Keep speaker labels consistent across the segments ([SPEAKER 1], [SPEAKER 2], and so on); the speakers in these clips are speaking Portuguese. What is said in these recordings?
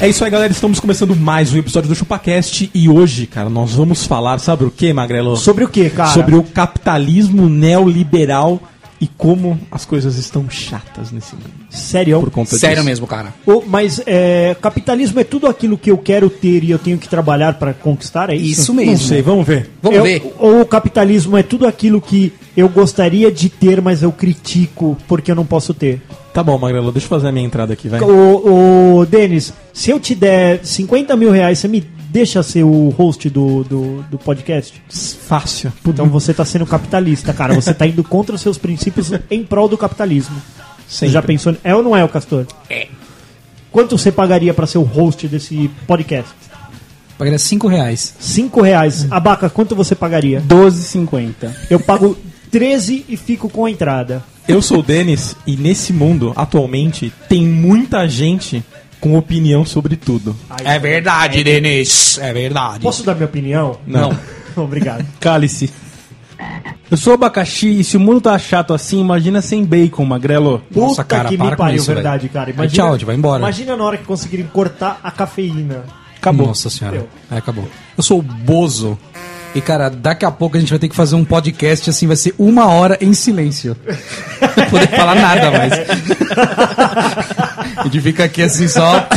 [SPEAKER 1] É isso aí, galera. Estamos começando mais um episódio do ChupaCast e hoje, cara, nós vamos falar, sabe o que, Magrelo?
[SPEAKER 2] Sobre o que, cara?
[SPEAKER 1] Sobre o capitalismo neoliberal e como as coisas estão chatas nesse mundo.
[SPEAKER 2] Sério?
[SPEAKER 1] Por conta
[SPEAKER 3] Sério
[SPEAKER 1] disso.
[SPEAKER 3] mesmo, cara.
[SPEAKER 2] Ô, mas é, capitalismo é tudo aquilo que eu quero ter e eu tenho que trabalhar pra conquistar, é isso?
[SPEAKER 3] Isso
[SPEAKER 1] Não
[SPEAKER 3] mesmo.
[SPEAKER 1] sei, vamos ver.
[SPEAKER 3] Vamos
[SPEAKER 2] Eu-
[SPEAKER 3] ver.
[SPEAKER 2] Ou o capitalismo é tudo aquilo que eu gostaria de ter, mas eu critico porque eu não posso ter.
[SPEAKER 1] Tá bom, Magrelo, deixa eu fazer a minha entrada aqui, vai.
[SPEAKER 2] Ô, ô, Denis, se eu te der 50 mil reais, você me deixa ser o host do, do, do podcast?
[SPEAKER 1] Fácil. Puta,
[SPEAKER 2] Então você tá sendo capitalista, cara. Você tá indo contra os seus princípios em prol do capitalismo. Você
[SPEAKER 1] sempre.
[SPEAKER 2] já pensou? É ou não é, o Castor? É. Quanto você pagaria pra ser o host desse podcast?
[SPEAKER 3] Pagaria 5 reais.
[SPEAKER 2] Cinco reais. Abaca, quanto você pagaria?
[SPEAKER 4] 12,50.
[SPEAKER 2] Eu pago 13 e fico com a entrada.
[SPEAKER 1] Eu sou o Denis e nesse mundo, atualmente, tem muita gente com opinião sobre tudo.
[SPEAKER 3] É verdade, Denis. É verdade.
[SPEAKER 2] Posso dar minha opinião?
[SPEAKER 1] Não.
[SPEAKER 2] Obrigado.
[SPEAKER 4] Cálice. Eu sou abacaxi e se o mundo tá chato assim, imagina sem bacon, magrelo.
[SPEAKER 2] Puta
[SPEAKER 3] Nossa, cara,
[SPEAKER 2] que
[SPEAKER 3] para
[SPEAKER 2] me
[SPEAKER 3] com
[SPEAKER 2] pariu,
[SPEAKER 3] isso, velho.
[SPEAKER 2] verdade, cara.
[SPEAKER 3] Aí, tchau, Di, vai embora.
[SPEAKER 2] Imagina na hora que conseguirem cortar a cafeína.
[SPEAKER 3] Acabou. Nossa senhora.
[SPEAKER 2] Deu.
[SPEAKER 3] É, acabou. Eu sou o Bozo. E, cara, daqui a pouco a gente vai ter que fazer um podcast assim, vai ser uma hora em silêncio. Não poder falar nada mais. a gente fica aqui assim só.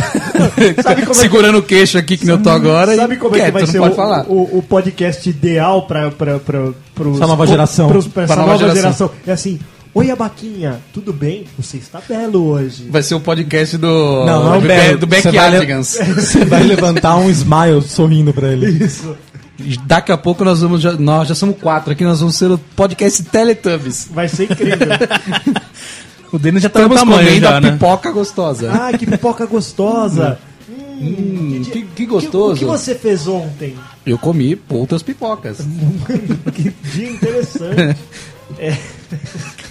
[SPEAKER 2] como é que-
[SPEAKER 3] segurando o queixo aqui que não tô agora.
[SPEAKER 2] Sabe
[SPEAKER 3] e
[SPEAKER 2] como é que
[SPEAKER 3] quieto,
[SPEAKER 2] vai
[SPEAKER 3] não
[SPEAKER 2] ser
[SPEAKER 3] pode
[SPEAKER 2] o,
[SPEAKER 3] falar.
[SPEAKER 2] o, o podcast ideal pra, pra, pra, pros,
[SPEAKER 1] Essa nova geração.
[SPEAKER 2] Pros, pra essa
[SPEAKER 3] Pra
[SPEAKER 2] nova,
[SPEAKER 3] nova
[SPEAKER 2] geração. É assim, oi Abaquinha, tudo bem? Você está belo hoje.
[SPEAKER 3] Vai ser o podcast do.
[SPEAKER 1] Não, não é o
[SPEAKER 3] do,
[SPEAKER 1] Belo.
[SPEAKER 3] do
[SPEAKER 1] Você vai le-
[SPEAKER 3] Backyardigans.
[SPEAKER 1] Você vai levantar um smile sorrindo pra ele.
[SPEAKER 2] Isso.
[SPEAKER 3] Daqui a pouco nós vamos. Já, nós já somos quatro aqui, nós vamos ser o podcast Teletubbies.
[SPEAKER 2] Vai ser incrível.
[SPEAKER 4] O Denis já tá
[SPEAKER 3] Estamos
[SPEAKER 4] no tamanho
[SPEAKER 3] comendo
[SPEAKER 4] já,
[SPEAKER 3] a
[SPEAKER 4] né?
[SPEAKER 3] pipoca gostosa.
[SPEAKER 2] ah, que pipoca gostosa. Hum,
[SPEAKER 3] Hum,
[SPEAKER 2] di-
[SPEAKER 3] que- que
[SPEAKER 2] O
[SPEAKER 3] gostoso.
[SPEAKER 2] que você fez ontem?
[SPEAKER 3] Eu comi outras pipocas.
[SPEAKER 2] que dia interessante.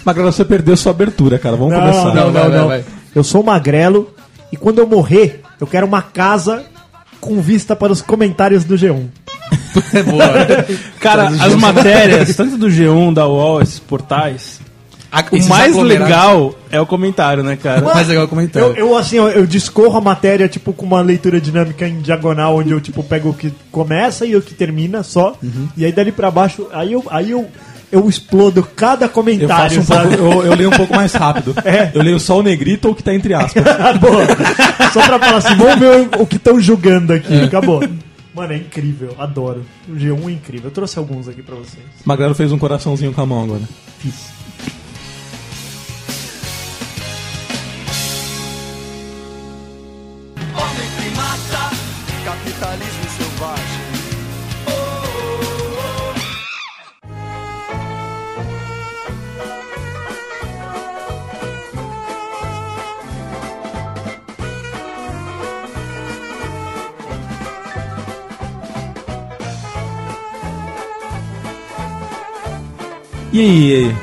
[SPEAKER 1] Magrelo, você perdeu sua abertura, cara. Vamos começar.
[SPEAKER 3] não, vai, vai, vai.
[SPEAKER 2] Eu sou magrelo e quando eu morrer, eu quero uma casa com vista para os comentários do G1.
[SPEAKER 3] É boa.
[SPEAKER 1] Tá,
[SPEAKER 4] Cara, as matérias, tanto do G1, da UOL, esses portais, o mais legal é o comentário, né, cara?
[SPEAKER 3] O mais legal é o comentário.
[SPEAKER 2] Eu, eu, assim, eu, eu discorro a matéria, tipo, com uma leitura dinâmica em diagonal, onde eu, tipo, pego o que começa e o que termina só. E aí dali pra baixo, aí eu, aí eu, eu explodo cada
[SPEAKER 1] Eu, faço
[SPEAKER 2] comentário,
[SPEAKER 1] um pouco,
[SPEAKER 2] sabe?
[SPEAKER 1] eu, eu leio um pouco mais rápido.
[SPEAKER 2] É.
[SPEAKER 1] Eu leio só o negrito ou o que tá entre aspas.
[SPEAKER 2] Acabou. Só pra falar assim, vamos ver o- o que estão julgando aqui. Acabou. Mano, é incrível, adoro. O G1 é incrível. Eu trouxe alguns aqui pra vocês.
[SPEAKER 1] Magrelo fez um coraçãozinho com a mão agora.
[SPEAKER 2] Fiz.
[SPEAKER 1] E aí, e aí?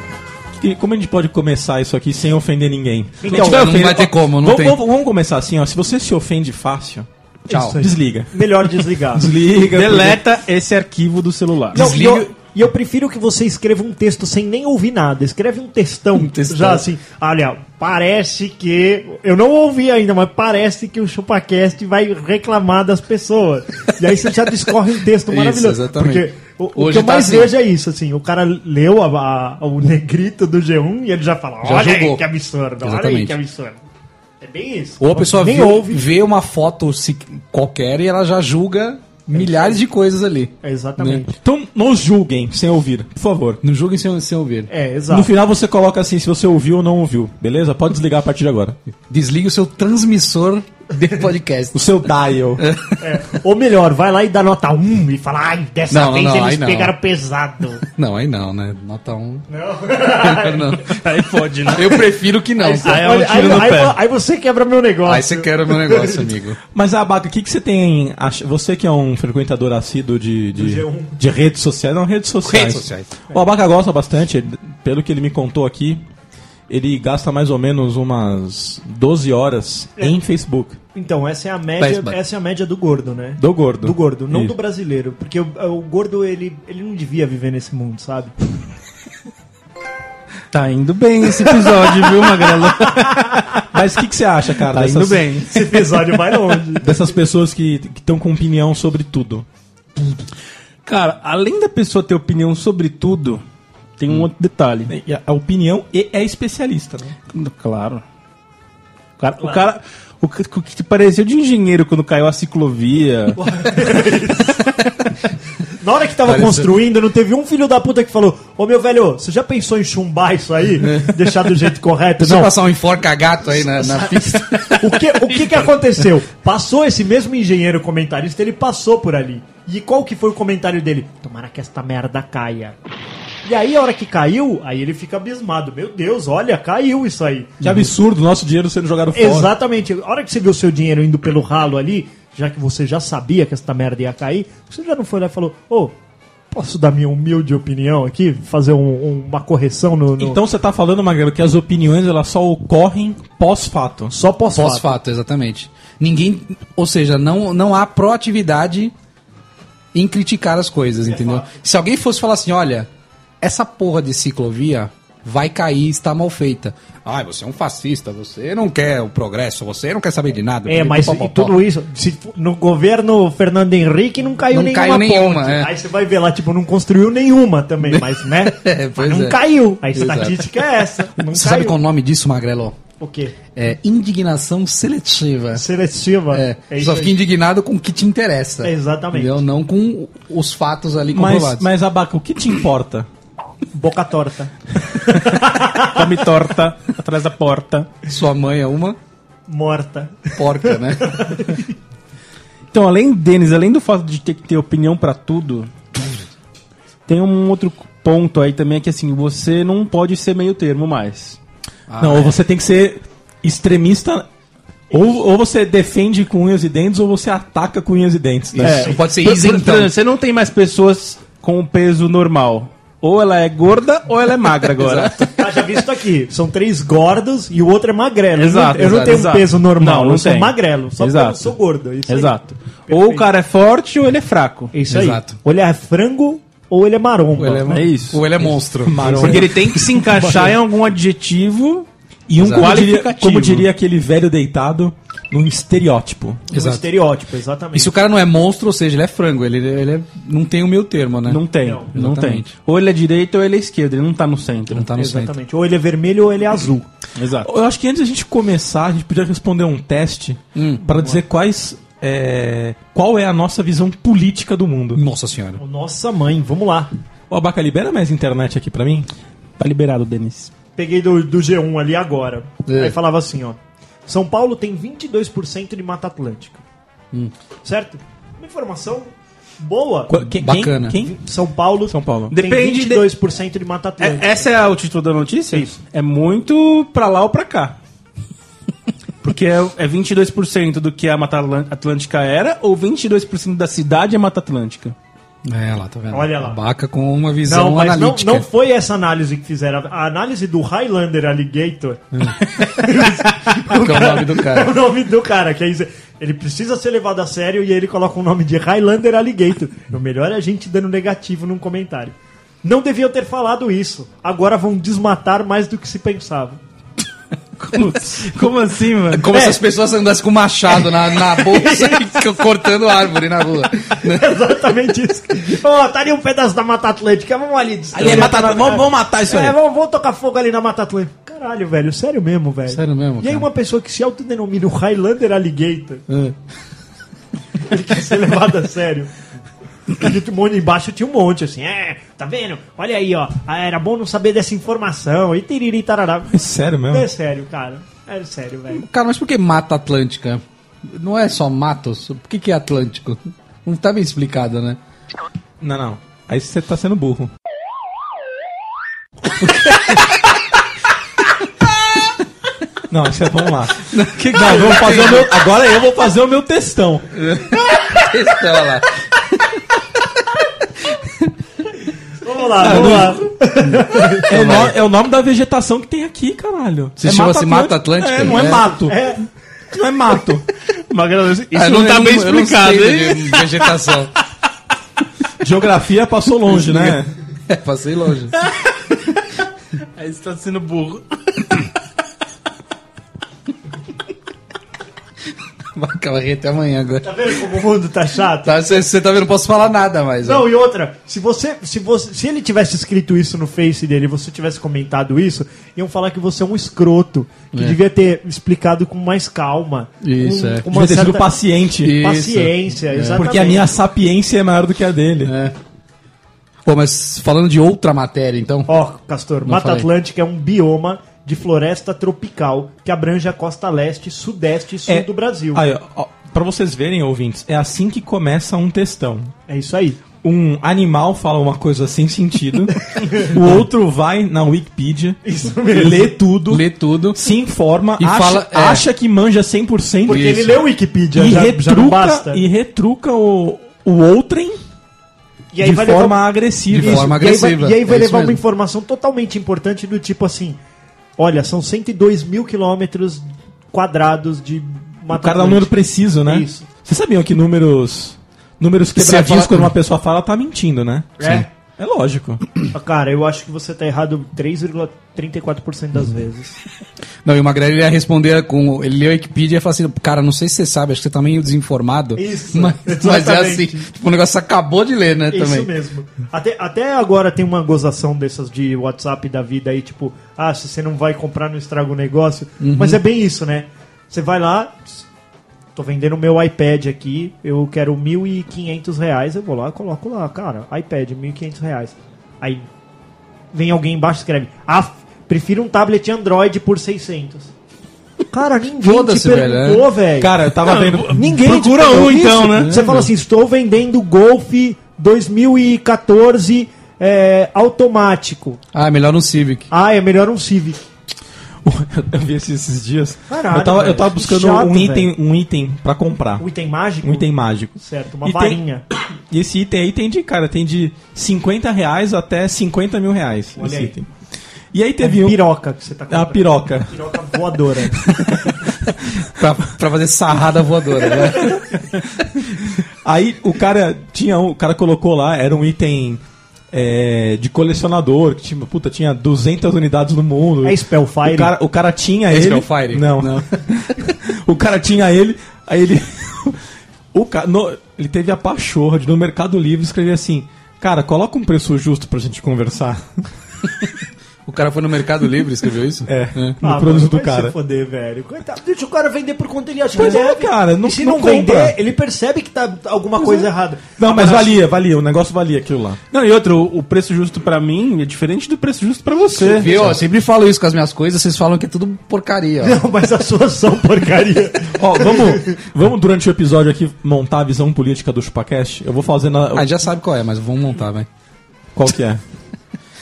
[SPEAKER 1] Que- Como a gente pode começar isso aqui sem ofender ninguém?
[SPEAKER 2] Então,
[SPEAKER 1] A gente
[SPEAKER 3] não vai ter como, não
[SPEAKER 1] vamos,
[SPEAKER 3] tem.
[SPEAKER 1] Vamos, vamos começar assim, ó. Se você se ofende fácil,
[SPEAKER 3] Tchau.
[SPEAKER 2] Isso aí.
[SPEAKER 1] desliga.
[SPEAKER 2] Melhor desligar.
[SPEAKER 1] Desliga.
[SPEAKER 4] Deleta esse arquivo do celular.
[SPEAKER 2] Não, e,
[SPEAKER 3] Desliga-
[SPEAKER 2] eu, e eu prefiro que você escreva um texto sem nem ouvir nada. Escreve um textão,
[SPEAKER 3] textão.
[SPEAKER 2] já assim. Olha, parece que. Eu não ouvi ainda, mas parece que o ChupaCast vai reclamar das pessoas. E aí você já discorre um texto
[SPEAKER 3] Isso,
[SPEAKER 2] maravilhoso.
[SPEAKER 3] exatamente.
[SPEAKER 2] Porque o, o
[SPEAKER 3] Hoje
[SPEAKER 2] que eu
[SPEAKER 3] tá
[SPEAKER 2] mais
[SPEAKER 3] assim.
[SPEAKER 2] vejo é isso, assim. O cara leu a- a- o negrito do G1 e ele já fala:
[SPEAKER 3] Já
[SPEAKER 2] Olha aí
[SPEAKER 3] jogou."
[SPEAKER 2] que absurdo, olha aí
[SPEAKER 3] Exatamente.
[SPEAKER 2] que absurdo. É bem isso.
[SPEAKER 3] Ou a pessoa
[SPEAKER 2] nem
[SPEAKER 3] vê,
[SPEAKER 2] ouve.
[SPEAKER 3] vê uma foto se- qualquer e ela já julga milhares de coisas ali.
[SPEAKER 2] É, exatamente.
[SPEAKER 3] né?
[SPEAKER 1] Então, nos julguem sem ouvir, por favor.
[SPEAKER 3] Não julguem sem, sem ouvir.
[SPEAKER 2] É, exato.
[SPEAKER 1] No final você coloca assim, se você ouviu ou não ouviu, beleza? Pode desligar a partir de agora.
[SPEAKER 3] Desligue o seu transmissor de podcast.
[SPEAKER 1] O seu dial.
[SPEAKER 2] É. Ou melhor, vai lá e dá nota 1 e fala, ai, dessa
[SPEAKER 3] Não, não,
[SPEAKER 2] vez
[SPEAKER 3] não, aí
[SPEAKER 2] eles
[SPEAKER 3] não.
[SPEAKER 2] pegaram pesado.
[SPEAKER 3] Não, aí não, né? Nota 1.
[SPEAKER 4] Aí pode, né?
[SPEAKER 3] Eu prefiro que não.
[SPEAKER 4] Aí é um
[SPEAKER 2] Olha, aí,
[SPEAKER 4] tiro no
[SPEAKER 2] aí-
[SPEAKER 4] pé.
[SPEAKER 2] aí você quebra meu negócio.
[SPEAKER 3] Aí você quebra meu negócio, amigo.
[SPEAKER 1] Mas, Abaca, o que, que você tem. ach- Você que é um frequentador assíduo de, de,
[SPEAKER 2] G1.
[SPEAKER 1] de redes sociais. Não, redes sociais.
[SPEAKER 3] Redes sociais.
[SPEAKER 1] O Abaca gosta bastante, ele- pelo que ele me contou aqui, ele gasta mais ou menos umas 12 horas em Facebook.
[SPEAKER 2] Então, essa é a
[SPEAKER 3] Mas,
[SPEAKER 2] média,
[SPEAKER 3] mas-
[SPEAKER 2] essa é a média do gordo, né?
[SPEAKER 1] Do gordo.
[SPEAKER 2] Do gordo, não
[SPEAKER 1] Isso.
[SPEAKER 2] do brasileiro. Porque o, o gordo, ele, ele não devia viver nesse mundo, sabe?
[SPEAKER 4] Tá indo bem esse episódio, viu, Magrelo?
[SPEAKER 1] Mas o que, que você acha, cara?
[SPEAKER 4] Tá indo bem.
[SPEAKER 2] Esse episódio vai longe.
[SPEAKER 1] Dessas pessoas que estão com opinião sobre tudo.
[SPEAKER 4] Cara, além da pessoa ter opinião sobre tudo, tem um outro detalhe.
[SPEAKER 1] Hum. E a, a opinião e é especialista, né?
[SPEAKER 4] Claro. O cara, o cara- o que o que te pareceu de engenheiro quando caiu a ciclovia.
[SPEAKER 2] Na hora que tava
[SPEAKER 3] Parece-
[SPEAKER 2] construindo, não teve um filho da puta que falou: Ô meu velho, você já pensou em chumbar isso aí? Deixar do jeito correto?
[SPEAKER 3] Deixa eu
[SPEAKER 2] Não.
[SPEAKER 3] passar um enforca-gato aí na, na pista.
[SPEAKER 2] O que, o que que aconteceu? Passou esse mesmo engenheiro comentarista, ele passou por ali. E qual que foi o comentário dele? Tomara que esta merda caia. E aí, a hora que caiu, aí ele fica abismado. Meu Deus, olha, caiu isso aí.
[SPEAKER 1] Que absurdo, nosso dinheiro sendo jogado fora.
[SPEAKER 2] Exatamente. A hora que você viu o seu dinheiro indo pelo ralo ali, já que você já sabia que esta merda ia cair, você já não foi lá e falou, ô, posso dar minha humilde opinião aqui? Fazer um- um- uma correção no... no-
[SPEAKER 1] Então você tá falando, Magrelo, que as opiniões elas só ocorrem pós-fato.
[SPEAKER 2] só posso falar.
[SPEAKER 3] Pós-fato, exatamente. Ninguém. Ou seja, não, não há proatividade em criticar as coisas, entendeu? Se alguém fosse falar assim, olha, essa porra de ciclovia vai cair, está mal feita. Ai, você é um fascista, você não quer o progresso, você não quer saber de nada.
[SPEAKER 2] É, mas
[SPEAKER 3] Pó,
[SPEAKER 2] e
[SPEAKER 3] pó, pó.
[SPEAKER 2] tudo isso, se for- no governo Fernando Henrique não caiu
[SPEAKER 3] Não
[SPEAKER 2] nenhuma
[SPEAKER 3] caiu nenhuma,
[SPEAKER 2] ponte.
[SPEAKER 3] é.
[SPEAKER 2] Aí você vai ver lá, tipo, não construiu nenhuma também, mas né?
[SPEAKER 3] É,
[SPEAKER 2] mas
[SPEAKER 3] pois
[SPEAKER 2] não
[SPEAKER 3] é.
[SPEAKER 2] caiu. A
[SPEAKER 3] Exato.
[SPEAKER 2] estatística é essa. Não
[SPEAKER 3] Você sabe
[SPEAKER 2] caiu.
[SPEAKER 3] qual é o nome disso, Magrelo?
[SPEAKER 2] O quê?
[SPEAKER 3] É indignação seletiva.
[SPEAKER 2] Seletiva.
[SPEAKER 3] É,
[SPEAKER 2] isso
[SPEAKER 3] só
[SPEAKER 2] aí.
[SPEAKER 3] fica indignado com o que te interessa.
[SPEAKER 2] É, exatamente.
[SPEAKER 3] Entendeu? Não com os fatos ali
[SPEAKER 1] Mas,
[SPEAKER 3] comprovados.
[SPEAKER 1] mas, Abaca, o que te importa?
[SPEAKER 2] Boca torta.
[SPEAKER 1] Tá
[SPEAKER 4] Come torta atrás da porta.
[SPEAKER 3] Sua mãe é uma
[SPEAKER 2] Morta.
[SPEAKER 3] porca, né?
[SPEAKER 4] Então, além deles, além do fato de ter que ter opinião pra tudo, tem um outro ponto aí também que assim, você não pode ser meio termo mais.
[SPEAKER 3] Ah,
[SPEAKER 1] não,
[SPEAKER 3] é.
[SPEAKER 1] ou você tem que ser extremista. Ou, ou você defende com unhas e dentes, ou você ataca com unhas e dentes, né?
[SPEAKER 3] Isso, pode ser então.
[SPEAKER 4] Por- por- por
[SPEAKER 3] isentão.
[SPEAKER 4] exemplo, Você não tem mais pessoas com o peso normal. Ou ela é gorda ou ela é magra agora.
[SPEAKER 2] Ah, já vi isso aqui. São três gordos e o outro é magrelo.
[SPEAKER 4] Exato,
[SPEAKER 2] eu não, eu não
[SPEAKER 4] exato,
[SPEAKER 2] tenho
[SPEAKER 4] exato.
[SPEAKER 2] um peso normal,
[SPEAKER 4] Não,
[SPEAKER 2] não,
[SPEAKER 4] não
[SPEAKER 2] eu sou
[SPEAKER 4] tem.
[SPEAKER 2] magrelo. Só porque eu não
[SPEAKER 4] Exato.
[SPEAKER 2] sou gordo. é Isso aí.
[SPEAKER 4] Exato. Ou
[SPEAKER 2] Perfeito.
[SPEAKER 4] o cara é forte ou ele é fraco.
[SPEAKER 2] É Isso aí.
[SPEAKER 3] Exato.
[SPEAKER 2] Ou ele é frango ou ele é maromba.
[SPEAKER 3] Ou ele
[SPEAKER 4] É isso.
[SPEAKER 3] Ou ele é monstro.
[SPEAKER 4] Porque ele tem que se encaixar em algum adjetivo
[SPEAKER 1] E um,
[SPEAKER 3] Exato.
[SPEAKER 1] como diria,
[SPEAKER 4] Qualificativo.
[SPEAKER 1] como diria aquele velho deitado, num estereótipo.
[SPEAKER 2] Um
[SPEAKER 3] Exato.
[SPEAKER 2] estereótipo, exatamente.
[SPEAKER 3] E se o cara não é monstro, ou seja, ele é frango, ele, ele é- não tem o meio termo, né?
[SPEAKER 4] Não tem,
[SPEAKER 2] Não,
[SPEAKER 4] não, tem.
[SPEAKER 3] exatamente.
[SPEAKER 4] Ou ele é direito ou ele é esquerdo, ele não tá no centro.
[SPEAKER 3] Não tá no centro.
[SPEAKER 2] Exatamente. Ou ele é vermelho ou ele é azul.
[SPEAKER 4] Exato.
[SPEAKER 1] Eu acho que antes da gente começar, a gente podia responder um teste
[SPEAKER 3] Hum.
[SPEAKER 1] para dizer quais. é, qual é a nossa visão política do mundo?
[SPEAKER 3] Nossa senhora.
[SPEAKER 2] Nossa mãe, vamos lá.
[SPEAKER 1] Ô, Abaca, libera mais internet aqui pra mim?
[SPEAKER 4] Tá liberado, Denis.
[SPEAKER 2] Peguei do, do G1 ali agora.
[SPEAKER 3] É.
[SPEAKER 2] Aí falava assim, ó. São Paulo tem 22% de Mata Atlântica. Certo? Uma informação boa.
[SPEAKER 1] Qu- que- quem-
[SPEAKER 3] Bacana.
[SPEAKER 1] Quem?
[SPEAKER 2] São Paulo
[SPEAKER 1] São Paulo.
[SPEAKER 2] tem
[SPEAKER 4] Depende de-
[SPEAKER 2] 22% de Mata Atlântica.
[SPEAKER 4] essa é o título da notícia? Isso. É muito pra lá ou pra cá. Porque é, é 22% do que a Mata Atlan- Atlântica era ou 22% da cidade é Mata Atlântica?
[SPEAKER 3] É, lá, tá vendo?
[SPEAKER 2] Olha lá.
[SPEAKER 3] Abaca com uma visão
[SPEAKER 2] Não, mas não,
[SPEAKER 3] analítica.
[SPEAKER 2] não foi essa análise que fizeram. A análise do Highlander Alligator
[SPEAKER 3] que é o nome do
[SPEAKER 2] é o
[SPEAKER 3] cara.
[SPEAKER 2] nome do cara. Que é isso. Ele precisa ser levado a sério e aí ele coloca o nome de Highlander Alligator. O melhor é a gente dando negativo num comentário. Não deviam ter falado isso. Agora vão desmatar mais do que se pensava.
[SPEAKER 4] Como assim, mano?
[SPEAKER 3] Como
[SPEAKER 2] É.
[SPEAKER 3] se as pessoas andassem com machado na, na bolsa e co- cortando árvore na rua.
[SPEAKER 2] É Exatamente isso. Ó, tá ali um pedaço da Mata Atlântica. Vamos ali destruir.
[SPEAKER 1] Ali é Mata Atlântica, vamos- vamos matar isso aí.
[SPEAKER 2] É, vamos, vamos tocar fogo ali na Mata Atlântica. Caralho, velho. Sério mesmo, velho.
[SPEAKER 3] Sério mesmo,
[SPEAKER 2] E aí
[SPEAKER 3] cara. É.
[SPEAKER 2] uma pessoa que se autodenomina o Highlander Alligator. Ele quer ser levado a sério. E de um monte embaixo tinha um monte, assim, é, tá vendo? Olha aí, ó, ah, era bom não saber dessa informação, e tiriri, tarará.
[SPEAKER 1] Sério mesmo?
[SPEAKER 2] É sério, cara, é sério, velho.
[SPEAKER 3] Cara, mas por que Mata Atlântica? Não é só matos. Por que, que é Atlântico? Não tá bem explicado, né?
[SPEAKER 1] Não, não. Aí você tá sendo burro. Não, isso é, vamos lá. Não, vamos fazer o meu- agora eu vou fazer o meu textão.
[SPEAKER 3] Estrela.
[SPEAKER 2] Vamos
[SPEAKER 3] Ah,
[SPEAKER 2] lá, vamos lá.
[SPEAKER 1] É o, no- é o nome da vegetação que tem aqui, caralho.
[SPEAKER 3] Se
[SPEAKER 1] É
[SPEAKER 3] chama-se Mata
[SPEAKER 1] Atlântica?
[SPEAKER 3] Atlântica?
[SPEAKER 1] É, não é,
[SPEAKER 3] É.
[SPEAKER 1] mato.
[SPEAKER 2] É,
[SPEAKER 1] Não é mato.
[SPEAKER 4] Magrelo, isso
[SPEAKER 3] Ah, eu
[SPEAKER 4] não tá
[SPEAKER 3] eu
[SPEAKER 4] bem
[SPEAKER 3] eu não sei né,
[SPEAKER 4] explicado, hein?
[SPEAKER 3] de Vegetação.
[SPEAKER 1] Geografia passou longe, né?
[SPEAKER 3] É, passei longe.
[SPEAKER 4] Aí você tá sendo burro.
[SPEAKER 3] Vai rir até amanhã agora.
[SPEAKER 2] tá vendo como o mundo tá chato?
[SPEAKER 3] Tá, você, você tá vendo? Não posso falar nada mais. ó.
[SPEAKER 2] Não, e outra, se você, se você. Se ele tivesse escrito isso no Face dele e você tivesse comentado isso, iam falar que você é um escroto. Que
[SPEAKER 3] É.
[SPEAKER 2] devia ter explicado com mais calma.
[SPEAKER 3] Isso,
[SPEAKER 2] com,
[SPEAKER 3] é.
[SPEAKER 2] com
[SPEAKER 1] Devia
[SPEAKER 2] uma
[SPEAKER 1] ter sido
[SPEAKER 2] certa
[SPEAKER 1] paciente.
[SPEAKER 3] E-
[SPEAKER 2] paciência, exatamente.
[SPEAKER 1] Porque a minha sapiência é maior do que a dele.
[SPEAKER 3] Pô, mas falando de outra matéria, então.
[SPEAKER 2] Ó, Castor, Mata
[SPEAKER 3] falei.
[SPEAKER 2] Atlântica é um bioma de floresta tropical que abrange a costa leste, sudeste e sul
[SPEAKER 1] É.
[SPEAKER 2] do Brasil.
[SPEAKER 1] Aí, ó, pra vocês verem, ouvintes, é assim que começa um textão.
[SPEAKER 2] É isso aí.
[SPEAKER 1] Um animal fala uma coisa sem sentido, o outro vai na Wikipedia,
[SPEAKER 2] Isso mesmo.
[SPEAKER 1] lê tudo,
[SPEAKER 3] Lê tudo.
[SPEAKER 1] se informa,
[SPEAKER 3] E
[SPEAKER 1] acha,
[SPEAKER 3] fala- é.
[SPEAKER 1] acha que manja 100%.
[SPEAKER 2] Porque ele
[SPEAKER 3] Isso.
[SPEAKER 2] leu Wikipedia,
[SPEAKER 1] e
[SPEAKER 2] já,
[SPEAKER 1] retruca,
[SPEAKER 2] já não basta.
[SPEAKER 1] E retruca o, o outrem
[SPEAKER 2] E
[SPEAKER 1] de
[SPEAKER 2] vai levar-
[SPEAKER 1] forma agressiva.
[SPEAKER 3] De
[SPEAKER 2] Isso,
[SPEAKER 3] forma
[SPEAKER 2] e aí vai-
[SPEAKER 3] agressiva,
[SPEAKER 2] E aí vai
[SPEAKER 3] é isso
[SPEAKER 2] levar uma
[SPEAKER 3] mesmo.
[SPEAKER 2] informação totalmente importante do tipo assim: olha, são 102 mil quilômetros quadrados de
[SPEAKER 1] O
[SPEAKER 2] Mata
[SPEAKER 1] cara
[SPEAKER 3] tá
[SPEAKER 1] dá um número
[SPEAKER 2] Atlântica.
[SPEAKER 1] preciso, né?
[SPEAKER 2] Isso.
[SPEAKER 1] Vocês sabiam que números. Números
[SPEAKER 3] você
[SPEAKER 1] quebradinhos,
[SPEAKER 3] fala-
[SPEAKER 1] quando uma pessoa fala, ela tá mentindo, né?
[SPEAKER 2] É.
[SPEAKER 1] É lógico.
[SPEAKER 2] Ah, Cara, eu acho que você tá errado 3,34% das vezes.
[SPEAKER 3] Não, e o Magrelo ele ia responder com. Ele leu a Wikipedia e ia falar assim: Cara, não sei se você sabe, acho que você tá meio desinformado.
[SPEAKER 2] Isso,
[SPEAKER 3] Mas, mas é assim.
[SPEAKER 2] exatamente.
[SPEAKER 3] Tipo, o negócio acabou de ler, né? também.
[SPEAKER 2] Isso mesmo. Até, até agora tem uma gozação dessas de WhatsApp da vida aí, tipo, ah, se você não vai comprar, não estraga o negócio.
[SPEAKER 3] Uhum.
[SPEAKER 2] Mas é bem isso, né? Você vai lá, tô vendendo meu iPad aqui, eu quero 1.500 reais, eu vou lá, coloco lá, cara, iPad, 1.500 reais. Aí vem alguém embaixo e escreve, ah, prefiro um tablet Android por 600. Cara, ninguém te
[SPEAKER 3] Foda-se, velho, é.
[SPEAKER 2] perguntou, velho.
[SPEAKER 1] Cara, eu tava vendo.
[SPEAKER 2] Ninguém
[SPEAKER 4] Procura
[SPEAKER 2] te pagou
[SPEAKER 4] um,
[SPEAKER 2] isso.
[SPEAKER 4] então, né?
[SPEAKER 2] Você fala assim, estou vendendo Golf 2014 é, automático.
[SPEAKER 3] Ah, melhor um Civic.
[SPEAKER 2] Ah, é melhor um Civic.
[SPEAKER 1] Eu vi esses, esses dias.
[SPEAKER 2] Caralho,
[SPEAKER 1] eu, tava, eu
[SPEAKER 2] velho,
[SPEAKER 1] tava
[SPEAKER 2] que
[SPEAKER 1] buscando
[SPEAKER 2] chato,
[SPEAKER 1] um, item, um item pra comprar.
[SPEAKER 2] Um item mágico?
[SPEAKER 1] Um item mágico.
[SPEAKER 2] Certo, uma
[SPEAKER 1] E tem-
[SPEAKER 2] varinha.
[SPEAKER 1] E esse item aí tem de, cara, tem de 50 reais até 50 mil reais.
[SPEAKER 2] Olha
[SPEAKER 1] esse
[SPEAKER 2] aí.
[SPEAKER 1] item. E aí
[SPEAKER 2] É
[SPEAKER 1] teve um.
[SPEAKER 2] piroca que você tá
[SPEAKER 1] É uma
[SPEAKER 2] comprando.
[SPEAKER 1] piroca.
[SPEAKER 2] piroca voadora.
[SPEAKER 3] Pra, pra fazer sarrada voadora, né?
[SPEAKER 1] Aí o cara tinha um, o cara colocou lá, era um item é, de colecionador, que tinha, puta, tinha 200 unidades no mundo.
[SPEAKER 2] É Spellfire?
[SPEAKER 1] O cara, o cara tinha
[SPEAKER 3] É
[SPEAKER 1] ele.
[SPEAKER 3] Spellfire?
[SPEAKER 1] Não.
[SPEAKER 3] Não.
[SPEAKER 1] o cara tinha ele, aí ele o ca, no- ele teve a pachorra de no Mercado Livre escrever assim: "Cara, coloca um preço justo pra gente conversar".
[SPEAKER 3] O cara foi no Mercado Livre e escreveu isso?
[SPEAKER 1] É. No
[SPEAKER 2] Ah,
[SPEAKER 1] produto
[SPEAKER 2] mano,
[SPEAKER 1] do
[SPEAKER 2] vai
[SPEAKER 1] cara.
[SPEAKER 2] se foder, velho. Coitado, deixa o cara vender por conta ele acha
[SPEAKER 1] Pois
[SPEAKER 2] que
[SPEAKER 1] é, cara, não-
[SPEAKER 2] e se
[SPEAKER 1] não
[SPEAKER 2] não, vender,
[SPEAKER 1] compra. é.
[SPEAKER 2] ele percebe que tá alguma coisa errada. Ah,
[SPEAKER 1] Não, mas
[SPEAKER 2] Agora,
[SPEAKER 1] valia, valia, o negócio valia aquilo lá.
[SPEAKER 4] Não, e outro, o o preço justo pra mim é diferente do preço justo pra você.
[SPEAKER 3] Viu? É. Eu sempre falo isso com as minhas coisas, vocês falam que é tudo porcaria. ó.
[SPEAKER 2] Não, mas as suas são porcaria.
[SPEAKER 1] Ó, vamos, vamos durante o episódio aqui montar a visão política do Chupacast. Eu vou fazendo a,
[SPEAKER 3] Ah, já sabe qual é, mas vamos montar, vai.
[SPEAKER 1] qual que é?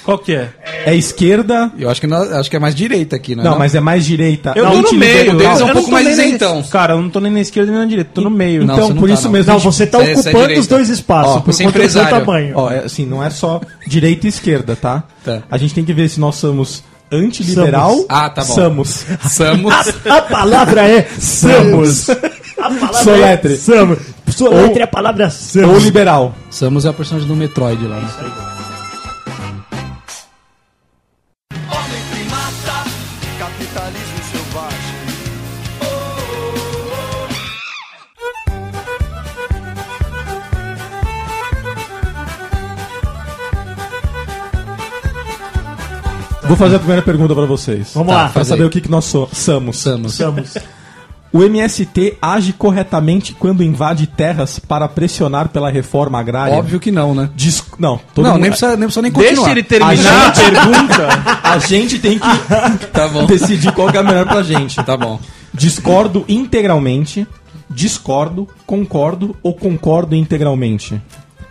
[SPEAKER 4] Qual que é?
[SPEAKER 1] É esquerda.
[SPEAKER 3] Eu acho que, nós- acho que é mais direita aqui, né?
[SPEAKER 1] Não, mas é mais direita.
[SPEAKER 4] Eu
[SPEAKER 1] Não,
[SPEAKER 4] tô no meio.
[SPEAKER 3] o deles é um
[SPEAKER 4] Eu não
[SPEAKER 3] pouco
[SPEAKER 4] tô
[SPEAKER 3] mais
[SPEAKER 4] nem na-
[SPEAKER 3] isentão.
[SPEAKER 4] Cara, eu não tô nem na esquerda nem na direita, tô no meio.
[SPEAKER 3] Não,
[SPEAKER 1] então,
[SPEAKER 3] você não
[SPEAKER 1] por
[SPEAKER 3] tá,
[SPEAKER 1] isso
[SPEAKER 3] não.
[SPEAKER 1] mesmo.
[SPEAKER 2] Não,
[SPEAKER 1] a gente-
[SPEAKER 2] você tá
[SPEAKER 3] Essa é a
[SPEAKER 2] ocupando
[SPEAKER 3] direita.
[SPEAKER 2] os dois espaços
[SPEAKER 3] Ó,
[SPEAKER 2] por
[SPEAKER 3] você é
[SPEAKER 2] conta do seu
[SPEAKER 3] empresário.
[SPEAKER 2] tamanho.
[SPEAKER 1] Ó, é, assim, não é só direita e esquerda, tá?
[SPEAKER 3] Tá.
[SPEAKER 1] A gente tem que ver se nós somos antiliberal.
[SPEAKER 2] Somos.
[SPEAKER 3] Ah, tá bom.
[SPEAKER 1] Somos.
[SPEAKER 3] Samus.
[SPEAKER 2] A palavra é Samus. A palavra
[SPEAKER 1] Soletre.
[SPEAKER 2] é Samus. Soletre é a palavra
[SPEAKER 1] Ou
[SPEAKER 2] Samus.
[SPEAKER 1] liberal.
[SPEAKER 3] Samus é a personagem do Metroid lá. né?
[SPEAKER 5] Homem primata, capitalismo selvagem.
[SPEAKER 1] Vou fazer a primeira pergunta pra vocês. Tá,
[SPEAKER 2] Vamos lá.
[SPEAKER 1] Pra
[SPEAKER 3] faz
[SPEAKER 1] saber
[SPEAKER 3] aí.
[SPEAKER 1] o que, que nós so- somos.
[SPEAKER 3] Samus.
[SPEAKER 2] Samus.
[SPEAKER 1] O MST age corretamente quando invade terras para pressionar pela reforma agrária?
[SPEAKER 3] Óbvio que não, né?
[SPEAKER 1] Dis- Não, todo
[SPEAKER 3] Não,
[SPEAKER 1] mundo- é.
[SPEAKER 3] nem precisa, nem precisa nem
[SPEAKER 4] Deixa
[SPEAKER 3] continuar.
[SPEAKER 4] ele
[SPEAKER 1] A
[SPEAKER 4] terminar a
[SPEAKER 1] gente-
[SPEAKER 4] pergunta.
[SPEAKER 1] A gente tem que
[SPEAKER 3] Tá bom.
[SPEAKER 1] decidir qual que é melhor pra gente.
[SPEAKER 3] Tá bom.
[SPEAKER 1] Discordo integralmente discordo, concordo ou concordo integralmente?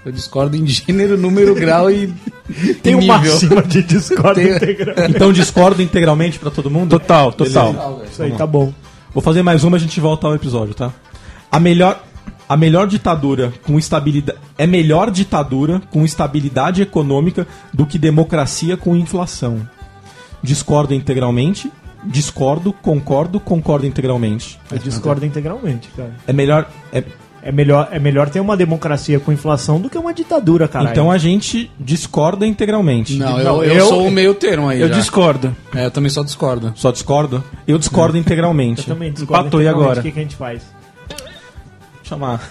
[SPEAKER 3] Eu discordo em gênero, número, grau e.
[SPEAKER 2] Tem um
[SPEAKER 3] nível.
[SPEAKER 2] uma cima de Discord
[SPEAKER 3] Tem-
[SPEAKER 2] integral.
[SPEAKER 1] Então discordo integralmente pra todo mundo?
[SPEAKER 4] Total, total.
[SPEAKER 1] Beleza.
[SPEAKER 2] Isso aí tá bom.
[SPEAKER 1] Vou fazer mais uma, a gente volta ao episódio, tá? A melhor, a melhor ditadura com estabilidade é melhor ditadura com estabilidade econômica do que democracia com inflação. Discordo integralmente. Discordo, concordo, concordo integralmente.
[SPEAKER 2] Eu discordo integralmente, cara.
[SPEAKER 1] É melhor. é-
[SPEAKER 2] É melhor, é melhor ter uma democracia com inflação do que uma ditadura, cara.
[SPEAKER 1] então a gente discorda integralmente.
[SPEAKER 3] Não,
[SPEAKER 2] Não,
[SPEAKER 3] eu, eu
[SPEAKER 2] eu-
[SPEAKER 3] sou o meio termo aí.
[SPEAKER 4] Eu
[SPEAKER 3] já.
[SPEAKER 4] discordo.
[SPEAKER 3] É, eu também só discordo.
[SPEAKER 1] Só discordo? Eu discordo integralmente.
[SPEAKER 2] eu também discordo.
[SPEAKER 4] Empatou, e
[SPEAKER 2] integralmente.
[SPEAKER 4] agora?
[SPEAKER 2] O que, que a gente faz?
[SPEAKER 1] Chamar.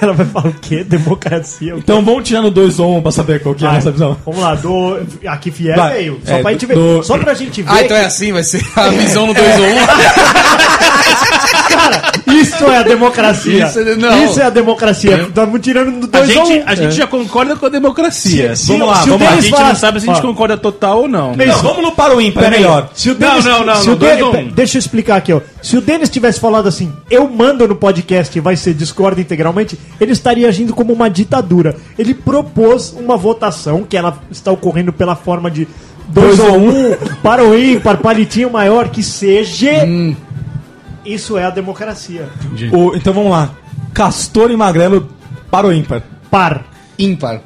[SPEAKER 2] Ela vai falar o quê? Democracia?
[SPEAKER 1] Então vamos tirando dois on pra saber qual que é
[SPEAKER 2] Ah,
[SPEAKER 1] essa visão.
[SPEAKER 2] Vamos lá, do. Aqui Fiel
[SPEAKER 1] Vai.
[SPEAKER 2] veio. Só
[SPEAKER 1] É,
[SPEAKER 2] pra gente ver.
[SPEAKER 1] do-
[SPEAKER 2] Só pra gente ver.
[SPEAKER 3] Ah, então é assim, vai ser a visão no 2 ou 1.
[SPEAKER 2] que Isso é a democracia.
[SPEAKER 3] Isso é- não.
[SPEAKER 2] Isso é a democracia. Estamos tirando do
[SPEAKER 4] A
[SPEAKER 2] dois
[SPEAKER 4] gente,
[SPEAKER 2] um.
[SPEAKER 4] a gente já concorda com a democracia.
[SPEAKER 2] Se- se
[SPEAKER 4] vamos
[SPEAKER 2] o-
[SPEAKER 4] lá,
[SPEAKER 2] se o
[SPEAKER 4] vamos lá. A
[SPEAKER 2] Denis
[SPEAKER 4] gente
[SPEAKER 2] fala-
[SPEAKER 4] não sabe se a gente
[SPEAKER 2] Ó.
[SPEAKER 4] concorda total ou não.
[SPEAKER 1] Não, vamos no para o ímpar, é melhor.
[SPEAKER 2] Se o
[SPEAKER 4] Não,
[SPEAKER 2] Denis,
[SPEAKER 4] não, não,
[SPEAKER 2] se
[SPEAKER 4] não,
[SPEAKER 2] o Denis,
[SPEAKER 4] dois, um.
[SPEAKER 2] pe- Deixa eu explicar aqui, ó. Se o Denis tivesse falado assim, eu mando no podcast e vai ser discorda integralmente, ele estaria agindo como uma ditadura. Ele propôs uma votação que ela está ocorrendo pela forma de 2 ou 1 um, para o ímpar, palitinho maior que seja.
[SPEAKER 4] Hum.
[SPEAKER 2] Isso é a democracia.
[SPEAKER 1] O- então vamos lá. Castor e Magrelo para o ímpar.
[SPEAKER 2] Par.
[SPEAKER 3] Ímpar.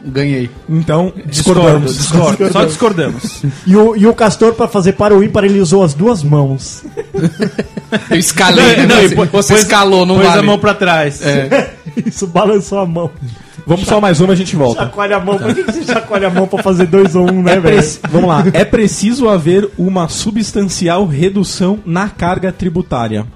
[SPEAKER 3] Ganhei.
[SPEAKER 1] Então,
[SPEAKER 4] Discordo,
[SPEAKER 1] discordamos.
[SPEAKER 4] discordo. Só discordamos.
[SPEAKER 2] E o, e o Castor, para fazer para o ímpar, ele usou as duas mãos.
[SPEAKER 3] Eu escalei. né?
[SPEAKER 4] Não, e
[SPEAKER 3] você
[SPEAKER 4] pô-
[SPEAKER 3] você
[SPEAKER 4] pôs-
[SPEAKER 3] escalou, não
[SPEAKER 4] pôs
[SPEAKER 3] vale.
[SPEAKER 4] a mão pra trás.
[SPEAKER 2] Isso balançou a mão.
[SPEAKER 1] Vamos só mais uma e a gente volta.
[SPEAKER 2] Chacoalha a mão. Por que que você chacoalha a mão pra fazer dois ou um, né,
[SPEAKER 1] É
[SPEAKER 2] velho?
[SPEAKER 1] preci- Vamos lá. É preciso haver uma substancial redução na carga tributária.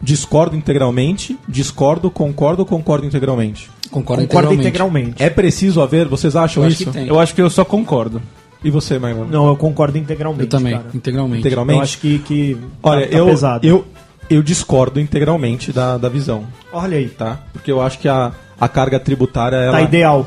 [SPEAKER 1] Discordo integralmente. Discordo, concordo, concordo integralmente.
[SPEAKER 3] Concordo,
[SPEAKER 2] Concordo
[SPEAKER 3] integralmente.
[SPEAKER 2] integralmente.
[SPEAKER 1] É preciso haver, vocês acham
[SPEAKER 3] Eu acho
[SPEAKER 1] isso?
[SPEAKER 3] que tem.
[SPEAKER 4] Eu acho que eu só concordo.
[SPEAKER 1] E você, Magrelo?
[SPEAKER 2] Não, eu concordo integralmente.
[SPEAKER 3] Eu também,
[SPEAKER 2] cara.
[SPEAKER 3] integralmente.
[SPEAKER 1] Integralmente?
[SPEAKER 2] Eu acho que. que tá-
[SPEAKER 1] Olha,
[SPEAKER 2] tá
[SPEAKER 1] eu,
[SPEAKER 2] pesado.
[SPEAKER 1] eu eu discordo integralmente da, da visão,
[SPEAKER 2] Olha aí. Tá,
[SPEAKER 1] tá? Porque eu acho que a, a carga tributária ela,
[SPEAKER 4] Tá
[SPEAKER 2] ideal.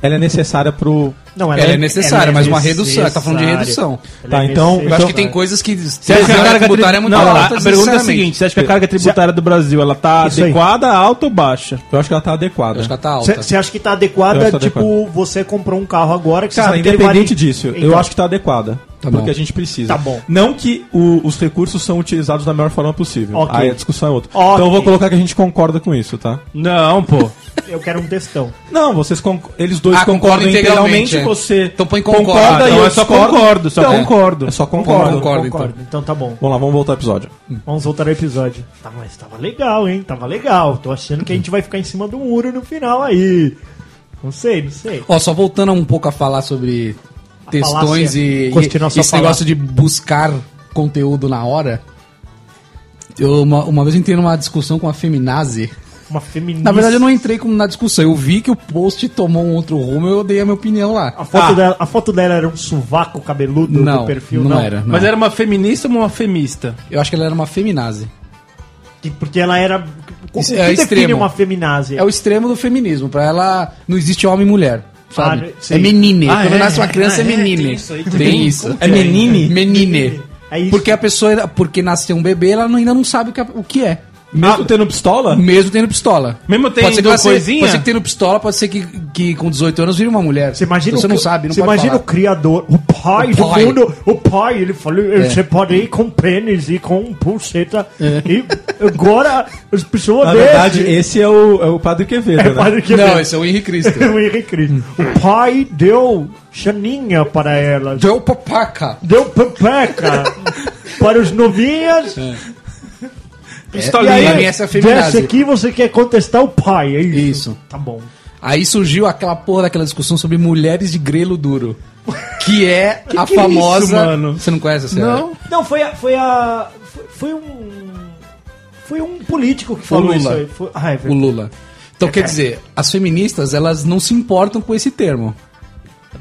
[SPEAKER 1] ela é necessária pro
[SPEAKER 2] Não,
[SPEAKER 3] Ela é necessária, mas uma redução.
[SPEAKER 2] necessária.
[SPEAKER 3] Tá falando de redução.
[SPEAKER 2] Ela é
[SPEAKER 1] Tá, então-
[SPEAKER 3] Eu acho que
[SPEAKER 2] necessária.
[SPEAKER 3] tem coisas que.
[SPEAKER 4] Você acha que a carga tributária
[SPEAKER 3] é muito
[SPEAKER 4] não,
[SPEAKER 3] alta,
[SPEAKER 4] A pergunta é a
[SPEAKER 3] sinceramente.
[SPEAKER 4] seguinte: você acha que a carga tributária do Brasil ela tá
[SPEAKER 2] Isso aí.
[SPEAKER 4] adequada, alta ou baixa?
[SPEAKER 1] Eu acho que ela tá adequada.
[SPEAKER 3] Eu acho que ela tá
[SPEAKER 2] Cê-
[SPEAKER 3] alta.
[SPEAKER 2] Você acha que tá
[SPEAKER 1] Eu
[SPEAKER 2] adequada,
[SPEAKER 1] acho que tá
[SPEAKER 2] tipo, você comprou um carro agora que você
[SPEAKER 1] Cara,
[SPEAKER 2] sabe que ele
[SPEAKER 1] independente
[SPEAKER 2] vale-
[SPEAKER 1] disso, eu
[SPEAKER 2] Então,
[SPEAKER 1] acho que tá adequada.
[SPEAKER 3] Tá
[SPEAKER 1] porque
[SPEAKER 3] bom.
[SPEAKER 1] a gente precisa.
[SPEAKER 2] Tá bom.
[SPEAKER 1] Não que o- os recursos são utilizados da melhor forma possível.
[SPEAKER 2] Ok.
[SPEAKER 1] Aí a discussão é outra.
[SPEAKER 2] Ok.
[SPEAKER 1] Então eu vou colocar que a gente concorda com isso, tá?
[SPEAKER 4] Não, pô.
[SPEAKER 2] Eu quero um textão.
[SPEAKER 1] Não, vocês con- eles dois
[SPEAKER 3] Ah,
[SPEAKER 1] concordam
[SPEAKER 3] concordo
[SPEAKER 1] integralmente,
[SPEAKER 3] integralmente, é.
[SPEAKER 1] você
[SPEAKER 3] Então põe concorda.
[SPEAKER 1] concorda
[SPEAKER 4] Ah,
[SPEAKER 1] e
[SPEAKER 4] então
[SPEAKER 1] eu
[SPEAKER 4] é só
[SPEAKER 1] discordo.
[SPEAKER 4] concordo, só concordo.
[SPEAKER 1] É só concordo.
[SPEAKER 3] Concordo.
[SPEAKER 2] Então tá bom.
[SPEAKER 1] Vamos lá, vamos voltar ao episódio.
[SPEAKER 2] Vamos voltar ao episódio. Tá, mas tava legal, hein? Tava legal. Tô achando que a gente vai ficar em cima do muro no final aí. Não sei, não sei.
[SPEAKER 3] Ó, só voltando um pouco a falar sobre
[SPEAKER 2] A
[SPEAKER 3] textões
[SPEAKER 2] falácia.
[SPEAKER 3] e, e-
[SPEAKER 2] Continua
[SPEAKER 3] e
[SPEAKER 2] sua
[SPEAKER 3] esse
[SPEAKER 2] falácia.
[SPEAKER 3] negócio de buscar conteúdo na hora. Eu, uma, uma vez eu entrei numa discussão com a feminazi.
[SPEAKER 2] Uma feminista.
[SPEAKER 3] Na verdade, eu não entrei com- na discussão. Eu vi que o post tomou um outro rumo eu dei a minha opinião
[SPEAKER 2] A
[SPEAKER 3] lá.
[SPEAKER 2] foto, dela, a foto dela era um sovaco cabeludo
[SPEAKER 3] Ah. Não,
[SPEAKER 2] do perfil,
[SPEAKER 3] não, era. não.
[SPEAKER 4] Mas é- era uma feminista ou uma femista?
[SPEAKER 3] Eu acho que ela era uma feminazi.
[SPEAKER 2] Que- porque ela era. O
[SPEAKER 3] Isso
[SPEAKER 2] que
[SPEAKER 3] é
[SPEAKER 2] define
[SPEAKER 3] extremo.
[SPEAKER 2] uma feminazi?
[SPEAKER 3] É o extremo do feminismo. Pra ela, não existe homem e mulher. Sabe?
[SPEAKER 2] Ah, sim.
[SPEAKER 3] é menine.
[SPEAKER 4] Ah,
[SPEAKER 3] Quando
[SPEAKER 4] é?
[SPEAKER 3] nasce uma criança,
[SPEAKER 4] Ah,
[SPEAKER 3] é
[SPEAKER 4] é?
[SPEAKER 3] menine.
[SPEAKER 4] Tem isso aí também.
[SPEAKER 3] Tem isso.
[SPEAKER 1] É menine?
[SPEAKER 3] Menine.
[SPEAKER 2] É isso.
[SPEAKER 3] Porque a pessoa, era- porque nasceu um bebê, ela não- ainda não sabe o que, é- o que é.
[SPEAKER 1] Mesmo tendo pistola?
[SPEAKER 3] Mesmo tendo pistola.
[SPEAKER 4] Mesmo
[SPEAKER 3] pode ser que
[SPEAKER 4] tendo
[SPEAKER 3] ela seja-
[SPEAKER 4] coisinha?
[SPEAKER 3] Pode ser que tendo pistola, pode ser que, que com 18 anos vire uma mulher.
[SPEAKER 2] Você imagina,
[SPEAKER 3] Então
[SPEAKER 2] o
[SPEAKER 3] você não
[SPEAKER 2] cri-
[SPEAKER 3] sabe, não
[SPEAKER 2] você
[SPEAKER 3] pode
[SPEAKER 2] imagina o
[SPEAKER 3] falar.
[SPEAKER 2] criador, o pai
[SPEAKER 3] O
[SPEAKER 2] do
[SPEAKER 3] pai. É.
[SPEAKER 2] mundo, o pai, ele falou, você pode ir com pênis e com pulseta, e agora as pessoas
[SPEAKER 1] Na verdade, esse é o, é o Padre Quevedo, né?
[SPEAKER 2] Padre que
[SPEAKER 3] Não, esse é o Henrique Cristo.
[SPEAKER 2] o Henrique Cristo. O pai deu chaninha para elas,
[SPEAKER 3] Deu papaca.
[SPEAKER 2] deu pepeca para os novinhas,
[SPEAKER 3] É. E
[SPEAKER 4] Pistolinha.
[SPEAKER 3] aí,
[SPEAKER 4] Pra
[SPEAKER 3] pra mim,
[SPEAKER 4] mim,
[SPEAKER 3] essa é a
[SPEAKER 2] desce
[SPEAKER 3] feminazi.
[SPEAKER 2] aqui você quer contestar o pai, é isso.
[SPEAKER 3] Isso.
[SPEAKER 2] Tá bom.
[SPEAKER 3] Aí surgiu aquela porra daquela discussão sobre mulheres de grelo duro. Que é a
[SPEAKER 4] que é
[SPEAKER 3] famosa.
[SPEAKER 4] isso, mano?
[SPEAKER 3] Você não conhece essa?
[SPEAKER 4] Não.
[SPEAKER 2] Não, foi a. Foi, a, foi, foi um. Foi um político que falou
[SPEAKER 3] Lula.
[SPEAKER 2] isso aí. Foi, ah, é
[SPEAKER 3] o
[SPEAKER 2] verdade.
[SPEAKER 3] Lula. Então,
[SPEAKER 4] É.
[SPEAKER 3] quer dizer, as feministas, elas não se importam com esse termo.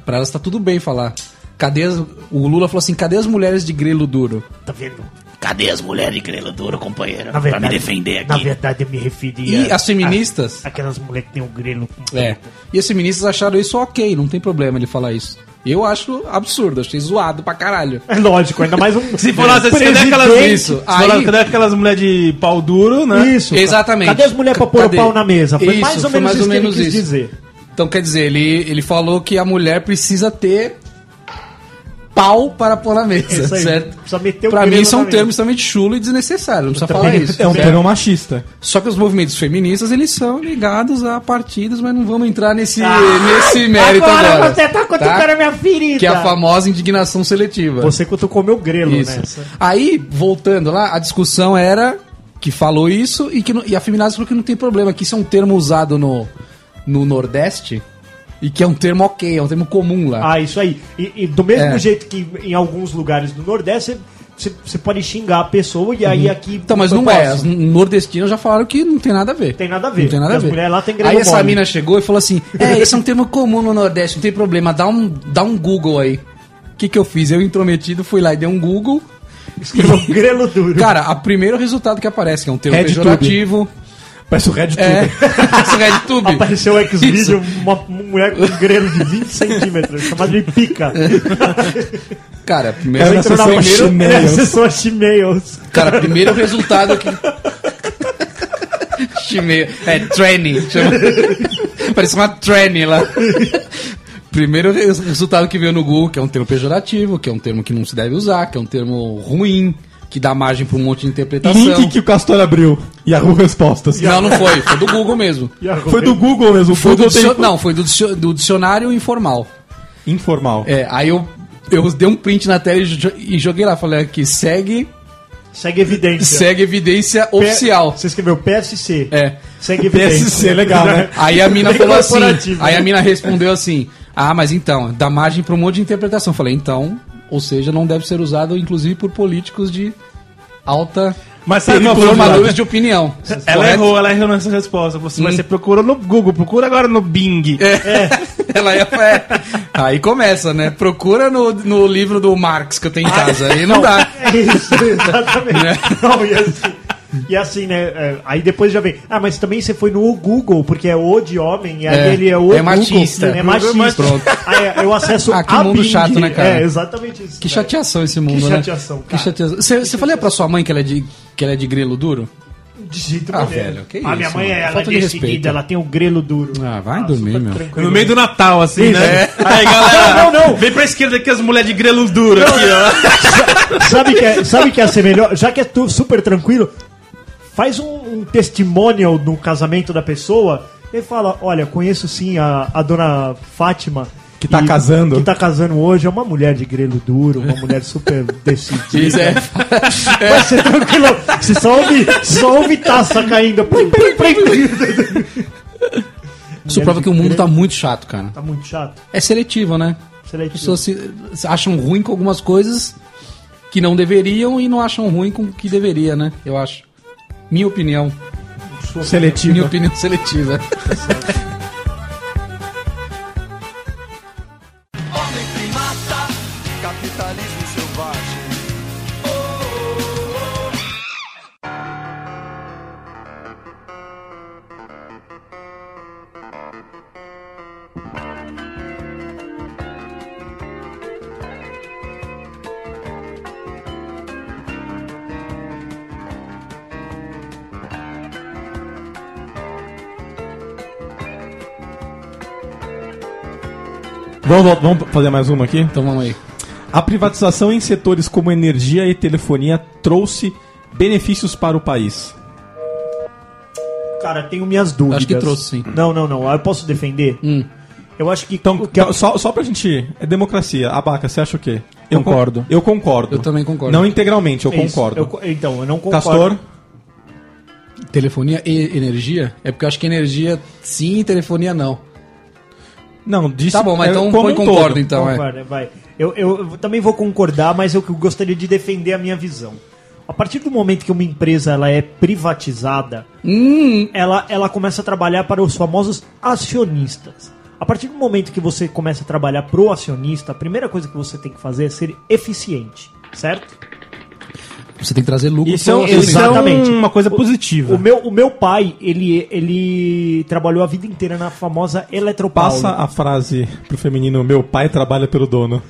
[SPEAKER 3] Pra elas tá tudo bem falar. Cadê as- O Lula falou assim, cadê as mulheres de grelo duro?
[SPEAKER 2] Tá vendo?
[SPEAKER 6] Cadê as mulheres de grelo duro, companheiro?
[SPEAKER 2] Na
[SPEAKER 6] Pra
[SPEAKER 2] verdade,
[SPEAKER 6] me defender
[SPEAKER 2] Na
[SPEAKER 6] aqui.
[SPEAKER 2] verdade, eu me referia.
[SPEAKER 3] E as feministas...
[SPEAKER 4] É.
[SPEAKER 2] a- aquelas mulheres que tem um grelo. com-
[SPEAKER 3] É. E as feministas acharam isso ok, não tem problema ele falar isso. Eu acho absurdo, achei zoado pra caralho.
[SPEAKER 2] É lógico, ainda mais um.
[SPEAKER 4] Se for lá, você cadê aquelas,
[SPEAKER 2] Presidente.
[SPEAKER 3] Isso,
[SPEAKER 4] se for lá,
[SPEAKER 3] aí-
[SPEAKER 4] cadê
[SPEAKER 1] né?
[SPEAKER 4] aquelas mulheres de pau duro, né?
[SPEAKER 2] Isso. cara.
[SPEAKER 3] Exatamente.
[SPEAKER 2] Cadê as mulheres pra pôr
[SPEAKER 3] Cadê?
[SPEAKER 2] o pau na mesa? Foi
[SPEAKER 3] Isso,
[SPEAKER 2] mais ou
[SPEAKER 3] foi
[SPEAKER 2] menos
[SPEAKER 3] mais
[SPEAKER 2] isso
[SPEAKER 3] ou
[SPEAKER 2] que ele
[SPEAKER 3] menos
[SPEAKER 2] quis
[SPEAKER 3] isso.
[SPEAKER 2] dizer.
[SPEAKER 3] Então quer dizer, ele, ele falou que a mulher precisa ter pau para pôr na mesa,
[SPEAKER 2] Isso aí.
[SPEAKER 3] certo?
[SPEAKER 2] Precisa meter o
[SPEAKER 3] Pra
[SPEAKER 2] grilo
[SPEAKER 3] mim, isso é
[SPEAKER 2] na
[SPEAKER 3] um
[SPEAKER 2] mesa.
[SPEAKER 3] termo extremamente chulo e desnecessário, não precisa falar isso. Então,
[SPEAKER 1] É um termo machista.
[SPEAKER 3] Só que os movimentos feministas, eles são ligados a partidos, mas não vamos entrar nesse,
[SPEAKER 2] Ah,
[SPEAKER 3] nesse mérito agora. tá?
[SPEAKER 2] minha ferida.
[SPEAKER 3] Que é a famosa indignação seletiva.
[SPEAKER 2] Você cutucou meu grelo né?
[SPEAKER 3] Isso.
[SPEAKER 2] nessa.
[SPEAKER 3] né? Aí, voltando lá, a discussão era que falou isso e que não- e a feminazi falou que não tem problema, que isso é um termo usado no, no Nordeste e que é um termo ok, é um termo comum lá.
[SPEAKER 2] Ah, isso aí. E, e do mesmo
[SPEAKER 3] É.
[SPEAKER 2] jeito que em alguns lugares do Nordeste, você- você pode xingar a pessoa e aí aqui.
[SPEAKER 3] então, mas não
[SPEAKER 2] eu
[SPEAKER 3] é. As
[SPEAKER 2] posso.
[SPEAKER 3] nordestinas já falaram que não tem nada a ver.
[SPEAKER 2] Tem nada a ver.
[SPEAKER 3] Não tem
[SPEAKER 2] Porque
[SPEAKER 3] nada a
[SPEAKER 2] as
[SPEAKER 3] ver.
[SPEAKER 2] mulheres lá têm grelo
[SPEAKER 3] aí essa
[SPEAKER 2] mole.
[SPEAKER 3] mina chegou e falou assim: É, esse é um termo comum no Nordeste, não tem problema, dá um, dá um Google aí. O que, que eu fiz? Eu, intrometido, fui lá e dei um Google.
[SPEAKER 2] Escreveu um grelo duro.
[SPEAKER 3] Cara, a primeiro resultado que aparece, que é um termo
[SPEAKER 1] RedTube.
[SPEAKER 3] pejorativo.
[SPEAKER 1] Parece o Red Tube.
[SPEAKER 3] É, esse RedTube.
[SPEAKER 2] Apareceu o X-Video, uma mulher com um grelo de 20 centímetros, chamada de pica.
[SPEAKER 3] É Cara,
[SPEAKER 1] Era
[SPEAKER 3] primeiro,
[SPEAKER 1] na sessão
[SPEAKER 3] primeiro,
[SPEAKER 1] chinesa.
[SPEAKER 2] Ela acessou a Chimeos.
[SPEAKER 3] cara, primeiro resultado que. Chimeio. É, tranny. Chama... Parece uma tranny lá. Primeiro res- resultado que veio no Google, que é um termo pejorativo, que é um termo que não se deve usar, que é um termo ruim, que dá margem pra um monte de interpretação.
[SPEAKER 1] Link que o Castor abriu. Yahoo Respostas.
[SPEAKER 3] Não, não foi. Foi do Google mesmo.
[SPEAKER 2] E arrumei.
[SPEAKER 1] Foi do Google mesmo.
[SPEAKER 3] Foi do
[SPEAKER 1] Google tem-
[SPEAKER 3] dicio- Não, foi do dicio- do dicionário informal.
[SPEAKER 1] Informal.
[SPEAKER 3] É, aí eu, eu dei um print na tela e, jo- e joguei lá. Falei aqui, segue,
[SPEAKER 2] Segue evidência.
[SPEAKER 3] segue evidência
[SPEAKER 2] P-
[SPEAKER 3] é oficial.
[SPEAKER 2] Você escreveu PSC.
[SPEAKER 3] É.
[SPEAKER 2] Segue evidência.
[SPEAKER 1] PSC, legal, né?
[SPEAKER 3] Aí a mina
[SPEAKER 2] Bem
[SPEAKER 3] falou assim.
[SPEAKER 2] corporativo. né?
[SPEAKER 4] né?
[SPEAKER 3] Aí a mina respondeu assim: Ah, mas então, dá margem para um monte de interpretação. Eu Falei, então, ou seja, não deve ser usado, inclusive, por políticos de alta
[SPEAKER 4] Mas sabe qual foi o
[SPEAKER 3] formadores
[SPEAKER 4] lado?
[SPEAKER 3] de opinião.
[SPEAKER 4] Ela
[SPEAKER 3] Correto?
[SPEAKER 4] errou, ela errou nessa resposta. Você, mas
[SPEAKER 3] Hum.
[SPEAKER 4] você procurou no Google, procura agora no Bing.
[SPEAKER 3] É. Ela ia, é. Aí começa, né? Procura no, no livro do Marx que eu
[SPEAKER 4] Ah,
[SPEAKER 3] tenho em casa. Aí não dá.
[SPEAKER 2] É isso, exatamente.
[SPEAKER 3] Né?
[SPEAKER 2] Não, e assim, e assim, né? é, Aí depois já vem. Ah, mas também você foi no Google, porque é o de homem, e aí
[SPEAKER 3] É,
[SPEAKER 2] ele é o
[SPEAKER 3] é machista.
[SPEAKER 2] Google, né? é machista.
[SPEAKER 3] Pronto.
[SPEAKER 2] Aí eu acesso
[SPEAKER 3] Ah, que
[SPEAKER 2] a
[SPEAKER 3] mundo chato, né, cara?
[SPEAKER 2] É, exatamente isso.
[SPEAKER 3] Que
[SPEAKER 2] velho.
[SPEAKER 3] chateação esse mundo,
[SPEAKER 2] Que
[SPEAKER 3] né?
[SPEAKER 2] chateação,
[SPEAKER 3] Que
[SPEAKER 2] cara.
[SPEAKER 3] chateação. Você, você falou pra sua mãe que ela é de, que ela é de grelo duro?
[SPEAKER 2] De jeito
[SPEAKER 3] Ah,
[SPEAKER 2] maneiro.
[SPEAKER 3] velho, que
[SPEAKER 2] A minha
[SPEAKER 3] isso,
[SPEAKER 2] mãe,
[SPEAKER 3] mano.
[SPEAKER 2] ela é
[SPEAKER 3] Falta de respeito.
[SPEAKER 2] decidida, ela tem o grelo duro.
[SPEAKER 3] Ah, vai dormir,
[SPEAKER 2] super
[SPEAKER 3] meu.
[SPEAKER 2] tranquilo.
[SPEAKER 4] No meio do Natal, assim,
[SPEAKER 2] Isso,
[SPEAKER 4] né?
[SPEAKER 3] é.
[SPEAKER 4] Aí, galera,
[SPEAKER 2] Não, não, não.
[SPEAKER 4] vem pra esquerda aqui as mulheres de grelo duro aqui, ó.
[SPEAKER 2] Sabe que, é, sabe que ia ser melhor? Já que é tu- super tranquilo, faz um, um testimonial no casamento da pessoa e fala: Olha, conheço sim a, a dona Fátima.
[SPEAKER 1] Que tá
[SPEAKER 2] e-
[SPEAKER 1] casando.
[SPEAKER 2] Que tá casando hoje. É uma mulher de grelo duro, uma mulher super decidida.
[SPEAKER 3] Isso é.
[SPEAKER 2] Vai ser tranquilo. Você só ouve, só ouve taça caindo. Plim, plim, plim, plim.
[SPEAKER 3] Isso prova que o mundo tá muito chato, cara.
[SPEAKER 2] Tá muito chato.
[SPEAKER 3] É seletivo, né? As
[SPEAKER 2] Seletivo.
[SPEAKER 3] pessoas se, se acham ruim com algumas coisas que não deveriam e não acham ruim com o que deveria, né? Eu acho. Minha opinião. É.
[SPEAKER 1] Seletivo.
[SPEAKER 3] Minha opinião seletiva.
[SPEAKER 5] Homem primata, capitalismo selvagem.
[SPEAKER 1] Vamos, vol- vamos fazer mais uma aqui?
[SPEAKER 3] Então vamos aí.
[SPEAKER 1] A privatização em setores como energia e telefonia trouxe benefícios para o país.
[SPEAKER 2] Cara, tenho minhas dúvidas.
[SPEAKER 3] Acho que trouxe, sim. Hum.
[SPEAKER 2] Não, não, não. Eu posso defender? Eu acho que.
[SPEAKER 1] Então,
[SPEAKER 2] o que a-
[SPEAKER 1] então, só, só pra gente. É democracia. Abaca, você acha o quê? Eu
[SPEAKER 4] Concordo.
[SPEAKER 1] con- eu concordo.
[SPEAKER 3] Eu também concordo.
[SPEAKER 1] Não integralmente, eu
[SPEAKER 2] é isso.
[SPEAKER 1] concordo.
[SPEAKER 2] Eu co- então, eu não concordo.
[SPEAKER 1] Castor,
[SPEAKER 3] Telefonia e energia? É porque eu acho que energia sim e telefonia não.
[SPEAKER 1] não, disse.
[SPEAKER 3] Tá bom, mas
[SPEAKER 1] é
[SPEAKER 3] então
[SPEAKER 1] como
[SPEAKER 3] foi
[SPEAKER 1] um
[SPEAKER 3] concordo,
[SPEAKER 1] todo.
[SPEAKER 3] então. É.
[SPEAKER 2] Concorda, vai. Eu, eu- eu também vou concordar, mas eu que gostaria de defender a minha visão. A partir do momento que uma empresa ela é privatizada,
[SPEAKER 3] Hum.
[SPEAKER 2] ela, ela começa a trabalhar para os famosos acionistas. A partir do momento que você começa a trabalhar pro acionista, a primeira coisa que você tem que fazer é ser eficiente, certo?
[SPEAKER 3] Você tem que trazer lucro
[SPEAKER 4] Isso é,
[SPEAKER 3] pro
[SPEAKER 4] um- isso é
[SPEAKER 2] Exatamente.
[SPEAKER 4] uma coisa positiva.
[SPEAKER 2] O meu, o meu pai, ele, ele trabalhou a vida inteira na famosa Eletropaulo.
[SPEAKER 1] Passa a frase pro feminino: Meu pai trabalha pelo dono.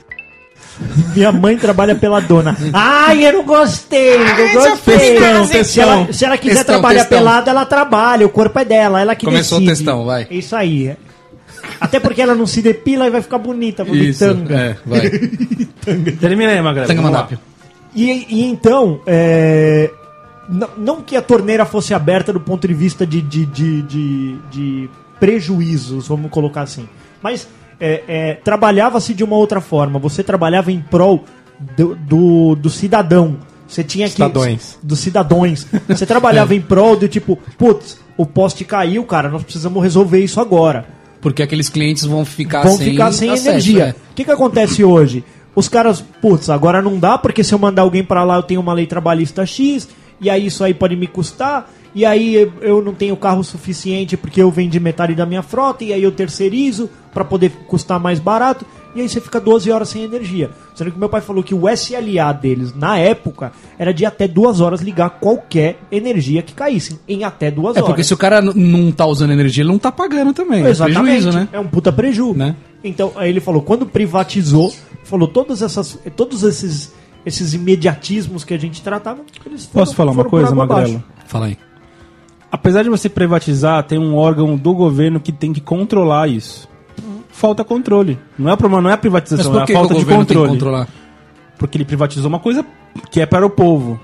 [SPEAKER 2] Minha mãe trabalha pela dona. Ai, eu não gostei, eu não gostei.
[SPEAKER 1] textão,
[SPEAKER 2] se,
[SPEAKER 1] textão.
[SPEAKER 2] ela, se ela quiser
[SPEAKER 3] Textão,
[SPEAKER 2] trabalhar
[SPEAKER 3] textão.
[SPEAKER 2] pelada, ela trabalha, o corpo é dela, ela que
[SPEAKER 3] Começou o
[SPEAKER 2] decide.
[SPEAKER 3] textão, vai.
[SPEAKER 2] É Isso aí. Até porque ela não se depila e vai ficar bonita, bonitanga.
[SPEAKER 3] é, vai.
[SPEAKER 4] Termina aí, Magrela.
[SPEAKER 3] Tanga
[SPEAKER 4] vamos lá.
[SPEAKER 3] Mandápio.
[SPEAKER 2] E, e então, é, n- não que a torneira fosse aberta do ponto de vista de, de, de, de- de prejuízos, vamos colocar assim. Mas é, é, trabalhava-se de uma outra forma. Você trabalhava em prol do, do, do cidadão. Você tinha que.
[SPEAKER 1] Cidadões.
[SPEAKER 2] Dos cidadões. Você trabalhava em prol do tipo, putz, o poste caiu, cara, nós precisamos resolver isso agora
[SPEAKER 3] Porque aqueles clientes vão ficar
[SPEAKER 2] vão
[SPEAKER 3] sem
[SPEAKER 2] ficar sem
[SPEAKER 3] acesso,
[SPEAKER 2] energia.
[SPEAKER 3] é.
[SPEAKER 2] O que, que acontece hoje? Os caras, putz, agora não dá porque se eu mandar alguém pra lá eu tenho uma lei trabalhista X, e aí isso aí pode me custar, e aí eu não tenho carro suficiente porque eu vendi metade da minha frota, e aí eu terceirizo pra poder custar mais barato, e aí você fica 12 horas sem energia. Sendo que meu pai falou que o SLA deles, na época, era de até duas horas ligar qualquer energia que caísse, em até duas
[SPEAKER 3] É
[SPEAKER 2] horas.
[SPEAKER 3] porque se o cara n- não tá usando energia, ele não tá pagando também.
[SPEAKER 2] Exatamente.
[SPEAKER 3] É prejuízo, né?
[SPEAKER 2] É um puta prejuízo.
[SPEAKER 3] Né?
[SPEAKER 2] Então, aí ele falou, quando privatizou, falou todas essas, todos esses, esses imediatismos que a gente tratava, eles foram-
[SPEAKER 4] Posso falar uma
[SPEAKER 2] foram por
[SPEAKER 4] coisa,
[SPEAKER 2] água abaixo.
[SPEAKER 4] Magrelo?
[SPEAKER 3] Fala aí.
[SPEAKER 4] Apesar de você privatizar, tem um órgão do governo que tem que controlar isso. Falta controle. Não é o problema, não é a
[SPEAKER 3] Mas
[SPEAKER 4] privatização, é
[SPEAKER 3] por
[SPEAKER 4] a
[SPEAKER 3] que, que o
[SPEAKER 4] falta de
[SPEAKER 3] governo tem que
[SPEAKER 4] controle.
[SPEAKER 3] controlar?
[SPEAKER 4] Porque ele privatizou uma coisa que é para o povo.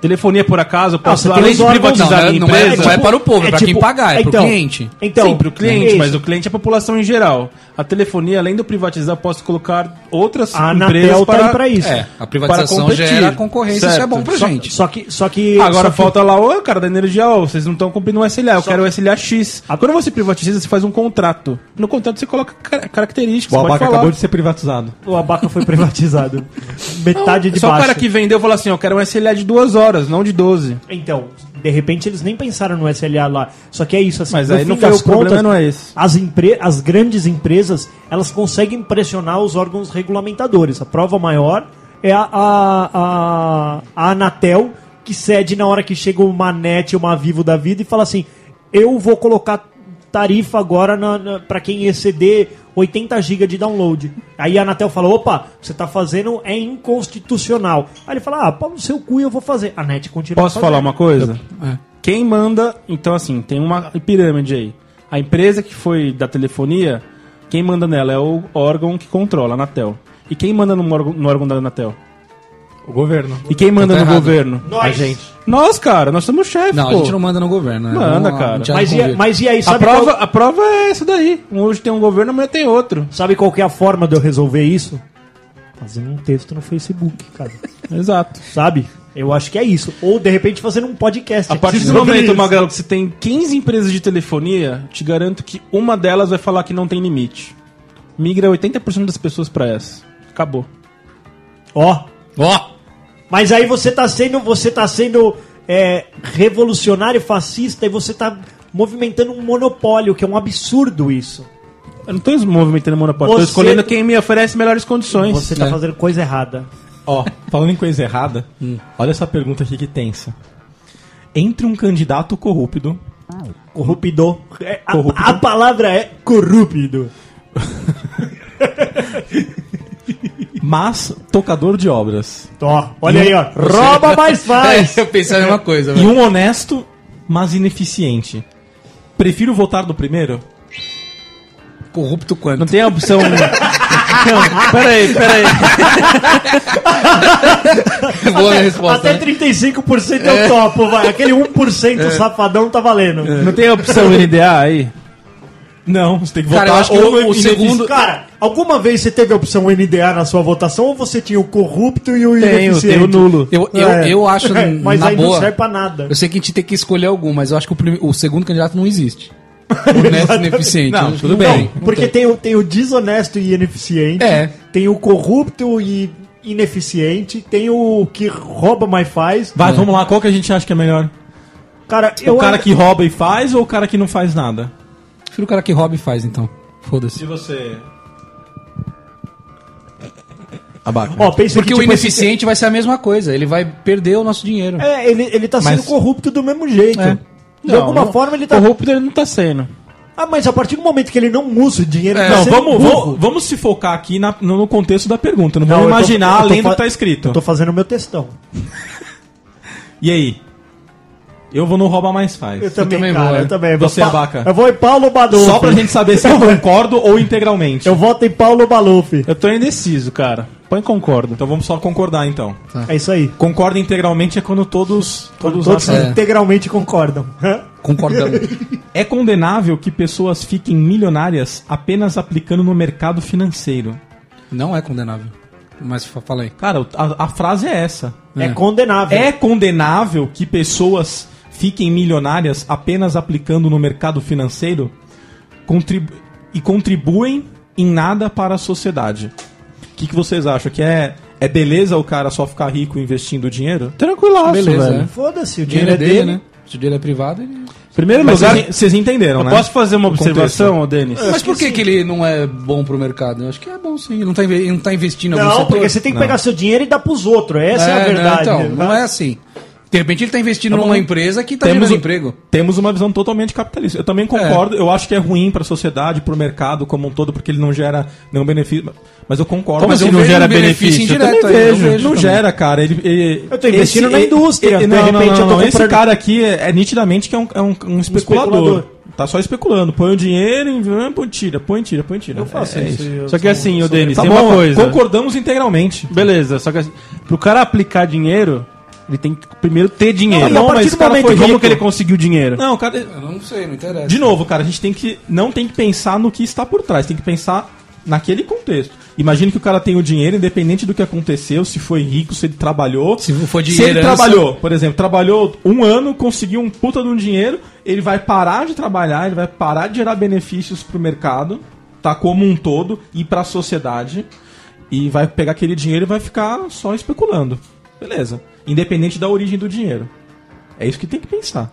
[SPEAKER 4] Telefonia, por acaso, eu
[SPEAKER 3] Ah,
[SPEAKER 4] posso,
[SPEAKER 2] você tem
[SPEAKER 4] além
[SPEAKER 2] os
[SPEAKER 4] de
[SPEAKER 2] órgãos-
[SPEAKER 4] privatizar
[SPEAKER 3] Não,
[SPEAKER 4] a minha
[SPEAKER 3] não é-
[SPEAKER 4] empresa...
[SPEAKER 3] não é para o povo, é pra quem pagar, é pro cliente.
[SPEAKER 2] tipo- Então,
[SPEAKER 4] Sim, para o cliente,
[SPEAKER 2] isso.
[SPEAKER 4] mas o cliente é a população em geral. A telefonia, além de eu privatizar, posso colocar outras
[SPEAKER 2] A
[SPEAKER 4] empresas
[SPEAKER 2] Anatel tá aí pra isso.
[SPEAKER 3] É, a privatização
[SPEAKER 4] competir.
[SPEAKER 3] gera concorrência, isso é
[SPEAKER 4] Certo.
[SPEAKER 3] bom pra
[SPEAKER 4] Só-
[SPEAKER 3] gente.
[SPEAKER 2] Só que, só que...
[SPEAKER 4] Ah, Agora
[SPEAKER 2] só que-
[SPEAKER 4] falta lá, ô cara da energia, ó, vocês não estão cumprindo o SLA, eu quero o SLA X. Quando você privatiza, você faz um contrato. No contrato você coloca car- características,
[SPEAKER 1] O
[SPEAKER 4] você pode
[SPEAKER 1] abaca
[SPEAKER 4] falar.
[SPEAKER 1] acabou de ser privatizado.
[SPEAKER 2] O abaca foi privatizado. Metade de
[SPEAKER 4] Só
[SPEAKER 2] baixo.
[SPEAKER 4] o cara que vendeu falou assim, eu quero um SLA de duas horas, não de 12.
[SPEAKER 2] Então, de repente eles nem pensaram no SLA lá. Só que é isso, assim,
[SPEAKER 4] Mas
[SPEAKER 2] no
[SPEAKER 4] aí, no
[SPEAKER 2] fim das
[SPEAKER 4] caso, o problema
[SPEAKER 2] contas,
[SPEAKER 4] não é esse.
[SPEAKER 2] As, empre- as grandes empresas, elas conseguem pressionar os órgãos regulamentadores. A prova maior é a, a, a- a Anatel, que cede na hora que chega uma NET, uma Vivo da vida e fala assim, eu vou colocar tarifa agora na, para quem exceder 80 GB de download. Aí a Anatel fala, opa, o que você tá fazendo é inconstitucional. Aí ele fala, ah, pau no seu cu eu vou fazer. A NET continua
[SPEAKER 4] Posso
[SPEAKER 2] fazendo.
[SPEAKER 4] falar uma coisa?
[SPEAKER 3] É.
[SPEAKER 4] Quem manda, então assim, tem uma pirâmide aí. A empresa que foi da telefonia, quem manda nela é o órgão que controla, a Anatel. E quem manda no órgão, no órgão da Anatel?
[SPEAKER 1] O governo.
[SPEAKER 4] E quem manda
[SPEAKER 3] Tá
[SPEAKER 4] no
[SPEAKER 3] errado.
[SPEAKER 4] governo?
[SPEAKER 2] Nós.
[SPEAKER 4] A gente. Nós, cara, nós somos chefe,
[SPEAKER 3] Não,
[SPEAKER 4] pô.
[SPEAKER 3] a gente não manda no governo, né?
[SPEAKER 4] Manda,
[SPEAKER 3] Vamos lá,
[SPEAKER 4] cara.
[SPEAKER 3] a gente já
[SPEAKER 2] Mas
[SPEAKER 3] não
[SPEAKER 2] e,
[SPEAKER 3] convive.
[SPEAKER 2] mas e aí,
[SPEAKER 4] A
[SPEAKER 2] sabe,
[SPEAKER 4] Tá prova,
[SPEAKER 2] qual,
[SPEAKER 4] a prova é isso daí. Um Hoje tem um governo, amanhã tem outro.
[SPEAKER 2] sabe qual que é a forma de eu resolver isso? Fazendo um texto no Facebook, cara.
[SPEAKER 4] Exato.
[SPEAKER 2] sabe? Eu acho que é isso. Ou, de repente, fazendo um podcast.
[SPEAKER 4] A partir do
[SPEAKER 2] sobre
[SPEAKER 4] momento,
[SPEAKER 2] isso.
[SPEAKER 4] Magrelo, que você tem 15 empresas de telefonia, te garanto que uma delas vai falar que não tem limite. Migra 80% das pessoas pra essa. Acabou.
[SPEAKER 2] Ó,
[SPEAKER 3] Ó,
[SPEAKER 2] mas aí você tá sendo, você tá sendo é, revolucionário, fascista, e você tá movimentando um monopólio, que é um absurdo isso.
[SPEAKER 4] Eu não tô es- movimentando monopólio,
[SPEAKER 2] Você-
[SPEAKER 4] tô escolhendo quem me oferece melhores condições.
[SPEAKER 2] Você tá
[SPEAKER 3] É.
[SPEAKER 2] fazendo coisa errada.
[SPEAKER 1] Ó, falando em coisa errada,
[SPEAKER 3] Hum.
[SPEAKER 1] olha essa pergunta aqui que tensa. Entre um candidato corrupto,
[SPEAKER 2] Corrupidor. É, a-
[SPEAKER 1] Corrupto.
[SPEAKER 2] A, palavra é corrupto.
[SPEAKER 1] mas tocador de obras,
[SPEAKER 2] Ó, olha aí, ó. Rouba, mas faz.
[SPEAKER 3] é, eu pensei a mesma coisa,
[SPEAKER 1] e
[SPEAKER 3] velho.
[SPEAKER 1] um honesto, mas ineficiente, prefiro votar no primeiro?
[SPEAKER 3] Corrupto quanto?
[SPEAKER 4] Não tem a opção. Não, peraí, peraí.
[SPEAKER 3] Boa
[SPEAKER 2] até,
[SPEAKER 3] resposta.
[SPEAKER 2] É, até
[SPEAKER 3] né?
[SPEAKER 2] 35% eu topo, vai. Aquele 1% safadão tá valendo.
[SPEAKER 4] Não tem a opção NDA aí?
[SPEAKER 1] Não, você tem que votar
[SPEAKER 3] Cara, eu acho que
[SPEAKER 1] ou
[SPEAKER 3] o, o
[SPEAKER 1] inefici-
[SPEAKER 3] segundo.
[SPEAKER 2] Cara, alguma vez você teve a opção NDA na sua votação ou você tinha o corrupto e o
[SPEAKER 4] Tenho,
[SPEAKER 2] ineficiente?
[SPEAKER 4] tenho nulo.
[SPEAKER 3] Eu, eu,
[SPEAKER 2] É.
[SPEAKER 3] eu acho,
[SPEAKER 2] É, mas
[SPEAKER 3] na
[SPEAKER 2] aí não
[SPEAKER 3] boa.
[SPEAKER 2] serve pra nada.
[SPEAKER 3] Eu sei que a gente tem que escolher algum, mas eu acho que o, prime- o segundo candidato não existe. Honesto e ineficiente.
[SPEAKER 1] Não,
[SPEAKER 3] Eu-
[SPEAKER 1] tudo
[SPEAKER 3] não
[SPEAKER 1] bem.
[SPEAKER 3] tem.
[SPEAKER 2] Porque tem o, tem o desonesto e ineficiente,
[SPEAKER 3] É.
[SPEAKER 2] tem o corrupto e ineficiente, tem o que rouba mas faz.
[SPEAKER 1] Vai, vamos lá, qual que a gente acha que é melhor?
[SPEAKER 2] Cara,
[SPEAKER 1] O
[SPEAKER 2] eu
[SPEAKER 1] cara que rouba e faz ou o cara que não faz nada?
[SPEAKER 3] Prefiro o cara que rouba e faz, então. Foda-se.
[SPEAKER 1] você?
[SPEAKER 3] abaca.
[SPEAKER 2] Ó, pensa
[SPEAKER 3] Porque
[SPEAKER 2] que,
[SPEAKER 3] o
[SPEAKER 2] tipo, esse-
[SPEAKER 3] ineficiente vai ser a mesma coisa, ele vai perder o nosso dinheiro.
[SPEAKER 2] É, ele, ele tá
[SPEAKER 1] Mas-
[SPEAKER 2] sendo corrupto do mesmo jeito.
[SPEAKER 4] É.
[SPEAKER 2] De alguma forma ele tá.
[SPEAKER 4] Corrupto ele não tá sendo.
[SPEAKER 2] Ah, mas a partir do momento que ele não usa o dinheiro, ele tá
[SPEAKER 1] Não,
[SPEAKER 2] sendo
[SPEAKER 1] Então, vamos,
[SPEAKER 2] burro.
[SPEAKER 1] vamos, vamos se focar aqui na- no no contexto da pergunta. Não,
[SPEAKER 2] Não,
[SPEAKER 1] vamos
[SPEAKER 2] eu tô- eu
[SPEAKER 1] imaginar
[SPEAKER 2] tô
[SPEAKER 1] além do
[SPEAKER 2] fa-
[SPEAKER 1] que tá escrito.
[SPEAKER 2] Eu tô fazendo o meu textão.
[SPEAKER 1] E aí? Eu vou no Rouba Mais Faz.
[SPEAKER 2] Eu também,
[SPEAKER 3] também
[SPEAKER 2] cara,
[SPEAKER 3] vou, é.
[SPEAKER 2] eu também. Eu
[SPEAKER 1] Você,
[SPEAKER 2] vou
[SPEAKER 1] abaca.
[SPEAKER 2] Eu vou em Paulo Baluf.
[SPEAKER 1] Só pra gente saber se eu concordo ou integralmente.
[SPEAKER 2] Eu voto em Paulo Baluf.
[SPEAKER 4] Eu tô indeciso, cara. Põe concordo.
[SPEAKER 1] Então vamos só concordar, então.
[SPEAKER 2] É isso aí.
[SPEAKER 1] Concorda integralmente é quando todos... todos,
[SPEAKER 2] Todos
[SPEAKER 1] acham-
[SPEAKER 3] É.
[SPEAKER 2] integralmente concordam.
[SPEAKER 3] Concordamos.
[SPEAKER 1] É condenável que pessoas fiquem milionárias apenas aplicando no mercado financeiro.
[SPEAKER 3] não é condenável. Mas fa- fala aí.
[SPEAKER 1] Cara, a, a frase é essa.
[SPEAKER 2] É,
[SPEAKER 3] É.
[SPEAKER 2] condenável.
[SPEAKER 1] É condenável que pessoas fiquem milionárias apenas aplicando no mercado financeiro Contribu- e contribuem em nada para a sociedade. O que, que vocês acham? Que é, é beleza o cara só ficar rico investindo dinheiro?
[SPEAKER 4] Tranquilaço,
[SPEAKER 3] Beleza,
[SPEAKER 4] velho.
[SPEAKER 3] né?
[SPEAKER 2] Foda-se, o
[SPEAKER 3] O
[SPEAKER 2] dinheiro é dele,
[SPEAKER 3] né? Se o dinheiro é privado, ele...
[SPEAKER 4] Primeiro
[SPEAKER 1] Mas
[SPEAKER 4] lugar,
[SPEAKER 1] vocês- vocês entenderam,
[SPEAKER 4] eu
[SPEAKER 1] né?
[SPEAKER 4] posso fazer uma
[SPEAKER 1] O contexto.
[SPEAKER 4] observação, ô Denis?
[SPEAKER 3] Mas por que, que ele não é bom pro mercado? Eu acho que é bom sim. Ele não tá, inve- ele não tá investindo em algum
[SPEAKER 2] Não,
[SPEAKER 3] setor.
[SPEAKER 2] porque você tem que
[SPEAKER 1] Não.
[SPEAKER 2] pegar seu dinheiro e dar pros outros. Essa é, a
[SPEAKER 3] né?
[SPEAKER 2] verdade.
[SPEAKER 3] Então, não é assim. De repente ele tá investindo numa empresa que tá
[SPEAKER 1] Temos
[SPEAKER 3] gerando
[SPEAKER 1] o-
[SPEAKER 3] emprego.
[SPEAKER 1] Temos uma visão totalmente capitalista. Eu também concordo, eu acho que é ruim para a sociedade, para o mercado como um todo, porque ele não gera nenhum benefício. Mas eu concordo.
[SPEAKER 3] Como
[SPEAKER 1] Mas
[SPEAKER 3] assim
[SPEAKER 1] eu
[SPEAKER 3] não
[SPEAKER 1] vejo
[SPEAKER 3] gera
[SPEAKER 1] um
[SPEAKER 3] benefício?
[SPEAKER 1] Eu também
[SPEAKER 3] Eu também
[SPEAKER 1] vejo.
[SPEAKER 3] vejo
[SPEAKER 1] não
[SPEAKER 3] também.
[SPEAKER 1] gera, cara. Ele, ele-
[SPEAKER 2] Eu tô investindo na
[SPEAKER 1] ele-
[SPEAKER 2] indústria,
[SPEAKER 1] ele-
[SPEAKER 2] de
[SPEAKER 1] não, não,
[SPEAKER 2] repente
[SPEAKER 1] não,
[SPEAKER 2] eu tô
[SPEAKER 1] não, Esse
[SPEAKER 2] comprando-
[SPEAKER 1] cara aqui é, é nitidamente que é um, é um- um especulador.
[SPEAKER 2] especulador.
[SPEAKER 1] Tá só especulando. Põe o dinheiro, em- põe tira, põe tira, põe tira. Eu
[SPEAKER 2] faço isso, eu
[SPEAKER 4] Só que assim, ô Denis,
[SPEAKER 1] Tá
[SPEAKER 4] tem
[SPEAKER 1] bom,
[SPEAKER 4] uma coisa.
[SPEAKER 1] concordamos integralmente.
[SPEAKER 4] Beleza, só que assim, pro cara aplicar dinheiro, ele tem que primeiro ter dinheiro.
[SPEAKER 1] Não, e a partir do
[SPEAKER 4] esse cara
[SPEAKER 1] momento
[SPEAKER 4] foi como
[SPEAKER 1] rico-
[SPEAKER 4] que ele conseguiu dinheiro?
[SPEAKER 1] Não, cara,
[SPEAKER 3] Eu não sei, não interessa.
[SPEAKER 1] De novo, cara, a gente tem que não tem que pensar no que está por trás, tem que pensar naquele contexto. Imagina que o cara tem o dinheiro, independente do que aconteceu, se foi rico, se ele trabalhou.
[SPEAKER 3] Se foi de
[SPEAKER 1] Se ele
[SPEAKER 3] herança.
[SPEAKER 1] trabalhou, por exemplo, trabalhou um ano, conseguiu um puta de um dinheiro, ele vai parar de trabalhar, ele vai parar de gerar benefícios pro mercado, tá como um todo, e pra sociedade, e vai pegar aquele dinheiro e vai ficar só especulando. Beleza. Independente da origem do dinheiro. É isso que tem que pensar.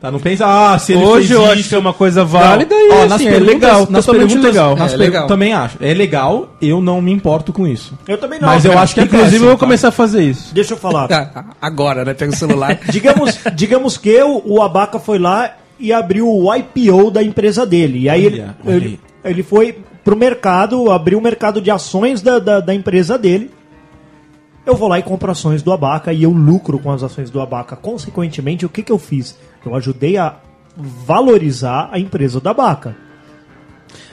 [SPEAKER 1] Tá, não pensa, ah, se ele
[SPEAKER 4] Hoje
[SPEAKER 1] fez
[SPEAKER 4] eu
[SPEAKER 1] isso,
[SPEAKER 4] acho que é uma coisa válida
[SPEAKER 1] válida
[SPEAKER 4] e
[SPEAKER 1] ó,
[SPEAKER 4] assim, é
[SPEAKER 1] perguntas-
[SPEAKER 4] legal,
[SPEAKER 1] nas
[SPEAKER 4] totalmente
[SPEAKER 1] perguntas-
[SPEAKER 4] legal.
[SPEAKER 1] nas
[SPEAKER 3] É
[SPEAKER 1] per-
[SPEAKER 3] legal.
[SPEAKER 1] Também acho. É legal, eu não me importo com isso.
[SPEAKER 2] Eu também não.
[SPEAKER 1] Mas eu
[SPEAKER 2] cara.
[SPEAKER 1] acho que é
[SPEAKER 4] Inclusive
[SPEAKER 1] péssimo,
[SPEAKER 4] eu vou
[SPEAKER 1] cara.
[SPEAKER 4] começar a fazer isso.
[SPEAKER 2] Deixa eu falar.
[SPEAKER 3] Ah, Agora, né? Pega o celular.
[SPEAKER 2] digamos, digamos que eu, o Abaca foi lá e abriu o IPO da empresa dele. E aí ele,
[SPEAKER 1] Olha, olha
[SPEAKER 2] ele,
[SPEAKER 1] aí.
[SPEAKER 2] ele foi pro mercado, abriu o mercado de ações da, da, da empresa dele. Eu vou lá e compro ações do Abaca e eu lucro com as ações do Abaca. Consequentemente, o que, que eu fiz? Eu ajudei a valorizar a empresa do Abaca.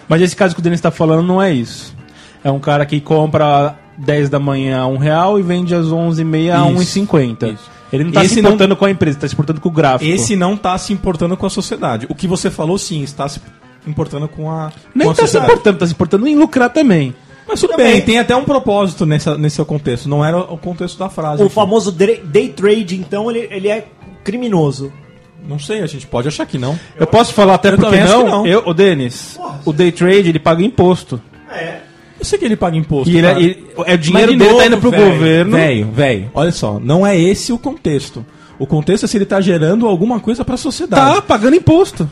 [SPEAKER 4] Mas esse caso que o Denis tá falando não é isso. É um cara que compra 10 da manhã a um real e vende às 11h30 a
[SPEAKER 1] Isso,
[SPEAKER 4] 1,50.
[SPEAKER 1] isso.
[SPEAKER 4] Ele não tá
[SPEAKER 1] Esse
[SPEAKER 4] se
[SPEAKER 1] não-
[SPEAKER 4] importando com a empresa, tá se importando com o gráfico.
[SPEAKER 1] Esse não tá se importando com a sociedade. O que você falou, sim, está se importando com a,
[SPEAKER 4] nem
[SPEAKER 1] com a
[SPEAKER 4] tá se importando, tá se importando em lucrar também.
[SPEAKER 1] Mas tudo
[SPEAKER 2] Também.
[SPEAKER 1] bem, tem até um propósito nessa, nesse seu contexto. Não era o contexto da frase.
[SPEAKER 2] O
[SPEAKER 1] enfim.
[SPEAKER 2] famoso dre- day trade, então, ele, ele é criminoso.
[SPEAKER 1] Não sei, a gente pode achar que não.
[SPEAKER 4] Eu posso falar até
[SPEAKER 1] Eu
[SPEAKER 4] porque
[SPEAKER 1] também acho
[SPEAKER 4] não,
[SPEAKER 1] que não.
[SPEAKER 4] Eu, o Denis, o day trade ele paga imposto.
[SPEAKER 2] É.
[SPEAKER 1] Eu sei que ele paga imposto.
[SPEAKER 4] E ele,
[SPEAKER 1] cara.
[SPEAKER 4] ele- é o
[SPEAKER 1] Mas
[SPEAKER 4] dinheiro
[SPEAKER 1] de
[SPEAKER 4] dele
[SPEAKER 1] novo,
[SPEAKER 4] tá indo pro
[SPEAKER 1] velho,
[SPEAKER 4] governo.
[SPEAKER 1] Velho, velho. Olha só, não é esse o contexto. O contexto é se ele tá gerando alguma coisa pra sociedade.
[SPEAKER 4] Tá pagando imposto.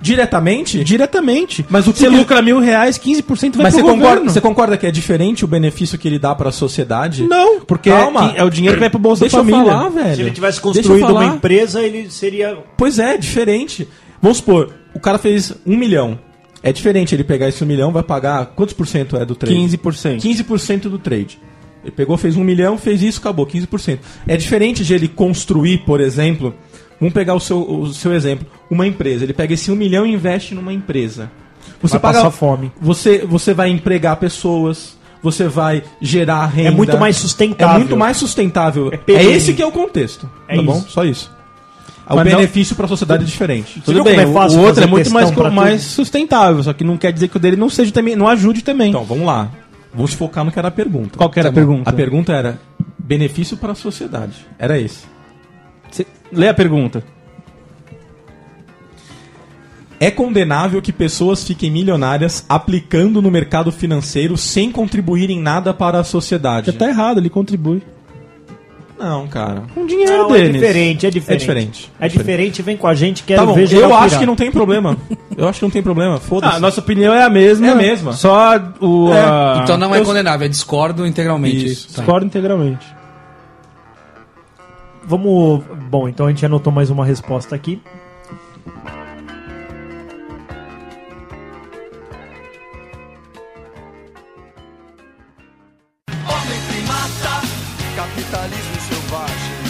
[SPEAKER 1] Diretamente?
[SPEAKER 4] Diretamente.
[SPEAKER 1] Mas o que
[SPEAKER 4] você
[SPEAKER 1] que-
[SPEAKER 4] lucra mil reais, 15% vai
[SPEAKER 1] Mas
[SPEAKER 4] pro
[SPEAKER 1] você concorda,
[SPEAKER 4] governo.
[SPEAKER 1] você concorda que é diferente o benefício que ele dá pra sociedade?
[SPEAKER 4] Não, porque
[SPEAKER 1] Calma.
[SPEAKER 4] É, é o dinheiro que vai pro bolso
[SPEAKER 1] Deixa
[SPEAKER 4] da
[SPEAKER 1] eu
[SPEAKER 4] família.
[SPEAKER 1] falar, velho.
[SPEAKER 2] Se ele tivesse
[SPEAKER 1] Deixa eu
[SPEAKER 2] construído uma
[SPEAKER 1] falar.
[SPEAKER 2] empresa, ele seria
[SPEAKER 1] Pois é, diferente. Vamos supor, o cara fez um milhão. É diferente ele pegar esse um milhão, vai pagar quantos por cento é do trade?
[SPEAKER 4] 15%.
[SPEAKER 1] 15% do trade. Ele pegou, fez um milhão, fez isso, acabou, 15%. É diferente de ele construir, por exemplo, vamos pegar o seu, o seu exemplo, uma empresa. Ele pega esse um milhão e investe numa empresa. Você
[SPEAKER 2] Vai passar fome.
[SPEAKER 1] Você, você vai empregar pessoas, você vai gerar renda.
[SPEAKER 2] muito mais sustentável.
[SPEAKER 1] É muito mais sustentável.
[SPEAKER 2] É
[SPEAKER 1] É,
[SPEAKER 2] perene.
[SPEAKER 1] esse que é o contexto,
[SPEAKER 2] É
[SPEAKER 1] tá
[SPEAKER 2] isso.
[SPEAKER 1] bom? Só isso. O
[SPEAKER 4] Mas não-
[SPEAKER 1] benefício para a sociedade é diferente.
[SPEAKER 4] Tudo
[SPEAKER 2] viu como
[SPEAKER 4] bem,
[SPEAKER 2] é fácil
[SPEAKER 4] o outro
[SPEAKER 2] fazer
[SPEAKER 4] é muito
[SPEAKER 2] textão
[SPEAKER 4] mais,
[SPEAKER 2] pra tudo?
[SPEAKER 4] mais sustentável, só que não quer dizer que o dele não seja também, não ajude também.
[SPEAKER 1] Então, vamos lá. Vamos focar no que era a pergunta.
[SPEAKER 4] Qual que era
[SPEAKER 3] tá
[SPEAKER 4] a
[SPEAKER 3] bom.
[SPEAKER 4] pergunta?
[SPEAKER 1] A pergunta era benefício para a sociedade. Era esse.
[SPEAKER 4] Cê- Lê a pergunta.
[SPEAKER 1] É condenável que pessoas fiquem milionárias aplicando no mercado financeiro sem contribuir em nada para a sociedade.
[SPEAKER 4] Já tá errado, ele contribui.
[SPEAKER 1] Não, cara.
[SPEAKER 4] Com o dinheiro
[SPEAKER 2] é
[SPEAKER 4] deles.
[SPEAKER 2] diferente, é diferente.
[SPEAKER 1] É diferente.
[SPEAKER 2] É diferente, vem com a gente, quero
[SPEAKER 1] Tá bom,
[SPEAKER 2] ver
[SPEAKER 1] eu
[SPEAKER 2] geral
[SPEAKER 1] acho que
[SPEAKER 2] pirar.
[SPEAKER 1] não tem problema. Eu acho que não tem problema, foda-se.
[SPEAKER 4] Ah, nossa opinião é a mesma.
[SPEAKER 1] É a mesma.
[SPEAKER 4] Só o.
[SPEAKER 1] É.
[SPEAKER 4] a-
[SPEAKER 3] Então não é
[SPEAKER 4] eu
[SPEAKER 3] condenável, é discordo integralmente.
[SPEAKER 1] Isso.
[SPEAKER 3] Tá.
[SPEAKER 4] Discordo integralmente.
[SPEAKER 2] Vamos. Bom, então a gente anotou mais uma resposta aqui.
[SPEAKER 5] Homem primata, capitalismo selvagem.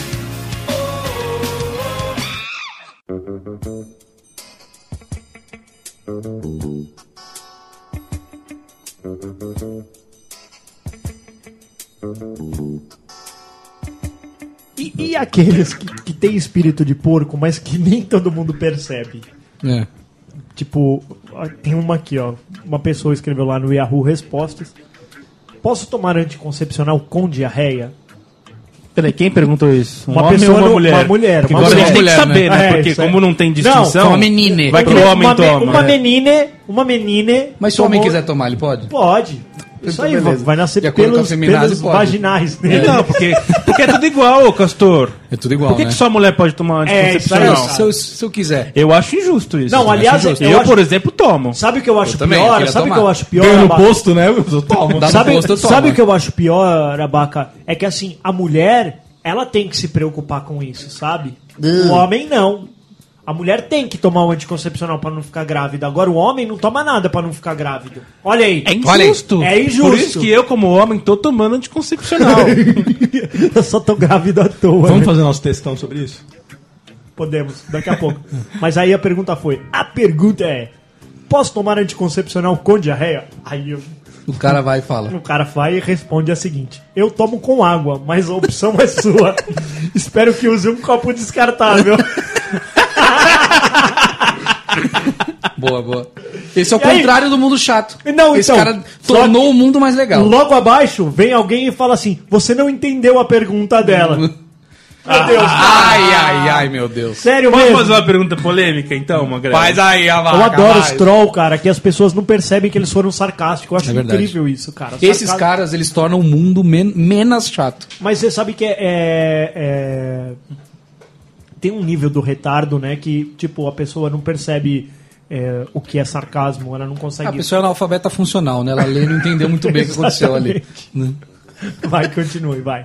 [SPEAKER 2] E, e aqueles que, que têm espírito de porco, mas que nem todo mundo percebe?
[SPEAKER 3] É.
[SPEAKER 2] Tipo, ó, tem uma aqui, ó. Uma pessoa escreveu lá no Yahoo Respostas. Posso tomar anticoncepcional com diarreia?
[SPEAKER 4] Peraí, quem perguntou isso? Um
[SPEAKER 2] Uma
[SPEAKER 4] homem
[SPEAKER 2] pessoa
[SPEAKER 4] ou uma
[SPEAKER 2] no-
[SPEAKER 4] mulher?
[SPEAKER 2] uma mulher,
[SPEAKER 4] Porque
[SPEAKER 2] uma
[SPEAKER 4] agora a gente
[SPEAKER 3] mulher.
[SPEAKER 4] tem que saber,
[SPEAKER 2] Mulher,
[SPEAKER 4] né?
[SPEAKER 2] né? É,
[SPEAKER 4] Porque
[SPEAKER 2] isso
[SPEAKER 4] como
[SPEAKER 2] é.
[SPEAKER 4] não tem
[SPEAKER 2] Não,
[SPEAKER 4] distinção.
[SPEAKER 3] Uma menina.
[SPEAKER 4] Vai que o homem
[SPEAKER 2] uma me-
[SPEAKER 4] toma.
[SPEAKER 2] Uma
[SPEAKER 4] né?
[SPEAKER 2] menine, uma menine.
[SPEAKER 3] Mas se o homem
[SPEAKER 2] tomou-
[SPEAKER 3] quiser tomar, ele pode?
[SPEAKER 2] Pode. Isso aí,
[SPEAKER 3] beleza.
[SPEAKER 2] vai nascer
[SPEAKER 3] De acordo com a
[SPEAKER 2] pelos,
[SPEAKER 3] feminazi,
[SPEAKER 2] pelos
[SPEAKER 3] pode.
[SPEAKER 2] vaginais dele.
[SPEAKER 4] Não, porque, porque é tudo igual, ô Castor.
[SPEAKER 3] É tudo igual,
[SPEAKER 4] Por que,
[SPEAKER 3] né?
[SPEAKER 4] que só a mulher pode tomar
[SPEAKER 2] É, isso aí,
[SPEAKER 4] anticoncepcional?
[SPEAKER 2] ó.
[SPEAKER 3] Se, eu, se eu quiser.
[SPEAKER 4] Eu acho injusto isso.
[SPEAKER 2] Não,
[SPEAKER 4] Eu
[SPEAKER 2] aliás,
[SPEAKER 4] acho injusto.
[SPEAKER 2] eu
[SPEAKER 4] eu,
[SPEAKER 2] acho-
[SPEAKER 4] por exemplo, tomo.
[SPEAKER 2] Sabe o que eu acho
[SPEAKER 3] Eu também, eu
[SPEAKER 2] pior?
[SPEAKER 3] queria
[SPEAKER 2] Sabe o que
[SPEAKER 3] tomar.
[SPEAKER 2] eu acho pior? é
[SPEAKER 1] Ganho no
[SPEAKER 2] Abaca?
[SPEAKER 1] posto, né? Eu tomo.
[SPEAKER 3] Dá no
[SPEAKER 2] Sabe,
[SPEAKER 3] posto, eu tomo.
[SPEAKER 2] sabe o que eu acho pior, Abaca? É que assim, a mulher, ela tem que se preocupar com isso, sabe? O homem não. A mulher tem que tomar o anticoncepcional pra não ficar grávida. Agora o homem não toma nada pra não ficar grávido. Olha aí.
[SPEAKER 4] É
[SPEAKER 3] Olha aí.
[SPEAKER 4] injusto.
[SPEAKER 2] É injusto.
[SPEAKER 4] Por isso que eu, como homem, tô tomando anticoncepcional.
[SPEAKER 3] é.
[SPEAKER 2] Eu só tô grávida à toa.
[SPEAKER 1] Vamos
[SPEAKER 2] né?
[SPEAKER 1] fazer nosso textão sobre isso?
[SPEAKER 2] Podemos, daqui a pouco. Mas aí a pergunta foi: a pergunta é: posso tomar anticoncepcional com diarreia? Aí eu-
[SPEAKER 3] O cara vai e fala.
[SPEAKER 2] o cara vai e responde a seguinte: eu tomo com água, mas a opção é sua. Espero que use um copo descartável.
[SPEAKER 3] Boa, boa. Esse é o
[SPEAKER 2] E aí?
[SPEAKER 3] contrário do mundo chato.
[SPEAKER 2] Não,
[SPEAKER 3] Esse
[SPEAKER 2] então,
[SPEAKER 3] cara
[SPEAKER 2] só
[SPEAKER 3] tornou
[SPEAKER 2] que-
[SPEAKER 3] o mundo mais legal.
[SPEAKER 2] Logo abaixo vem alguém e fala assim: você não entendeu a pergunta dela. Meu Deus,
[SPEAKER 3] Ah, Ai, ai, ai, meu Deus.
[SPEAKER 2] sério
[SPEAKER 4] Vamos
[SPEAKER 2] mesmo.
[SPEAKER 4] fazer uma pergunta polêmica, então,
[SPEAKER 1] É.
[SPEAKER 4] Magrela?
[SPEAKER 3] Faz aí, a vaca,
[SPEAKER 2] Eu adoro os
[SPEAKER 3] vai.
[SPEAKER 2] troll, cara, que as pessoas não percebem que eles foram sarcásticos. Eu acho
[SPEAKER 3] É verdade.
[SPEAKER 2] incrível isso, cara.
[SPEAKER 3] Esses
[SPEAKER 2] Sarcasmo-
[SPEAKER 3] caras, eles tornam o mundo men- menos chato.
[SPEAKER 2] Mas você sabe que é, é- é- Tem um nível do retardo, né? Que, tipo, a pessoa não percebe é, o que é sarcasmo, ela não
[SPEAKER 3] A
[SPEAKER 2] consegue.
[SPEAKER 3] pessoa é analfabeta funcional, né? Ela lê e não entendeu muito bem o que aconteceu ali. né?
[SPEAKER 2] Vai, continue, vai.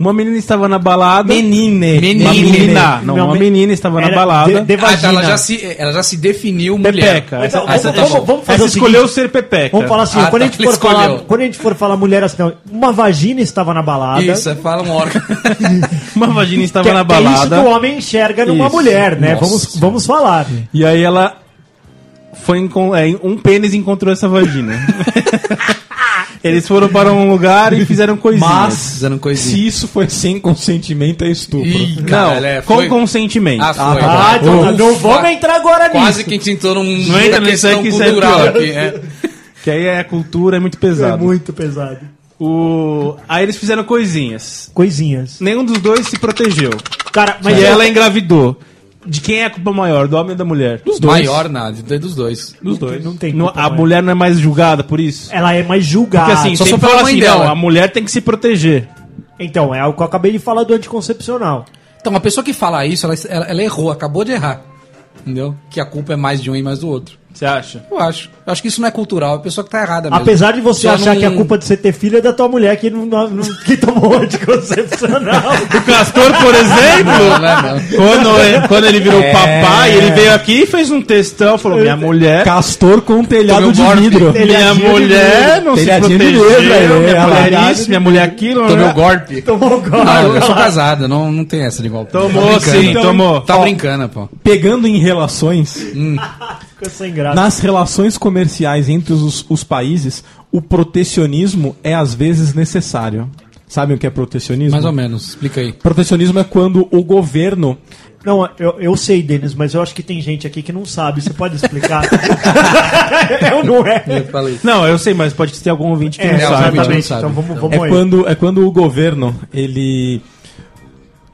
[SPEAKER 4] Uma menina estava na balada.
[SPEAKER 1] Menine.
[SPEAKER 4] Uma
[SPEAKER 3] Menina.
[SPEAKER 4] menina. Não,
[SPEAKER 2] Não,
[SPEAKER 4] uma
[SPEAKER 2] men-
[SPEAKER 4] menina estava na
[SPEAKER 2] era
[SPEAKER 4] balada.
[SPEAKER 2] de- de-
[SPEAKER 3] Ah, então ela
[SPEAKER 2] vagina.
[SPEAKER 3] já se, ela já se definiu mulher.
[SPEAKER 4] Pepeca. Essa,
[SPEAKER 2] Então,
[SPEAKER 4] essa,
[SPEAKER 2] vamos-
[SPEAKER 4] tá
[SPEAKER 2] vamos-
[SPEAKER 4] bom.
[SPEAKER 2] vamos fazer
[SPEAKER 4] Essa
[SPEAKER 2] o
[SPEAKER 4] escolheu
[SPEAKER 2] seguinte.
[SPEAKER 4] ser Pepeca.
[SPEAKER 2] Vamos falar assim,
[SPEAKER 3] Ah,
[SPEAKER 2] quando,
[SPEAKER 3] tá,
[SPEAKER 2] a gente
[SPEAKER 3] ele
[SPEAKER 2] for falar,
[SPEAKER 3] escolheu.
[SPEAKER 2] quando a gente for falar mulher assim, ó, uma vagina estava na balada.
[SPEAKER 3] Isso, é, fala um órgão.
[SPEAKER 4] Uma vagina estava
[SPEAKER 2] Que, é-
[SPEAKER 4] na
[SPEAKER 2] que é isso
[SPEAKER 4] balada.
[SPEAKER 2] que o homem enxerga numa
[SPEAKER 4] Isso.
[SPEAKER 2] mulher, né?
[SPEAKER 3] Nossa.
[SPEAKER 2] Vamos, vamos falar.
[SPEAKER 4] E aí ela foi encon- é, um pênis encontrou essa vagina. Eles foram para um lugar e fizeram coisinhas.
[SPEAKER 1] Mas,
[SPEAKER 3] Fazendo coisinha.
[SPEAKER 1] se isso foi sem consentimento, é estupro.
[SPEAKER 3] Ih,
[SPEAKER 4] não,
[SPEAKER 3] cara, é,
[SPEAKER 4] com
[SPEAKER 3] foi-
[SPEAKER 4] consentimento.
[SPEAKER 3] Ah, foi.
[SPEAKER 2] Ah,
[SPEAKER 3] agora.
[SPEAKER 2] então,
[SPEAKER 3] Ufa,
[SPEAKER 2] não vamos entrar agora
[SPEAKER 3] Quase
[SPEAKER 2] nisso.
[SPEAKER 3] que a gente entrou num,
[SPEAKER 4] Não entra
[SPEAKER 3] numa
[SPEAKER 4] nisso
[SPEAKER 3] questão
[SPEAKER 4] aí que isso é
[SPEAKER 3] cultural
[SPEAKER 4] pior.
[SPEAKER 3] aqui. é.
[SPEAKER 4] Que aí a cultura é muito
[SPEAKER 2] É
[SPEAKER 4] pesada.
[SPEAKER 2] muito pesado.
[SPEAKER 4] O... Aí eles fizeram coisinhas.
[SPEAKER 2] Coisinhas.
[SPEAKER 4] Nenhum dos dois se protegeu.
[SPEAKER 2] Cara, mas
[SPEAKER 4] e
[SPEAKER 2] eu-
[SPEAKER 4] ela é engravidou. De quem é a culpa maior, do homem ou da mulher? Dos
[SPEAKER 3] Maior nada, dos dois.
[SPEAKER 4] Dos dois.
[SPEAKER 2] Não tem
[SPEAKER 4] No-
[SPEAKER 2] culpa
[SPEAKER 4] a
[SPEAKER 2] maior.
[SPEAKER 4] mulher não é mais julgada por isso?
[SPEAKER 2] ela é mais julgada.
[SPEAKER 4] Porque assim,
[SPEAKER 3] só
[SPEAKER 4] só
[SPEAKER 3] pela
[SPEAKER 4] fala
[SPEAKER 3] mãe
[SPEAKER 4] assim,
[SPEAKER 3] dela.
[SPEAKER 4] não, a mulher tem que se proteger.
[SPEAKER 2] Então, é o que eu acabei de falar do anticoncepcional.
[SPEAKER 3] Então, a pessoa que fala isso, ela, ela- ela errou, acabou de errar. Entendeu? Que a culpa é mais de um e mais do outro.
[SPEAKER 4] Você acha?
[SPEAKER 3] Eu acho. Eu acho que isso não é cultural, é a pessoa que tá errada mesmo.
[SPEAKER 2] Apesar de você
[SPEAKER 3] Só
[SPEAKER 2] achar
[SPEAKER 3] não-
[SPEAKER 2] que a culpa de você ter filho é da tua mulher que, não, não- que tomou anticoncepcional.
[SPEAKER 4] O Castor, por
[SPEAKER 3] Não,
[SPEAKER 4] exemplo,
[SPEAKER 3] né, não.
[SPEAKER 4] quando, ele- quando ele virou papai, ele veio aqui e fez um textão, falou, minha mulher...
[SPEAKER 1] Castor com um telhado
[SPEAKER 3] Tomei um
[SPEAKER 4] Então
[SPEAKER 1] de
[SPEAKER 3] morfe.
[SPEAKER 1] vidro.
[SPEAKER 4] Minha
[SPEAKER 2] telhadinho de
[SPEAKER 4] mulher não se
[SPEAKER 1] Telhadinho de
[SPEAKER 4] protegeu,
[SPEAKER 1] vidro, aí,
[SPEAKER 4] minha
[SPEAKER 1] ela-
[SPEAKER 4] mulher isso, minha mulher aquilo.
[SPEAKER 3] Tomei o
[SPEAKER 4] né?
[SPEAKER 3] golpe.
[SPEAKER 2] tomou um gole.
[SPEAKER 3] Não, eu sou casada, não, não tem essa de golpe. Tá
[SPEAKER 4] Tomou,
[SPEAKER 3] brincando.
[SPEAKER 4] sim, tomou.
[SPEAKER 3] Tá brincando, pô.
[SPEAKER 1] Pegando em relações,
[SPEAKER 2] Fica sem graça.
[SPEAKER 1] nas relações comerciais entre os, os países, o protecionismo é às vezes necessário. Sabem o que é protecionismo?
[SPEAKER 3] Mais ou menos, explica aí.
[SPEAKER 1] Protecionismo é quando o governo
[SPEAKER 2] Não, eu, eu sei, Denis, mas eu acho que tem gente aqui que não sabe. Você pode explicar? eu não é.
[SPEAKER 3] Eu falei.
[SPEAKER 4] Não, eu sei, mas pode ter algum ouvinte que
[SPEAKER 2] É,
[SPEAKER 4] não sabe.
[SPEAKER 3] exatamente.
[SPEAKER 4] né?
[SPEAKER 2] exatamente.
[SPEAKER 3] sabe.
[SPEAKER 2] Então vamos, vamos
[SPEAKER 1] é
[SPEAKER 2] aí.
[SPEAKER 1] quando é quando o governo ele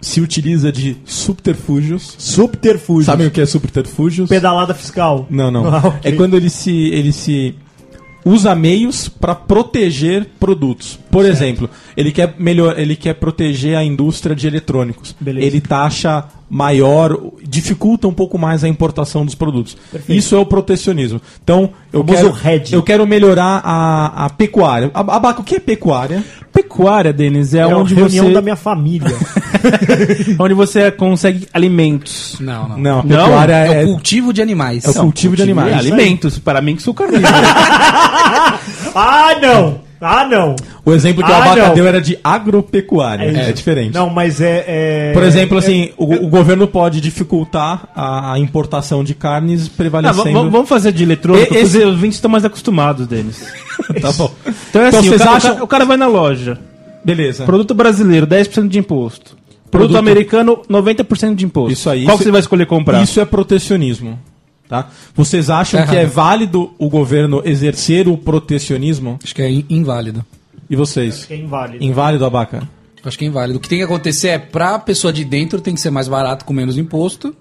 [SPEAKER 1] se utiliza de subterfúgios.
[SPEAKER 2] Subterfúgio.
[SPEAKER 1] Sabem o que é subterfúgios?
[SPEAKER 2] Pedalada fiscal.
[SPEAKER 1] Não, É não.
[SPEAKER 2] Ah, ok.
[SPEAKER 1] É quando ele se ele se usa meios para proteger produtos. Por exemplo, ele quer melhor, ele quer proteger a indústria de eletrônicos.
[SPEAKER 2] Beleza.
[SPEAKER 1] Ele taxa maior, dificulta um pouco mais a importação dos produtos. Isso é o protecionismo. Então, eu
[SPEAKER 2] Famoso
[SPEAKER 1] quero,
[SPEAKER 2] red.
[SPEAKER 1] eu quero melhorar a, a pecuária. A- Abaca, o que é pecuária?
[SPEAKER 4] Pecuária, Denis, é,
[SPEAKER 2] É uma
[SPEAKER 4] onde,
[SPEAKER 2] reunião
[SPEAKER 4] você,
[SPEAKER 2] da minha família.
[SPEAKER 4] onde você consegue alimentos.
[SPEAKER 3] Não, não.
[SPEAKER 1] Não, a
[SPEAKER 4] Não,
[SPEAKER 1] pecuária
[SPEAKER 3] É,
[SPEAKER 1] é,
[SPEAKER 3] o cultivo de animais.
[SPEAKER 1] é o cultivo de
[SPEAKER 4] É,
[SPEAKER 1] animais.
[SPEAKER 4] alimentos, para mim né? que sou carnívoro.
[SPEAKER 2] ah, não! Ah, não!
[SPEAKER 1] O exemplo que o
[SPEAKER 2] Ah,
[SPEAKER 1] Abaca
[SPEAKER 2] não.
[SPEAKER 1] deu era de agropecuária.
[SPEAKER 2] isso.
[SPEAKER 1] É, diferente.
[SPEAKER 2] Não, mas é. é-
[SPEAKER 1] Por exemplo, assim, o, o governo pode dificultar a, a importação de carnes
[SPEAKER 4] Ah, v-
[SPEAKER 1] prevalecendo.
[SPEAKER 4] v- vamos fazer de eletrônico,
[SPEAKER 1] E- esse-
[SPEAKER 4] porque os ouvintes estão mais acostumados, Denis.
[SPEAKER 1] Tá bom.
[SPEAKER 4] Então é assim,
[SPEAKER 1] vocês
[SPEAKER 4] o, cara, o
[SPEAKER 1] acham-
[SPEAKER 4] cara- o cara vai na loja,
[SPEAKER 1] Beleza.
[SPEAKER 4] produto brasileiro, 10% de imposto. Produto,
[SPEAKER 1] Produto-
[SPEAKER 4] americano, 90% de imposto.
[SPEAKER 1] Isso aí,
[SPEAKER 4] Qual
[SPEAKER 1] isso-
[SPEAKER 4] que você vai escolher comprar?
[SPEAKER 1] Isso é protecionismo. Tá? Vocês acham
[SPEAKER 3] Errado.
[SPEAKER 1] que é válido o governo exercer o protecionismo?
[SPEAKER 3] Acho que é in- inválido.
[SPEAKER 1] E vocês?
[SPEAKER 2] É inválido.
[SPEAKER 1] Inválido, Abaca?
[SPEAKER 3] Acho que é inválido. O que tem que acontecer é pra pessoa de dentro tem que ser mais barato com menos imposto.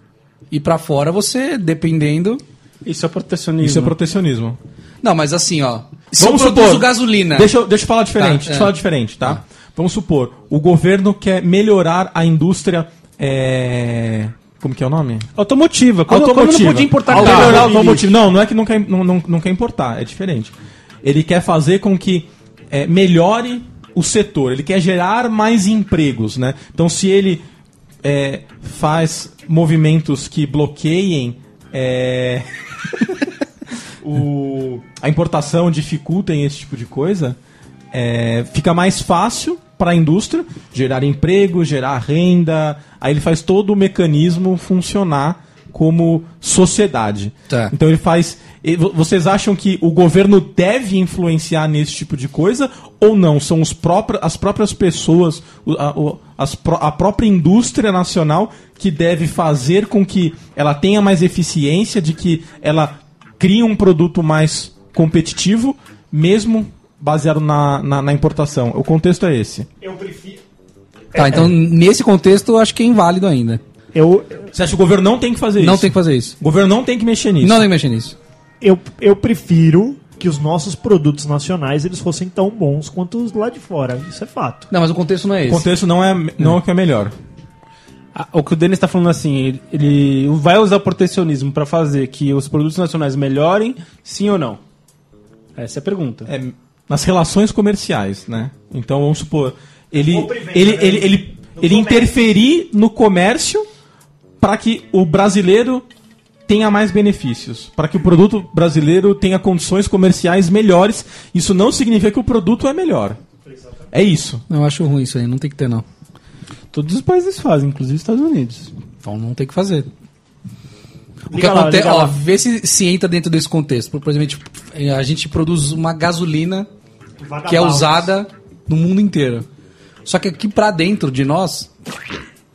[SPEAKER 3] E pra fora você, dependendo.
[SPEAKER 4] Isso é protecionismo.
[SPEAKER 1] Isso é protecionismo.
[SPEAKER 3] Não, mas assim, ó. Se eu produzo gasolina.
[SPEAKER 1] Deixa, eu- deixa eu falar diferente.
[SPEAKER 3] Tá,
[SPEAKER 1] deixa eu
[SPEAKER 3] é.
[SPEAKER 1] falar diferente, tá? Vamos supor, o governo quer melhorar a indústria. é, Como que é o nome?
[SPEAKER 4] Automotiva. Quando, quando não podia importar
[SPEAKER 1] Ao melhorar o
[SPEAKER 4] carro.
[SPEAKER 1] automotivo. Não, não é que não quer, não, não, não quer importar, é diferente. Ele quer fazer com que é, melhore o setor, ele quer gerar mais empregos, né? Então se ele é, faz movimentos que bloqueiem é, o- a importação, dificultem esse tipo de coisa, é, fica mais fácil para a indústria gerar emprego, gerar renda, aí ele faz todo o mecanismo funcionar como sociedade.
[SPEAKER 3] Tá.
[SPEAKER 1] Então ele faz. e vo- Vocês acham que o governo deve influenciar nesse tipo de coisa ou não? São os próprios, as próprias pessoas, o- a, o- as pró- a própria indústria nacional que deve fazer com que ela tenha mais eficiência, de que ela crie um produto mais competitivo, mesmo baseado na, na, na importação. O contexto é esse.
[SPEAKER 2] Eu prefiro.
[SPEAKER 3] Tá, então nesse contexto eu acho que é inválido ainda.
[SPEAKER 2] Eu,
[SPEAKER 1] Você acha que o governo não tem que fazer
[SPEAKER 3] Não
[SPEAKER 1] isso?
[SPEAKER 3] tem que fazer isso.
[SPEAKER 1] O governo não tem que mexer nisso.
[SPEAKER 3] Não tem que mexer nisso.
[SPEAKER 2] eu, eu prefiro que os nossos produtos nacionais eles fossem tão bons quanto os lá de fora. Isso é fato.
[SPEAKER 3] Não, mas o contexto não é
[SPEAKER 1] o
[SPEAKER 3] esse.
[SPEAKER 1] contexto não é, não é o que é melhor.
[SPEAKER 4] Ah, O que o Denis está falando assim, ele ele vai usar o protecionismo para fazer que os produtos nacionais melhorem, sim ou não? Essa é a pergunta.
[SPEAKER 1] é, nas relações comerciais, né? Então vamos supor, ele
[SPEAKER 2] Compra e venda,
[SPEAKER 1] ele,
[SPEAKER 2] né?
[SPEAKER 1] ele, ele,
[SPEAKER 2] No
[SPEAKER 1] ele
[SPEAKER 2] comércio.
[SPEAKER 1] interferir no comércio para que o brasileiro tenha mais benefícios, para que o produto brasileiro tenha condições comerciais melhores. Isso não significa que o produto é melhor. É isso.
[SPEAKER 3] Não, eu acho ruim isso aí, não tem que ter, não.
[SPEAKER 4] Todos os países fazem, inclusive os Estados Unidos.
[SPEAKER 3] Então não tem que fazer. O que
[SPEAKER 2] Liga lá,
[SPEAKER 3] acontece,
[SPEAKER 2] liga
[SPEAKER 3] ó,
[SPEAKER 2] lá.
[SPEAKER 3] vê se, se entra dentro desse contexto. Por exemplo, tipo, a gente produz uma gasolina que é
[SPEAKER 2] Vagabundo.
[SPEAKER 3] usada no mundo inteiro. Só que aqui pra dentro de nós,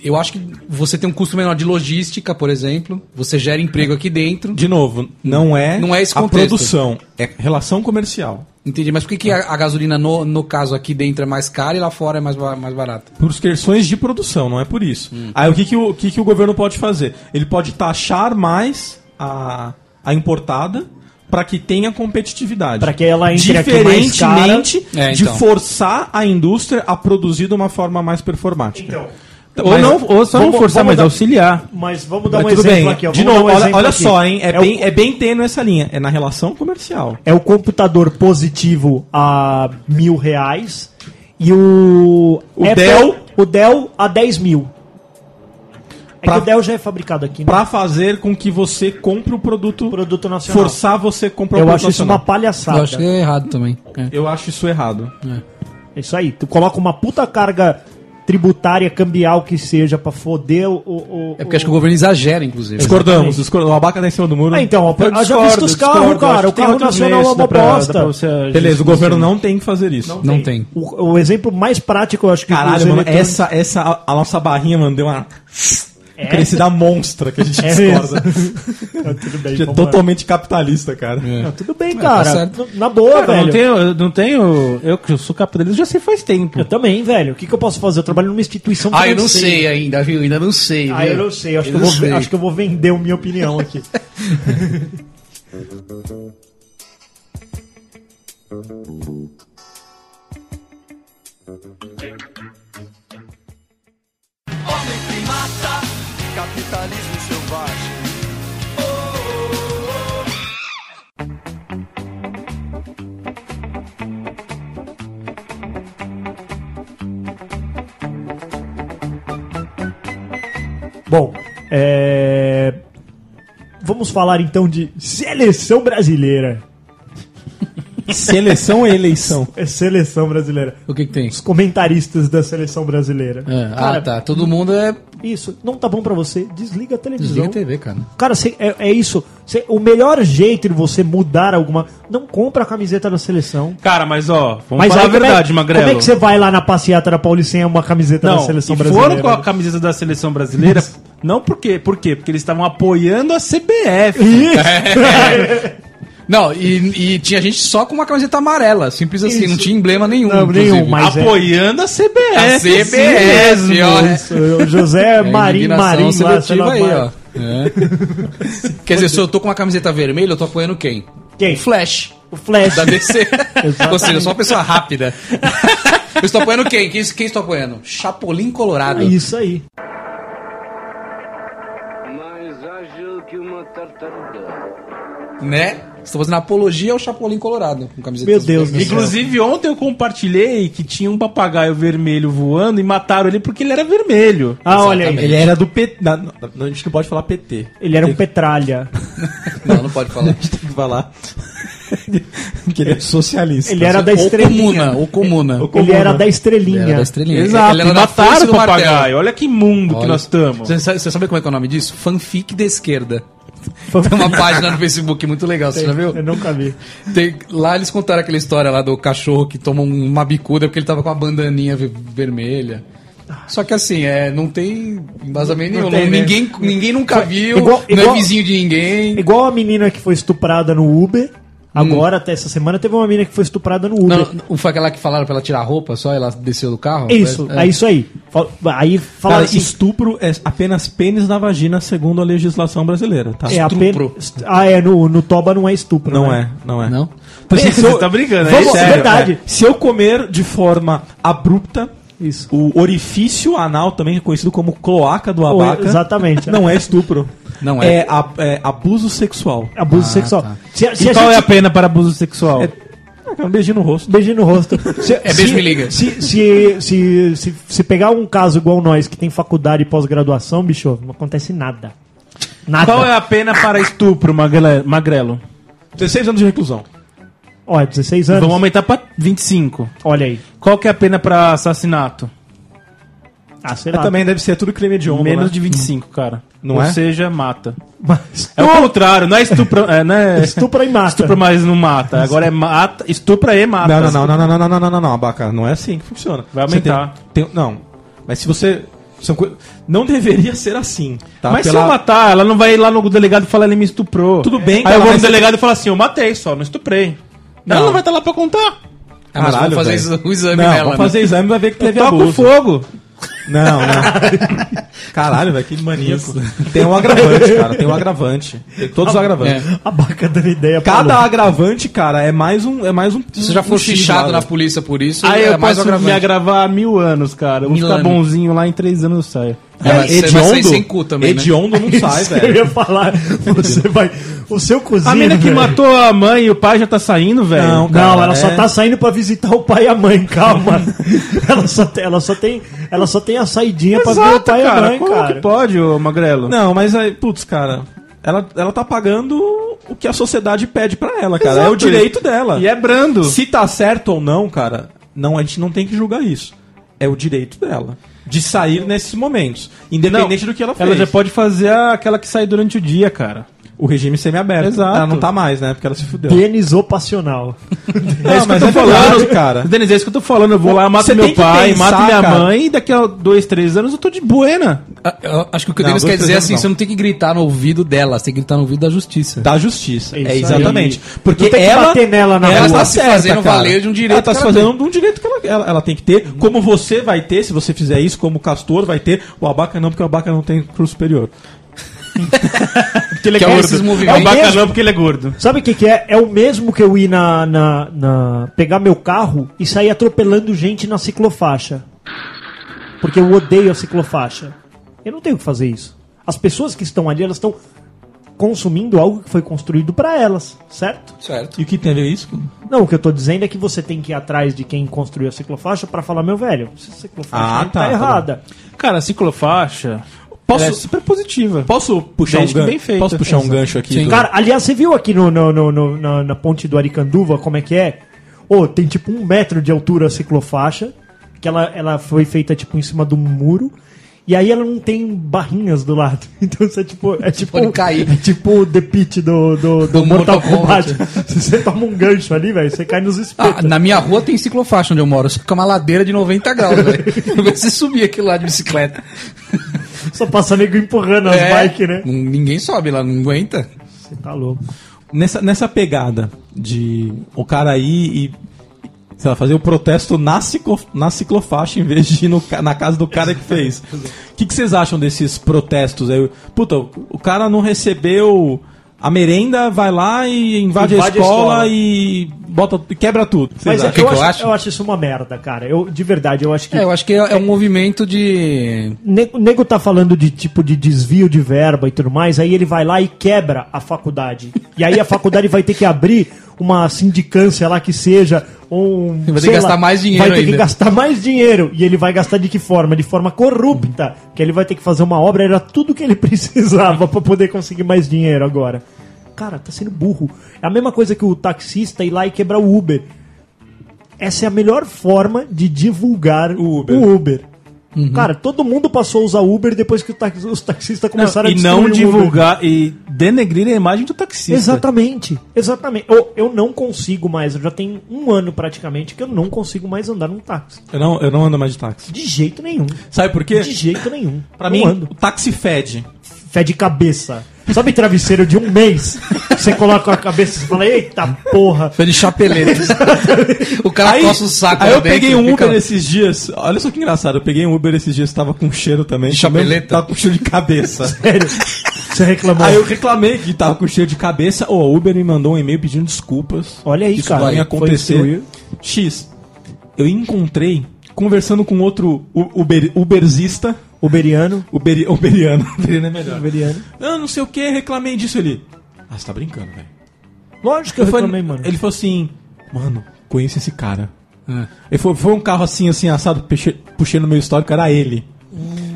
[SPEAKER 3] eu acho que você tem um custo menor de logística, por exemplo. Você gera emprego aqui dentro.
[SPEAKER 1] De novo, não é,
[SPEAKER 3] Não é esse
[SPEAKER 1] a
[SPEAKER 3] contexto.
[SPEAKER 1] produção, é relação comercial.
[SPEAKER 3] Entendi, mas por que, que a, a gasolina, no, no caso aqui dentro, é mais cara e lá fora é mais, ba- mais barata?
[SPEAKER 1] Por questões de produção, não é por isso.
[SPEAKER 3] Hum.
[SPEAKER 1] Aí o que, que, o, o que, que o governo pode fazer? Ele pode taxar mais a, a importada para que tenha competitividade.
[SPEAKER 2] Pra que ela entre aqui mais cara.
[SPEAKER 1] Diferentemente
[SPEAKER 3] É,
[SPEAKER 1] de
[SPEAKER 3] então.
[SPEAKER 1] forçar a indústria a produzir de uma forma mais performática. Tá,
[SPEAKER 2] Então,
[SPEAKER 4] Ou,
[SPEAKER 1] Mas-
[SPEAKER 4] não, ou só não
[SPEAKER 2] vamos-
[SPEAKER 4] forçar,
[SPEAKER 2] vamos
[SPEAKER 4] mas
[SPEAKER 2] dar-
[SPEAKER 4] auxiliar.
[SPEAKER 2] mas vamos dar
[SPEAKER 1] Mas
[SPEAKER 2] um
[SPEAKER 1] tudo
[SPEAKER 2] exemplo
[SPEAKER 1] bem.
[SPEAKER 2] aqui. ó.
[SPEAKER 1] de
[SPEAKER 2] Vamos dar
[SPEAKER 1] novo,
[SPEAKER 2] um
[SPEAKER 1] olha,
[SPEAKER 2] exemplo
[SPEAKER 1] olha
[SPEAKER 2] aqui.
[SPEAKER 1] só, hein? É,
[SPEAKER 2] É o-
[SPEAKER 1] bem, é bem tênue essa linha. É na relação comercial.
[SPEAKER 2] é o computador positivo a mil reais e o,
[SPEAKER 1] O Dell-
[SPEAKER 2] o Dell a 10 mil. É
[SPEAKER 1] Pra-
[SPEAKER 2] que o Dell já é fabricado aqui, né?
[SPEAKER 1] Para fazer com que você compre o produto,
[SPEAKER 2] produto nacional.
[SPEAKER 1] forçar você a comprar o
[SPEAKER 2] Eu
[SPEAKER 1] produto
[SPEAKER 2] acho isso uma
[SPEAKER 1] nacional.
[SPEAKER 2] palhaçada.
[SPEAKER 3] Eu acho que é errado também. É.
[SPEAKER 1] Eu acho isso errado.
[SPEAKER 2] É isso aí. Tu coloca uma puta carga tributária, cambial que seja, pra foder o. o-
[SPEAKER 3] É porque acho que o governo exagera, inclusive.
[SPEAKER 1] Discordamos, discordamos. O abaca tá em cima do muro.
[SPEAKER 2] Ah, então, ó,
[SPEAKER 4] Eu
[SPEAKER 2] eu já
[SPEAKER 4] discordo,
[SPEAKER 2] visto os carros,
[SPEAKER 4] discordo, acho
[SPEAKER 2] cara. O
[SPEAKER 4] que tem
[SPEAKER 2] carro
[SPEAKER 4] outros
[SPEAKER 2] nacional é
[SPEAKER 4] meios,
[SPEAKER 2] uma
[SPEAKER 4] dá pra- dá
[SPEAKER 2] bosta.
[SPEAKER 4] pra você
[SPEAKER 1] Beleza,
[SPEAKER 4] justificar
[SPEAKER 1] o governo não tem que fazer isso.
[SPEAKER 3] Não tem. é
[SPEAKER 2] O, o exemplo mais prático, eu acho que é os
[SPEAKER 1] Caralho, mano,
[SPEAKER 2] eletrônicos-
[SPEAKER 1] essa, essa, a- a nossa barrinha, mano, deu uma crescida monstra que a gente
[SPEAKER 2] É
[SPEAKER 1] discorda.
[SPEAKER 2] Ah, Tudo
[SPEAKER 1] A
[SPEAKER 2] bem,
[SPEAKER 1] gente é
[SPEAKER 2] vamos lá.
[SPEAKER 1] totalmente capitalista, cara.
[SPEAKER 2] Não, tudo bem,
[SPEAKER 3] tá
[SPEAKER 2] cara.
[SPEAKER 3] certo.
[SPEAKER 2] N- Na boa,
[SPEAKER 4] Ah, Cara, eu
[SPEAKER 2] velho.
[SPEAKER 4] não tenho, eu não tenho. Eu que sou capitalista já sei faz tempo.
[SPEAKER 2] Eu também, velho. O que, que eu posso fazer? Eu trabalho numa instituição
[SPEAKER 3] Ah, eu não sei ainda, viu? Ainda não sei.
[SPEAKER 2] Ah, eu
[SPEAKER 3] viu?
[SPEAKER 2] não sei. Acho,
[SPEAKER 3] Eu
[SPEAKER 2] que eu
[SPEAKER 3] não
[SPEAKER 2] vou, ve-
[SPEAKER 3] sei.
[SPEAKER 2] acho que eu vou vender a minha opinião aqui.
[SPEAKER 5] Homem primata, capitalismo selvagem.
[SPEAKER 2] Bom, é... vamos falar então de seleção brasileira.
[SPEAKER 1] Seleção é eleição.
[SPEAKER 2] É seleção brasileira.
[SPEAKER 3] O que, que tem?
[SPEAKER 2] Os comentaristas da seleção brasileira.
[SPEAKER 3] É,
[SPEAKER 2] Cara,
[SPEAKER 3] ah, tá. Todo mundo é.
[SPEAKER 2] Isso, não tá bom pra você, desliga a televisão.
[SPEAKER 3] Desliga a TV, cara.
[SPEAKER 2] Cara, cê- é, é isso. Cê- o melhor jeito de você mudar alguma. Não compra a camiseta da seleção.
[SPEAKER 4] Cara, mas ó, vamos falar a
[SPEAKER 2] aí como é-
[SPEAKER 4] verdade, Magrelo.
[SPEAKER 2] Como é que você vai lá na passeata da Paulicenha uma camiseta da
[SPEAKER 4] não,
[SPEAKER 2] seleção
[SPEAKER 4] e
[SPEAKER 2] brasileira?
[SPEAKER 4] foram com a camiseta da seleção brasileira. não por quê? Por quê? Porque eles estavam apoiando a CBF.
[SPEAKER 2] Isso!
[SPEAKER 3] Não, e, e tinha gente só com uma camiseta amarela, simples assim, não tinha emblema nenhum.
[SPEAKER 2] Não,
[SPEAKER 3] inclusive. Ah,
[SPEAKER 2] nenhum, mas- é-
[SPEAKER 4] apoiando a
[SPEAKER 3] A
[SPEAKER 4] CBF.
[SPEAKER 3] CBS, ó.
[SPEAKER 2] Isso, o José
[SPEAKER 3] É,
[SPEAKER 2] Marim
[SPEAKER 3] indignação
[SPEAKER 2] Marim lá, sei
[SPEAKER 3] seletiva
[SPEAKER 2] lá,
[SPEAKER 3] aí,
[SPEAKER 2] Mar-
[SPEAKER 3] ó. É. Quer dizer, se eu tô com uma camiseta vermelha, eu tô apoiando quem?
[SPEAKER 2] Quem?
[SPEAKER 3] O Flash.
[SPEAKER 2] O Flash.
[SPEAKER 3] Da DC. Ou seja, eu sou uma pessoa rápida. eu estou apoiando quem? Quem, quem estou apoiando? Chapolin Colorado.
[SPEAKER 2] É isso aí.
[SPEAKER 7] mais ágil que uma tartaruga.
[SPEAKER 3] Né? Estou fazendo apologia ao Chapolin Colorado. Com camiseta
[SPEAKER 2] Meu Deus do
[SPEAKER 3] vermelha.
[SPEAKER 2] céu.
[SPEAKER 4] Inclusive, ontem eu compartilhei que tinha um papagaio vermelho voando e mataram ele porque ele era vermelho.
[SPEAKER 2] Ah, olha aí.
[SPEAKER 3] Exatamente.
[SPEAKER 1] Ele era do PT. na- na- a gente não pode falar PT.
[SPEAKER 2] Ele era um petralha.
[SPEAKER 3] Não, não pode falar.
[SPEAKER 1] Tem que falar. que ele é socialista.
[SPEAKER 2] Ele era da
[SPEAKER 3] Ou
[SPEAKER 2] estrelinha.
[SPEAKER 3] comuna, ou comuna.
[SPEAKER 2] Ele era da estrelinha.
[SPEAKER 3] né? Ele era da estrelinha.
[SPEAKER 4] Exato,
[SPEAKER 3] Ele
[SPEAKER 4] e
[SPEAKER 3] era da força
[SPEAKER 4] mataram
[SPEAKER 3] do
[SPEAKER 4] o
[SPEAKER 3] martelo.
[SPEAKER 4] papagaio. Olha que mundo que
[SPEAKER 3] Olha.
[SPEAKER 4] nós estamos.
[SPEAKER 3] Você sabe, você sabe como é que é o nome disso? Fanfic da esquerda.
[SPEAKER 2] Fanfic.
[SPEAKER 3] Tem uma página no Facebook muito legal, você já viu?
[SPEAKER 2] Eu nunca vi.
[SPEAKER 3] Tem- lá eles contaram aquela história lá do cachorro que toma um- uma bicuda porque ele tava com uma bandaninha ve- vermelha. Só que assim, é, não tem embasamento
[SPEAKER 2] Não
[SPEAKER 3] nenhum.
[SPEAKER 2] tem, né?
[SPEAKER 3] ninguém, ninguém nunca viu,
[SPEAKER 2] igual-
[SPEAKER 3] não
[SPEAKER 2] igual-
[SPEAKER 3] é vizinho de ninguém.
[SPEAKER 2] Igual a menina que foi estuprada no Uber. Agora, até essa semana, teve uma menina que foi estuprada no Uber.
[SPEAKER 3] Não, não foi aquela que falaram pra ela tirar a roupa só, ela desceu do carro?
[SPEAKER 2] É isso, é,
[SPEAKER 3] É.
[SPEAKER 2] isso aí. Fal- Aí fala
[SPEAKER 1] Cara,
[SPEAKER 2] assim.
[SPEAKER 1] estupro é apenas pênis na vagina, segundo a legislação brasileira, tá?
[SPEAKER 2] É
[SPEAKER 3] estupro.
[SPEAKER 2] apenas. Ah, é, no, no Toba não é estupro.
[SPEAKER 1] Não é, não é.
[SPEAKER 3] Não?
[SPEAKER 1] Então, assim, se eu-
[SPEAKER 4] Você tá brincando,
[SPEAKER 2] Vamos-
[SPEAKER 4] é
[SPEAKER 2] é
[SPEAKER 4] sério.
[SPEAKER 2] verdade.
[SPEAKER 1] é, se eu comer de forma abrupta,
[SPEAKER 2] Isso.
[SPEAKER 1] o orifício anal, também conhecido como cloaca do
[SPEAKER 2] Ou-
[SPEAKER 1] abaca,
[SPEAKER 2] exatamente.
[SPEAKER 1] não é estupro.
[SPEAKER 3] Não é.
[SPEAKER 1] É, a- é abuso sexual.
[SPEAKER 2] Abuso sexual.
[SPEAKER 3] tá.
[SPEAKER 2] Se, a- se
[SPEAKER 4] E
[SPEAKER 2] a
[SPEAKER 4] qual é a
[SPEAKER 2] gente.
[SPEAKER 4] pena para abuso sexual?
[SPEAKER 1] Ah, cara, Um beijinho no rosto.
[SPEAKER 2] Beijinho no rosto. Se-
[SPEAKER 3] É beijo me liga.
[SPEAKER 2] Se, se, se, se, se pegar um caso igual nós, que tem faculdade e pós-graduação, bicho, não acontece nada. Nada.
[SPEAKER 4] Qual é a pena para estupro, Magrela- Magrelo?
[SPEAKER 1] 16 anos de reclusão.
[SPEAKER 2] Ó, 16 anos.
[SPEAKER 4] Vamos aumentar para 25.
[SPEAKER 2] Olha aí.
[SPEAKER 4] Qual que é a pena para assassinato?
[SPEAKER 2] Ah, sei
[SPEAKER 1] Mas
[SPEAKER 2] lá.
[SPEAKER 1] também deve ser tudo crime hediondo,
[SPEAKER 4] Menos
[SPEAKER 1] né?
[SPEAKER 4] de 25, cara.
[SPEAKER 1] Não
[SPEAKER 4] Ou
[SPEAKER 1] é?
[SPEAKER 4] seja, mata.
[SPEAKER 2] Mas-
[SPEAKER 4] É o contrário, não é estupro, é, né?
[SPEAKER 2] Estupra e mata.
[SPEAKER 4] Estupra, mas não mata. Agora é mata, estupra e mata.
[SPEAKER 1] Não, não, não, não, não, não, não, não, não, não, não, abaca. Não é assim que funciona.
[SPEAKER 4] Vai
[SPEAKER 1] Você
[SPEAKER 4] aumentar.
[SPEAKER 1] tem- tem- não, mas se você. são coi- não deveria ser assim. Tá?
[SPEAKER 4] Mas se
[SPEAKER 1] Pela-
[SPEAKER 4] eu matar, ela não vai ir lá no delegado e falar ele me estuprou.
[SPEAKER 1] Tudo bem,
[SPEAKER 4] Aí
[SPEAKER 1] cara,
[SPEAKER 4] eu vou no
[SPEAKER 1] mas- tá
[SPEAKER 4] delegado e falar assim, eu matei só, não estuprei. Ela
[SPEAKER 3] Não.
[SPEAKER 4] não vai estar lá pra contar.
[SPEAKER 3] Ah, mas
[SPEAKER 1] Caralho,
[SPEAKER 3] vamos fazer
[SPEAKER 1] velho.
[SPEAKER 3] exa- o exame
[SPEAKER 1] não,
[SPEAKER 3] nela.
[SPEAKER 1] vamos
[SPEAKER 3] né?
[SPEAKER 1] fazer exame e vai ver que teve
[SPEAKER 4] Toca o
[SPEAKER 1] abuso.
[SPEAKER 4] fogo.
[SPEAKER 1] Não, não. Caralho, velho, que maníaco. Tem um agravante, cara. Tem um agravante. Tem todos os agravantes.
[SPEAKER 3] É.
[SPEAKER 2] A baca dando ideia.
[SPEAKER 1] Cada
[SPEAKER 2] Paulo.
[SPEAKER 1] agravante, cara, é mais um. É mais um
[SPEAKER 3] Se você já
[SPEAKER 1] um
[SPEAKER 3] for
[SPEAKER 1] X
[SPEAKER 3] fichado
[SPEAKER 1] lá,
[SPEAKER 3] na polícia por isso,
[SPEAKER 4] Aí eu
[SPEAKER 3] é mais
[SPEAKER 4] posso me
[SPEAKER 3] agravante.
[SPEAKER 4] agravar há mil anos, cara. Eu Vou
[SPEAKER 3] Mil
[SPEAKER 4] ficar
[SPEAKER 3] anos.
[SPEAKER 4] bonzinho lá em três anos eu saio.
[SPEAKER 3] É, mas você vai sair
[SPEAKER 1] Hediondo,
[SPEAKER 3] sem cu também, né?
[SPEAKER 1] hediondo não sai,
[SPEAKER 2] Isso que eu
[SPEAKER 1] velho.
[SPEAKER 2] ia falar. Você vai. O seu cozinho.
[SPEAKER 4] A menina que
[SPEAKER 2] velho.
[SPEAKER 4] matou a mãe e o pai já tá saindo, velho.
[SPEAKER 1] Não,
[SPEAKER 2] Não,
[SPEAKER 1] cara,
[SPEAKER 2] ela só
[SPEAKER 1] é-
[SPEAKER 2] tá saindo pra visitar o pai e a mãe, calma. ela, só tem, ela, só tem, ela só tem a saidinha pra ver o
[SPEAKER 4] Exato,
[SPEAKER 2] pai e a
[SPEAKER 4] cara.
[SPEAKER 2] mãe,
[SPEAKER 4] Como
[SPEAKER 2] cara.
[SPEAKER 4] que pode, ô Magrelo?
[SPEAKER 1] Não, mas aí, putz, cara, ela, ela tá pagando o que a sociedade pede pra ela, cara. é
[SPEAKER 4] Exato.
[SPEAKER 1] o direito dela.
[SPEAKER 4] E é brando.
[SPEAKER 1] Se tá certo ou não, cara, não, a gente não tem que julgar isso. É o direito dela. De sair nesses momentos. Independente do que ela fez.
[SPEAKER 4] Ela já pode fazer a- aquela que sai durante o dia, cara.
[SPEAKER 1] O regime semiaberto.
[SPEAKER 4] Exato.
[SPEAKER 1] Ela não tá mais, né? Porque ela se fudeu.
[SPEAKER 2] Denizou passional.
[SPEAKER 1] Não, mas é verdade, cara.
[SPEAKER 4] Denis, é isso que eu tô falando. Eu vou lá, mato
[SPEAKER 1] Você tem
[SPEAKER 4] meu
[SPEAKER 1] que
[SPEAKER 4] pai,
[SPEAKER 1] pensar,
[SPEAKER 4] mato minha
[SPEAKER 1] cara.
[SPEAKER 4] mãe, e daqui a dois, três anos eu tô de buena.
[SPEAKER 3] Ah, eu Acho que o que o
[SPEAKER 1] Não,
[SPEAKER 3] Denis
[SPEAKER 1] dois,
[SPEAKER 3] quer dizer é
[SPEAKER 1] três
[SPEAKER 3] assim,
[SPEAKER 1] anos
[SPEAKER 3] você não tem que gritar no ouvido dela, você tem que gritar no ouvido da justiça.
[SPEAKER 1] Da justiça.
[SPEAKER 2] Isso
[SPEAKER 1] É
[SPEAKER 2] aí.
[SPEAKER 1] exatamente. Porque
[SPEAKER 2] Não tem que
[SPEAKER 1] ela,
[SPEAKER 2] bater nela na
[SPEAKER 1] ela
[SPEAKER 2] rua.
[SPEAKER 1] tá
[SPEAKER 3] se
[SPEAKER 1] certa,
[SPEAKER 3] fazendo
[SPEAKER 1] cara.
[SPEAKER 3] valer de um direito
[SPEAKER 1] Ela tá
[SPEAKER 3] que
[SPEAKER 1] se
[SPEAKER 3] ela
[SPEAKER 1] fazendo de um direito que ela, ela, ela tem que ter. Como você vai ter, se você fizer isso, como o Castor vai ter, o Abaca não, porque o Abaca não tem cruz superior.
[SPEAKER 4] Porque ele é,
[SPEAKER 3] Que é
[SPEAKER 4] gordo.
[SPEAKER 3] esses
[SPEAKER 4] É
[SPEAKER 3] movimentos.
[SPEAKER 4] o bacanão porque ele é gordo.
[SPEAKER 2] Sabe o que, que é? É o mesmo que eu ir na, na, na- pegar meu carro e sair atropelando gente na ciclofaixa. Porque eu odeio a ciclofaixa. Eu não tenho que fazer isso. As pessoas que estão ali, elas estão consumindo algo que foi construído pra elas, certo?
[SPEAKER 3] Certo.
[SPEAKER 1] E o que tem a ver isso?
[SPEAKER 2] Não, o que eu tô dizendo é que você tem que ir atrás de quem construiu a ciclofaixa pra falar, meu velho, essa ciclofaixa
[SPEAKER 1] Ah,
[SPEAKER 2] aí
[SPEAKER 1] tá,
[SPEAKER 2] tá,
[SPEAKER 1] tá
[SPEAKER 2] errada.
[SPEAKER 4] Cara, a ciclofaixa
[SPEAKER 1] Posso-
[SPEAKER 4] ela é super positiva.
[SPEAKER 1] Posso puxar
[SPEAKER 4] Desde
[SPEAKER 1] um
[SPEAKER 4] que
[SPEAKER 1] gancho?
[SPEAKER 4] bem feita.
[SPEAKER 1] Posso puxar um
[SPEAKER 4] Exato.
[SPEAKER 1] gancho aqui?
[SPEAKER 3] Sim.
[SPEAKER 1] do-
[SPEAKER 2] Cara, aliás, você viu aqui no, no- no- no- na, na ponte do Aricanduva como é que é? Ô, tem tipo um metro de altura a ciclofaixa, que ela, ela foi feita tipo em cima de um muro, e aí ela não tem barrinhas do lado. Então você tipo. É tipo.
[SPEAKER 3] Pode cair.
[SPEAKER 2] É tipo o The Pit do, do, do
[SPEAKER 3] Do
[SPEAKER 2] Mortal,
[SPEAKER 3] Mortal
[SPEAKER 2] Kombat. Se você toma um gancho ali, velho, você cai nos
[SPEAKER 3] Ah,
[SPEAKER 2] espetos.
[SPEAKER 3] na minha rua tem ciclofaixa onde eu moro, só que é uma ladeira de 90 graus, velho. Eu preciso subir aquilo lá de bicicleta.
[SPEAKER 2] Só passa nego empurrando as
[SPEAKER 3] Ah. É,
[SPEAKER 2] bikes, né?
[SPEAKER 3] n- Ninguém sobe lá, não aguenta.
[SPEAKER 2] Você tá louco.
[SPEAKER 1] nessa, nessa pegada de o cara ir e sei lá, fazer o protesto na, ciclo, na ciclofaixa em vez de ir no ca- na casa do cara que fez. O que, que vocês acham desses protestos aí? Puta, o, o cara não recebeu a merenda, vai lá e invade,
[SPEAKER 2] Invade
[SPEAKER 1] a,
[SPEAKER 2] a
[SPEAKER 1] escola
[SPEAKER 2] escola.
[SPEAKER 1] e bota e quebra tudo. Vocês
[SPEAKER 2] Mas é
[SPEAKER 1] acham?
[SPEAKER 2] que eu,
[SPEAKER 3] que eu
[SPEAKER 2] acho,
[SPEAKER 3] acho?
[SPEAKER 2] eu acho isso uma merda, cara. Eu, de verdade, eu acho que.
[SPEAKER 3] É, eu acho que é, é um movimento de.
[SPEAKER 2] Ne- O nego tá falando de tipo de desvio de verba e tudo mais, aí ele vai lá e quebra a faculdade. E aí a faculdade vai ter que abrir uma sindicância lá que seja, ou um.
[SPEAKER 3] Vai ter
[SPEAKER 2] sei
[SPEAKER 3] que gastar mais dinheiro
[SPEAKER 2] Vai ter que
[SPEAKER 3] ainda.
[SPEAKER 2] gastar mais dinheiro. E ele vai gastar de que forma? De forma corrupta. Que ele vai ter que fazer uma obra, era tudo que ele precisava pra poder conseguir mais dinheiro agora. Cara, tá sendo burro. É a mesma coisa que o taxista ir lá e quebrar o Uber. Essa é a melhor forma de divulgar o Uber. Cara, todo mundo passou a usar Uber depois que o tax- os taxistas começaram
[SPEAKER 4] e
[SPEAKER 2] a destruir
[SPEAKER 4] não
[SPEAKER 2] o Uber.
[SPEAKER 4] divulgar e denegrir a imagem do taxista.
[SPEAKER 2] Exatamente, exatamente. Eu, eu não consigo mais, eu já tenho um ano praticamente que eu não consigo mais andar num táxi.
[SPEAKER 1] Eu não, eu não ando mais de táxi.
[SPEAKER 2] De jeito nenhum.
[SPEAKER 1] Sabe por quê?
[SPEAKER 2] De jeito nenhum.
[SPEAKER 1] Pra
[SPEAKER 2] Não
[SPEAKER 1] mim,
[SPEAKER 2] ando.
[SPEAKER 1] o táxi fede.
[SPEAKER 2] Fé de cabeça. Sabe travesseiro de um mês? Você coloca a cabeça e fala, eita porra.
[SPEAKER 3] Foi de chapeleta. o cara
[SPEAKER 1] Aí,
[SPEAKER 3] coça tá o saco
[SPEAKER 1] aí
[SPEAKER 3] lá
[SPEAKER 1] eu peguei
[SPEAKER 3] dentro,
[SPEAKER 1] um
[SPEAKER 3] fica-
[SPEAKER 1] Uber esses dias. Olha só que engraçado. Eu peguei um Uber esses dias, tava com cheiro também.
[SPEAKER 3] De
[SPEAKER 1] também
[SPEAKER 3] chapeleta?
[SPEAKER 1] Tava com cheiro de cabeça.
[SPEAKER 2] Sério. Você reclamou.
[SPEAKER 1] Aí eu reclamei que tava com cheiro de cabeça. Ô, a Uber me mandou um e-mail pedindo desculpas.
[SPEAKER 2] Olha aí,
[SPEAKER 1] que isso
[SPEAKER 2] cara.
[SPEAKER 1] vai
[SPEAKER 2] Foi
[SPEAKER 1] acontecer.
[SPEAKER 2] destruir.
[SPEAKER 1] X, eu encontrei conversando com outro u- Uber, uberzista,
[SPEAKER 2] Uberiano.
[SPEAKER 1] uberi, uberiano. Uberiano é melhor.
[SPEAKER 2] Uberiano.
[SPEAKER 1] Ah, não sei o que, reclamei disso ali. Ah, você tá brincando, velho.
[SPEAKER 2] Lógico que eu,
[SPEAKER 1] falei-
[SPEAKER 2] reclamei, mano.
[SPEAKER 1] Ele falou assim, mano, conheço esse cara.
[SPEAKER 3] Ah.
[SPEAKER 1] Ele falou, foi um carro assim, assim, assado, puxei, puxei no meu histórico, era ele.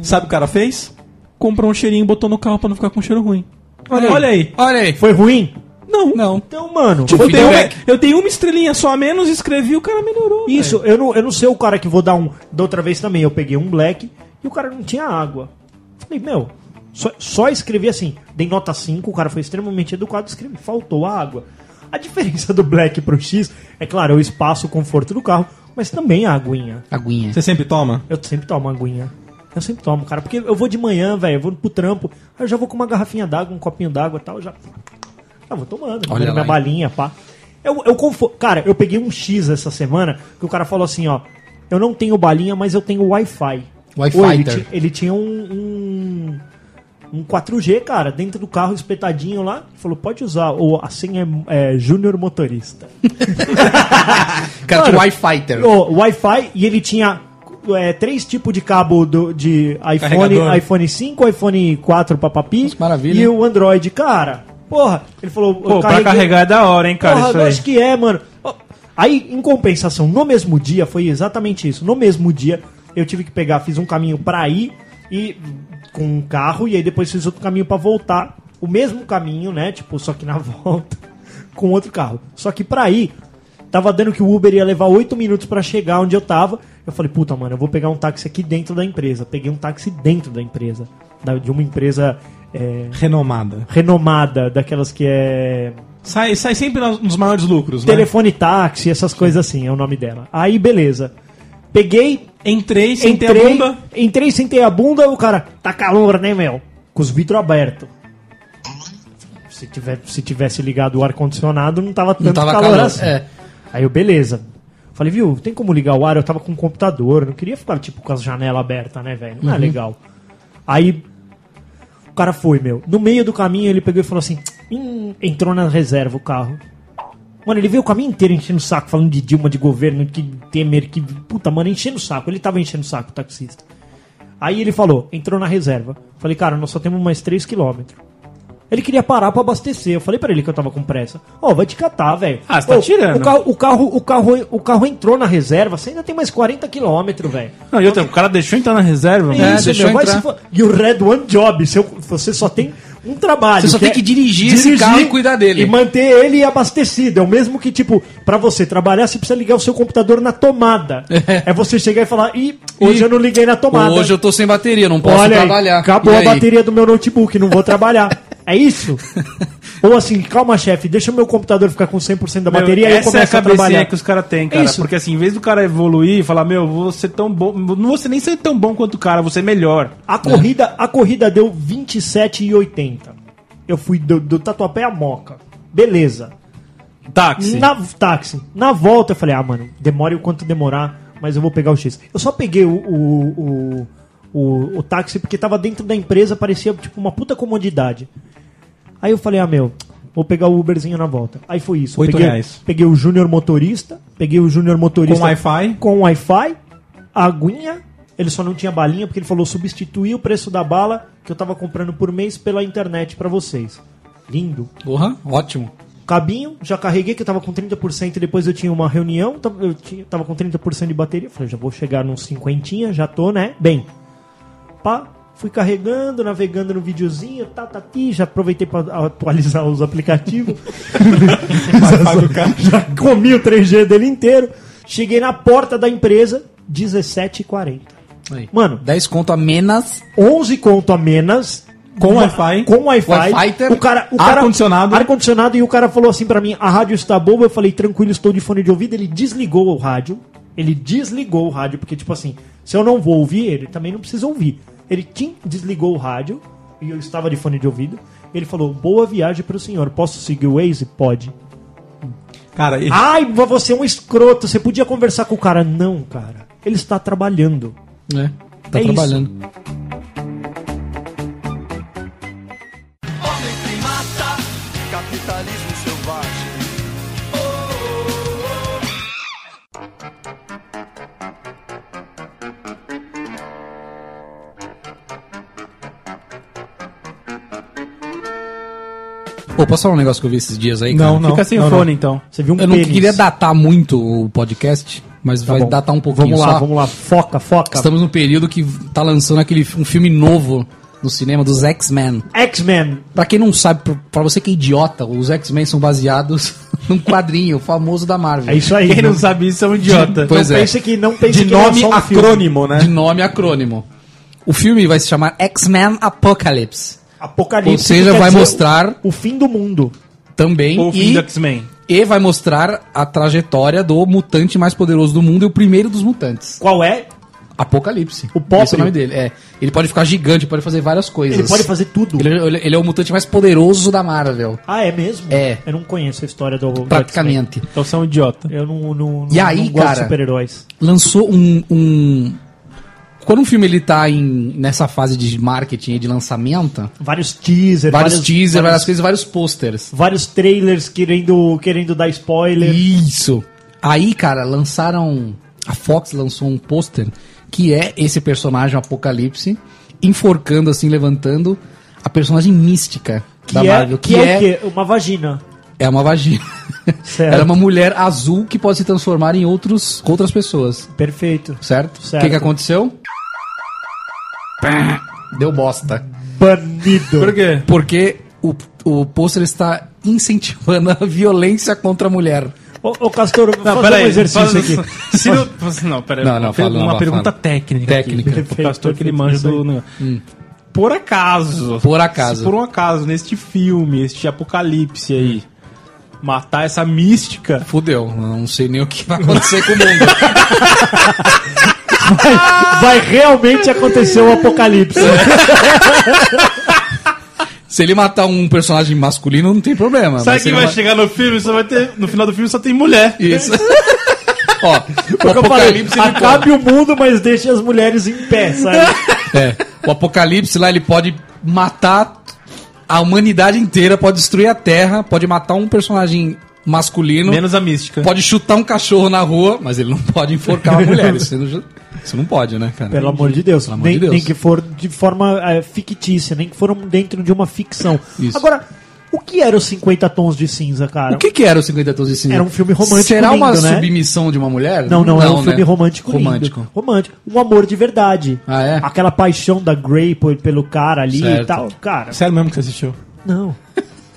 [SPEAKER 1] Sabe o que o cara fez? Comprou um cheirinho e botou no carro pra não ficar com cheiro ruim. Olha, aí.
[SPEAKER 3] Olha aí.
[SPEAKER 2] Foi ruim?
[SPEAKER 1] Não,
[SPEAKER 3] Não.
[SPEAKER 2] Então, mano.
[SPEAKER 1] Tipo, eu dei, uma,
[SPEAKER 3] feedback.
[SPEAKER 1] eu dei uma estrelinha só a menos, escrevi, o cara melhorou.
[SPEAKER 2] Isso, eu não, eu não sei o cara que vou dar um. Da outra vez também, eu peguei um black e o cara não tinha água. Falei, meu, só, só escrevi assim. Dei nota 5, o cara foi extremamente educado, escrevi, faltou água. A diferença do black pro X é, claro, é o espaço, o conforto do carro, mas também a aguinha.
[SPEAKER 3] Aguinha.
[SPEAKER 1] Você sempre toma?
[SPEAKER 2] Eu sempre tomo aguinha. Eu sempre tomo, cara, porque eu vou de manhã, velho, eu vou pro trampo, aí eu já vou com uma garrafinha d'água, um copinho d'água e tal, já. Já vou tomando,
[SPEAKER 3] Olha
[SPEAKER 2] Olha
[SPEAKER 3] lá,
[SPEAKER 2] minha
[SPEAKER 3] hein?
[SPEAKER 2] balinha, pá. Eu, eu confo... Cara, eu peguei um X essa semana que o cara falou assim, ó. Eu não tenho balinha, mas eu tenho Wi-Fi.
[SPEAKER 3] Wi-Fi,
[SPEAKER 2] Ô, Ele,
[SPEAKER 3] tá.
[SPEAKER 2] ti- ele tinha um, um. um 4G, cara, dentro do carro espetadinho lá. Falou, pode usar. Ou a senha é, é Júnior Motorista.
[SPEAKER 3] Cara, de
[SPEAKER 2] Mano,
[SPEAKER 3] Wi-Fighter.
[SPEAKER 2] O Wi-Fi e ele tinha é, três tipos de cabo do, de
[SPEAKER 1] Carregador.
[SPEAKER 2] iPhone, iPhone 5, iPhone 4 papapi
[SPEAKER 3] Nossa, maravilha.
[SPEAKER 2] e o Android. Cara, porra, ele falou...
[SPEAKER 4] Pô, pra carregar é da hora, hein, cara,
[SPEAKER 2] Porra,
[SPEAKER 4] isso
[SPEAKER 2] eu
[SPEAKER 4] aí.
[SPEAKER 2] acho que é, mano. Ó, Aí, em compensação, no mesmo dia, foi exatamente isso. No mesmo dia, eu tive que pegar, fiz um caminho pra ir e com um carro, e aí depois fiz outro caminho pra voltar. O mesmo caminho, né? Tipo, só que na volta, com outro carro. Só que pra ir, tava dando que o Uber ia levar 8 minutos pra chegar onde eu tava. Eu falei, puta, mano, eu vou pegar um táxi aqui dentro da empresa. Peguei um táxi dentro da empresa. da- De uma empresa é,
[SPEAKER 1] Renomada.
[SPEAKER 2] renomada, daquelas que é.
[SPEAKER 1] Sai, sai sempre nos nos maiores lucros, né?
[SPEAKER 2] Telefone táxi, essas coisas assim, é o nome dela. Aí, beleza. Peguei,
[SPEAKER 1] Entrei sem ter a
[SPEAKER 2] entrei,
[SPEAKER 1] bunda.
[SPEAKER 2] entrei, sentei a bunda, o cara, tá calor, né, meu? Com os vidros abertos. Se, tiver, se tivesse ligado o ar-condicionado, não tava tanto
[SPEAKER 3] Não tava
[SPEAKER 2] calor,
[SPEAKER 3] calor,
[SPEAKER 2] assim.
[SPEAKER 3] é.
[SPEAKER 2] Aí eu, beleza. Falei, viu, tem como ligar o ar? Eu tava com um o
[SPEAKER 1] Uhum.
[SPEAKER 2] computador, não queria ficar, tipo, com as janelas abertas, né, velho? Não é legal. Aí O cara foi, meu. No meio do caminho ele pegou e falou assim: "Hum", entrou na reserva o carro. Mano, ele veio o caminho inteiro enchendo o saco, falando de Dilma, de governo, que Temer, que. Puta, mano, enchendo o saco. Ele tava enchendo o saco, o taxista. Aí ele falou, entrou na reserva. Falei, cara, nós só temos mais 3 quilômetros. Ele queria parar pra abastecer. Eu falei pra ele que eu tava com pressa. Ó, vai te catar, velho.
[SPEAKER 4] Ah, você tá
[SPEAKER 2] Ô,
[SPEAKER 4] tirando.
[SPEAKER 2] O carro, o, carro, o, carro, o carro entrou na reserva, você ainda tem mais 40 quilômetros, velho.
[SPEAKER 4] Não, e outra, o cara deixou entrar na reserva, mano.
[SPEAKER 3] É,
[SPEAKER 2] Isso,
[SPEAKER 3] deixa
[SPEAKER 2] meu,
[SPEAKER 3] eu
[SPEAKER 2] vai
[SPEAKER 3] entrar.
[SPEAKER 2] se for... E o Red One Job, seu- você só tem um trabalho.
[SPEAKER 3] Você só tem que dirigir esse carro e cuidar dele.
[SPEAKER 2] E manter ele abastecido. É o mesmo que, tipo, pra você trabalhar, você precisa ligar o seu computador na tomada. É, você chegar e falar, ih, hoje
[SPEAKER 3] Ih,
[SPEAKER 2] eu não liguei na tomada.
[SPEAKER 3] Hoje eu tô sem bateria, não posso
[SPEAKER 2] Olha aí,
[SPEAKER 3] trabalhar.
[SPEAKER 2] acabou
[SPEAKER 3] E
[SPEAKER 2] a
[SPEAKER 3] aí?
[SPEAKER 2] bateria do meu notebook, não vou trabalhar. é isso? Ou assim, calma, chefe, deixa o meu computador ficar com 100% da
[SPEAKER 4] Meu,
[SPEAKER 2] bateria e eu
[SPEAKER 4] essa é a
[SPEAKER 2] começo a
[SPEAKER 4] cabecinha
[SPEAKER 2] trabalhar.
[SPEAKER 4] que os caras têm, cara.
[SPEAKER 2] Isso.
[SPEAKER 4] Porque assim, em vez do cara evoluir e falar, meu, vou ser tão bom. Não vou ser nem ser tão bom quanto o cara, vou ser melhor.
[SPEAKER 2] A corrida, a corrida deu 27,80. Eu fui do, do Tatuapé a Moca. Beleza.
[SPEAKER 4] Táxi.
[SPEAKER 2] Na táxi. Na volta eu falei, ah, mano, demore o quanto demorar, mas eu vou pegar o X. Eu só peguei o, o, o, o, o táxi porque tava dentro da empresa, parecia tipo uma puta comodidade. Aí eu falei, ah, meu, vou pegar o Uberzinho na volta. Aí foi isso.
[SPEAKER 1] Oito
[SPEAKER 2] peguei,
[SPEAKER 1] reais.
[SPEAKER 2] peguei o Júnior Motorista, peguei o Júnior Motorista.
[SPEAKER 1] Com Wi-Fi?
[SPEAKER 2] Com Wi-Fi, a aguinha. Ele só não tinha balinha porque ele falou substituir o preço da bala que eu tava comprando por mês pela internet pra vocês. Lindo.
[SPEAKER 3] Porra, ótimo.
[SPEAKER 2] Cabinho, já carreguei que eu tava com 30%, depois eu tinha uma reunião, ta- eu tinha- tava com 30% de bateria, falei, já vou chegar nos 50, já tô, né? Bem. Pá, fui carregando, navegando no videozinho, tá, tá, ti, já aproveitei pra atualizar os aplicativos. já, já comi o 3G dele inteiro. Cheguei na porta da empresa, 17h40.
[SPEAKER 3] Aí.
[SPEAKER 2] Mano.
[SPEAKER 3] 10 conto a menos.
[SPEAKER 2] 11 conto a menos.
[SPEAKER 1] Com
[SPEAKER 2] Uma-
[SPEAKER 1] Wi-Fi.
[SPEAKER 2] Com Wi-Fi.
[SPEAKER 3] Wi-Fi ter-
[SPEAKER 2] o cara, o cara,
[SPEAKER 1] Ar-condicionado.
[SPEAKER 2] Ar-condicionado. E o cara falou assim pra mim, a rádio está boa. Eu falei, tranquilo, estou de fone de ouvido. Ele desligou o rádio. Ele desligou o rádio, porque tipo assim, se eu não vou ouvir, ele também não precisa ouvir. Ele tim, desligou o rádio e eu estava de fone de ouvido. Ele falou, boa viagem pro senhor. Posso seguir o Waze? Pode.
[SPEAKER 1] Cara, e-
[SPEAKER 2] Ai, mas você é um escroto. Você podia conversar com o cara. Não, cara. Ele está trabalhando.
[SPEAKER 3] É, tá
[SPEAKER 2] É
[SPEAKER 3] trabalhando.
[SPEAKER 5] Homem primata, capitalismo selvagem.
[SPEAKER 3] Pô, posso falar um negócio que eu vi esses dias aí?
[SPEAKER 1] Não,
[SPEAKER 3] cara?
[SPEAKER 1] não.
[SPEAKER 4] Fica sem
[SPEAKER 1] não,
[SPEAKER 4] fone, então.
[SPEAKER 2] Você viu um
[SPEAKER 3] Eu não
[SPEAKER 2] pênis.
[SPEAKER 3] queria datar muito o podcast, mas
[SPEAKER 2] Tá
[SPEAKER 3] vai
[SPEAKER 2] bom.
[SPEAKER 3] datar um pouquinho
[SPEAKER 2] Vamos lá,
[SPEAKER 3] só.
[SPEAKER 2] vamos lá. Foca, foca.
[SPEAKER 3] Estamos num período que tá lançando aquele, um filme novo no cinema dos X-Men.
[SPEAKER 2] X-Men.
[SPEAKER 3] Pra quem não sabe, pra- pra você que é idiota, os X-Men são baseados num quadrinho famoso da Marvel.
[SPEAKER 2] É isso aí.
[SPEAKER 4] Quem não
[SPEAKER 2] né?
[SPEAKER 4] sabe isso é um idiota.
[SPEAKER 3] Pois
[SPEAKER 2] não
[SPEAKER 3] é.
[SPEAKER 2] pense que não pense
[SPEAKER 1] de
[SPEAKER 2] que
[SPEAKER 1] nome
[SPEAKER 2] não é só um filme.
[SPEAKER 1] acrônimo,
[SPEAKER 3] De
[SPEAKER 1] né?
[SPEAKER 3] nome acrônimo. O filme vai se chamar X-Men Apocalypse.
[SPEAKER 2] Apocalipse.
[SPEAKER 3] Ou seja,
[SPEAKER 2] que quer
[SPEAKER 3] vai
[SPEAKER 2] dizer
[SPEAKER 3] mostrar-
[SPEAKER 2] o fim do mundo.
[SPEAKER 3] Também.
[SPEAKER 4] Ou o fim
[SPEAKER 3] e,
[SPEAKER 4] do X-Men.
[SPEAKER 3] e vai mostrar a trajetória do mutante mais poderoso do mundo e o primeiro dos mutantes.
[SPEAKER 2] Qual é?
[SPEAKER 3] Apocalipse.
[SPEAKER 2] O próprio?
[SPEAKER 3] Esse é o nome dele. É. Ele pode ficar gigante, pode fazer várias coisas.
[SPEAKER 2] Ele pode fazer tudo.
[SPEAKER 3] Ele, ele- ele é o mutante mais poderoso da Marvel.
[SPEAKER 2] Ah, é mesmo?
[SPEAKER 3] É.
[SPEAKER 2] Eu não conheço a história do do
[SPEAKER 3] Praticamente.
[SPEAKER 4] Então você é um idiota.
[SPEAKER 2] X-Men. Eu não, não,
[SPEAKER 3] E
[SPEAKER 2] não-
[SPEAKER 3] aí,
[SPEAKER 2] não gosto
[SPEAKER 3] cara?
[SPEAKER 2] de super-heróis.
[SPEAKER 3] lançou um, um- Quando um filme ele tá em, nessa fase de marketing e de lançamento,
[SPEAKER 2] Vários teasers,
[SPEAKER 3] vários teasers, várias
[SPEAKER 2] vários,
[SPEAKER 3] coisas, vários posters.
[SPEAKER 2] vários trailers querendo, querendo dar spoiler.
[SPEAKER 3] Isso. Aí, cara, lançaram. A Fox lançou um pôster que é esse personagem Apocalipse enforcando, assim, levantando a personagem mística
[SPEAKER 2] que,
[SPEAKER 3] da
[SPEAKER 2] é,
[SPEAKER 3] Marvel,
[SPEAKER 2] que, é, o quê? Uma vagina.
[SPEAKER 3] É uma vagina.
[SPEAKER 2] Certo.
[SPEAKER 3] Era uma mulher azul que pode se transformar em outros, com outras pessoas,
[SPEAKER 2] Perfeito.
[SPEAKER 3] certo? O
[SPEAKER 2] Certo.
[SPEAKER 3] que, que aconteceu? Pá, Deu bosta.
[SPEAKER 4] Por
[SPEAKER 2] Banido.
[SPEAKER 4] quê?
[SPEAKER 3] Porque o, o pôster está incentivando a violência contra a mulher.
[SPEAKER 2] ô, ô, Castor, vou
[SPEAKER 4] Não,
[SPEAKER 2] fazer
[SPEAKER 4] peraí.
[SPEAKER 2] um exercício
[SPEAKER 4] faz-
[SPEAKER 2] aqui.
[SPEAKER 4] Se não, não, peraí.
[SPEAKER 3] Não, não,
[SPEAKER 4] Fe-
[SPEAKER 3] fala, não,
[SPEAKER 4] uma
[SPEAKER 3] fala.
[SPEAKER 4] pergunta técnica. aqui.
[SPEAKER 3] Técnica. Hum.
[SPEAKER 4] Pro pastor que ele manja do. Por acaso.
[SPEAKER 3] Por acaso.
[SPEAKER 4] se por um acaso, neste filme, este apocalipse aí, matar essa mística.
[SPEAKER 3] Fudeu, não sei nem o que vai acontecer com o mundo.
[SPEAKER 2] Vai realmente acontecer o apocalipse.
[SPEAKER 3] Se ele matar um personagem masculino, não tem problema.
[SPEAKER 4] Sabe
[SPEAKER 3] mas se
[SPEAKER 4] quem
[SPEAKER 3] ele
[SPEAKER 4] vai
[SPEAKER 3] ma-
[SPEAKER 4] chegar no filme? Só vai ter. No final do filme só tem mulher.
[SPEAKER 3] Isso. Ó,
[SPEAKER 2] Porque
[SPEAKER 3] o
[SPEAKER 2] eu falei,
[SPEAKER 3] apocalipse ele pode-
[SPEAKER 2] acabe o mundo, mas deixe as mulheres em pé, sabe?
[SPEAKER 3] É, o apocalipse lá ele pode matar a humanidade inteira, pode destruir a Terra, pode matar um personagem masculino,
[SPEAKER 4] Menos a mística.
[SPEAKER 3] pode chutar um cachorro na rua, mas ele não pode enforcar uma mulher. Isso não, isso não pode, né, cara?
[SPEAKER 2] Pelo amor de Deus.
[SPEAKER 3] Pelo amor
[SPEAKER 2] nem,
[SPEAKER 3] de Deus.
[SPEAKER 2] nem que for de forma eh, fictícia, nem que for um- dentro de uma ficção.
[SPEAKER 3] Isso.
[SPEAKER 2] Agora, o que era os 50 tons de cinza, cara?
[SPEAKER 3] O que, que era o 50 Tons de Cinza?
[SPEAKER 2] Era um filme romântico
[SPEAKER 3] Será uma
[SPEAKER 2] lindo, né?
[SPEAKER 3] submissão de uma mulher?
[SPEAKER 2] Não, não, é um
[SPEAKER 3] né?
[SPEAKER 2] filme romântico lindo.
[SPEAKER 3] Romântico.
[SPEAKER 2] Romântico. Um amor de verdade.
[SPEAKER 3] Ah, é?
[SPEAKER 2] Aquela paixão da Grey por- pelo cara ali e
[SPEAKER 3] Certo.
[SPEAKER 2] tal. Cara,
[SPEAKER 1] Sério mesmo que você assistiu?
[SPEAKER 2] não.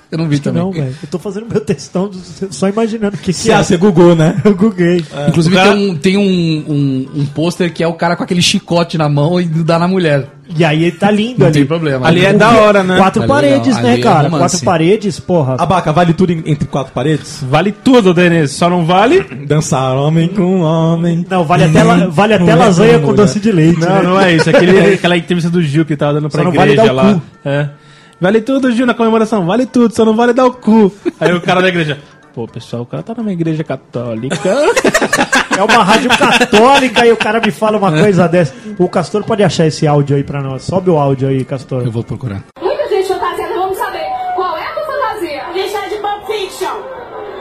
[SPEAKER 3] Eu não vi também.
[SPEAKER 2] Não, velho. Eu tô fazendo meu textão do- só imaginando o que, que
[SPEAKER 1] Ah,
[SPEAKER 2] é.
[SPEAKER 1] você googou, né?
[SPEAKER 2] Eu googlei.
[SPEAKER 3] Inclusive
[SPEAKER 4] O cara-
[SPEAKER 3] tem, um, tem um, um, um pôster que é o cara com aquele chicote na mão e dá na mulher.
[SPEAKER 2] E aí ele tá lindo
[SPEAKER 3] Não
[SPEAKER 2] ali.
[SPEAKER 3] tem problema.
[SPEAKER 4] Ali é da hora, né?
[SPEAKER 2] Quatro
[SPEAKER 3] Ali é
[SPEAKER 2] paredes,
[SPEAKER 3] legal.
[SPEAKER 2] né,
[SPEAKER 3] Ali é
[SPEAKER 2] cara?
[SPEAKER 3] romance.
[SPEAKER 2] Quatro paredes, porra.
[SPEAKER 1] Abaca, vale tudo em- entre quatro paredes?
[SPEAKER 4] Vale tudo, Denis. Só não vale.
[SPEAKER 1] Dançar homem com homem.
[SPEAKER 2] Não, vale até,
[SPEAKER 1] Uhum.
[SPEAKER 3] é
[SPEAKER 2] la- vale até
[SPEAKER 1] Mulher
[SPEAKER 2] lasanha
[SPEAKER 1] com
[SPEAKER 2] com
[SPEAKER 1] mulher.
[SPEAKER 2] doce de leite. né?
[SPEAKER 4] Não, não é isso. Aquele, aquela entrevista do Gil que tava dando pra
[SPEAKER 2] Só não vale
[SPEAKER 4] igreja
[SPEAKER 2] dar o
[SPEAKER 4] lá.
[SPEAKER 2] cu.
[SPEAKER 4] É. Vale tudo, Gil, na comemoração. Vale tudo, só não vale dar o cu. Aí o cara da igreja. Pô, pessoal, o cara tá numa igreja católica.
[SPEAKER 2] É uma rádio católica e o cara me fala
[SPEAKER 3] É.
[SPEAKER 2] uma coisa dessa. O Castor pode achar esse áudio aí pra nós. Sobe o áudio aí, Castor.
[SPEAKER 3] Eu vou procurar.
[SPEAKER 8] Muita gente fantasiada, vamos saber qual é a tua fantasia. Deixa de Pulp Fiction.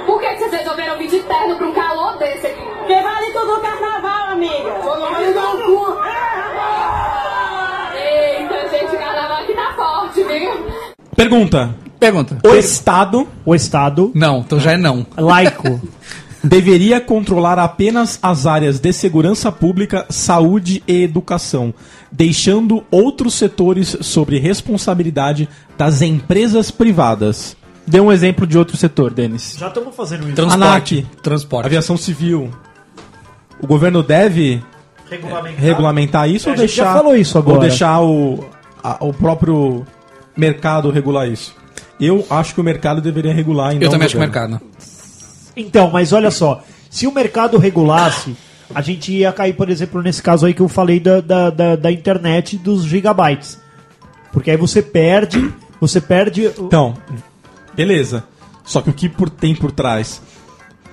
[SPEAKER 8] Por que, que vocês resolveram vir de terno pra um calor desse aqui? Porque vale tudo no carnaval, amiga. Vale no cu. Eita, gente, o carnaval aqui tá forte, viu?
[SPEAKER 1] Pergunta:
[SPEAKER 3] Pergunta.
[SPEAKER 1] O Estado
[SPEAKER 2] O Estado
[SPEAKER 3] Não, então já é não.
[SPEAKER 2] laico.
[SPEAKER 1] deveria controlar apenas as áreas de segurança pública, saúde e educação, deixando outros setores sobre responsabilidade das empresas privadas.
[SPEAKER 4] Dê um exemplo de outro setor, Denis.
[SPEAKER 2] Já estamos fazendo isso.
[SPEAKER 3] Transporte.
[SPEAKER 1] ANAC.
[SPEAKER 3] Transporte.
[SPEAKER 1] Aviação civil. O governo deve regulamentar isso
[SPEAKER 2] É,
[SPEAKER 1] ou
[SPEAKER 2] a gente já
[SPEAKER 1] deixar
[SPEAKER 2] falou isso agora.
[SPEAKER 1] ou deixar o, a- o próprio mercado regular isso? Eu acho que o mercado deveria regular ainda.
[SPEAKER 3] Eu também acho que o mercado.
[SPEAKER 2] Então, mas olha só. Se o mercado regulasse, a gente ia cair, por exemplo, nesse caso aí que eu falei da, da, da, da internet dos gigabytes. Porque aí você perde. Você perde. o-
[SPEAKER 1] Então, beleza. Só que o que por- tem por trás?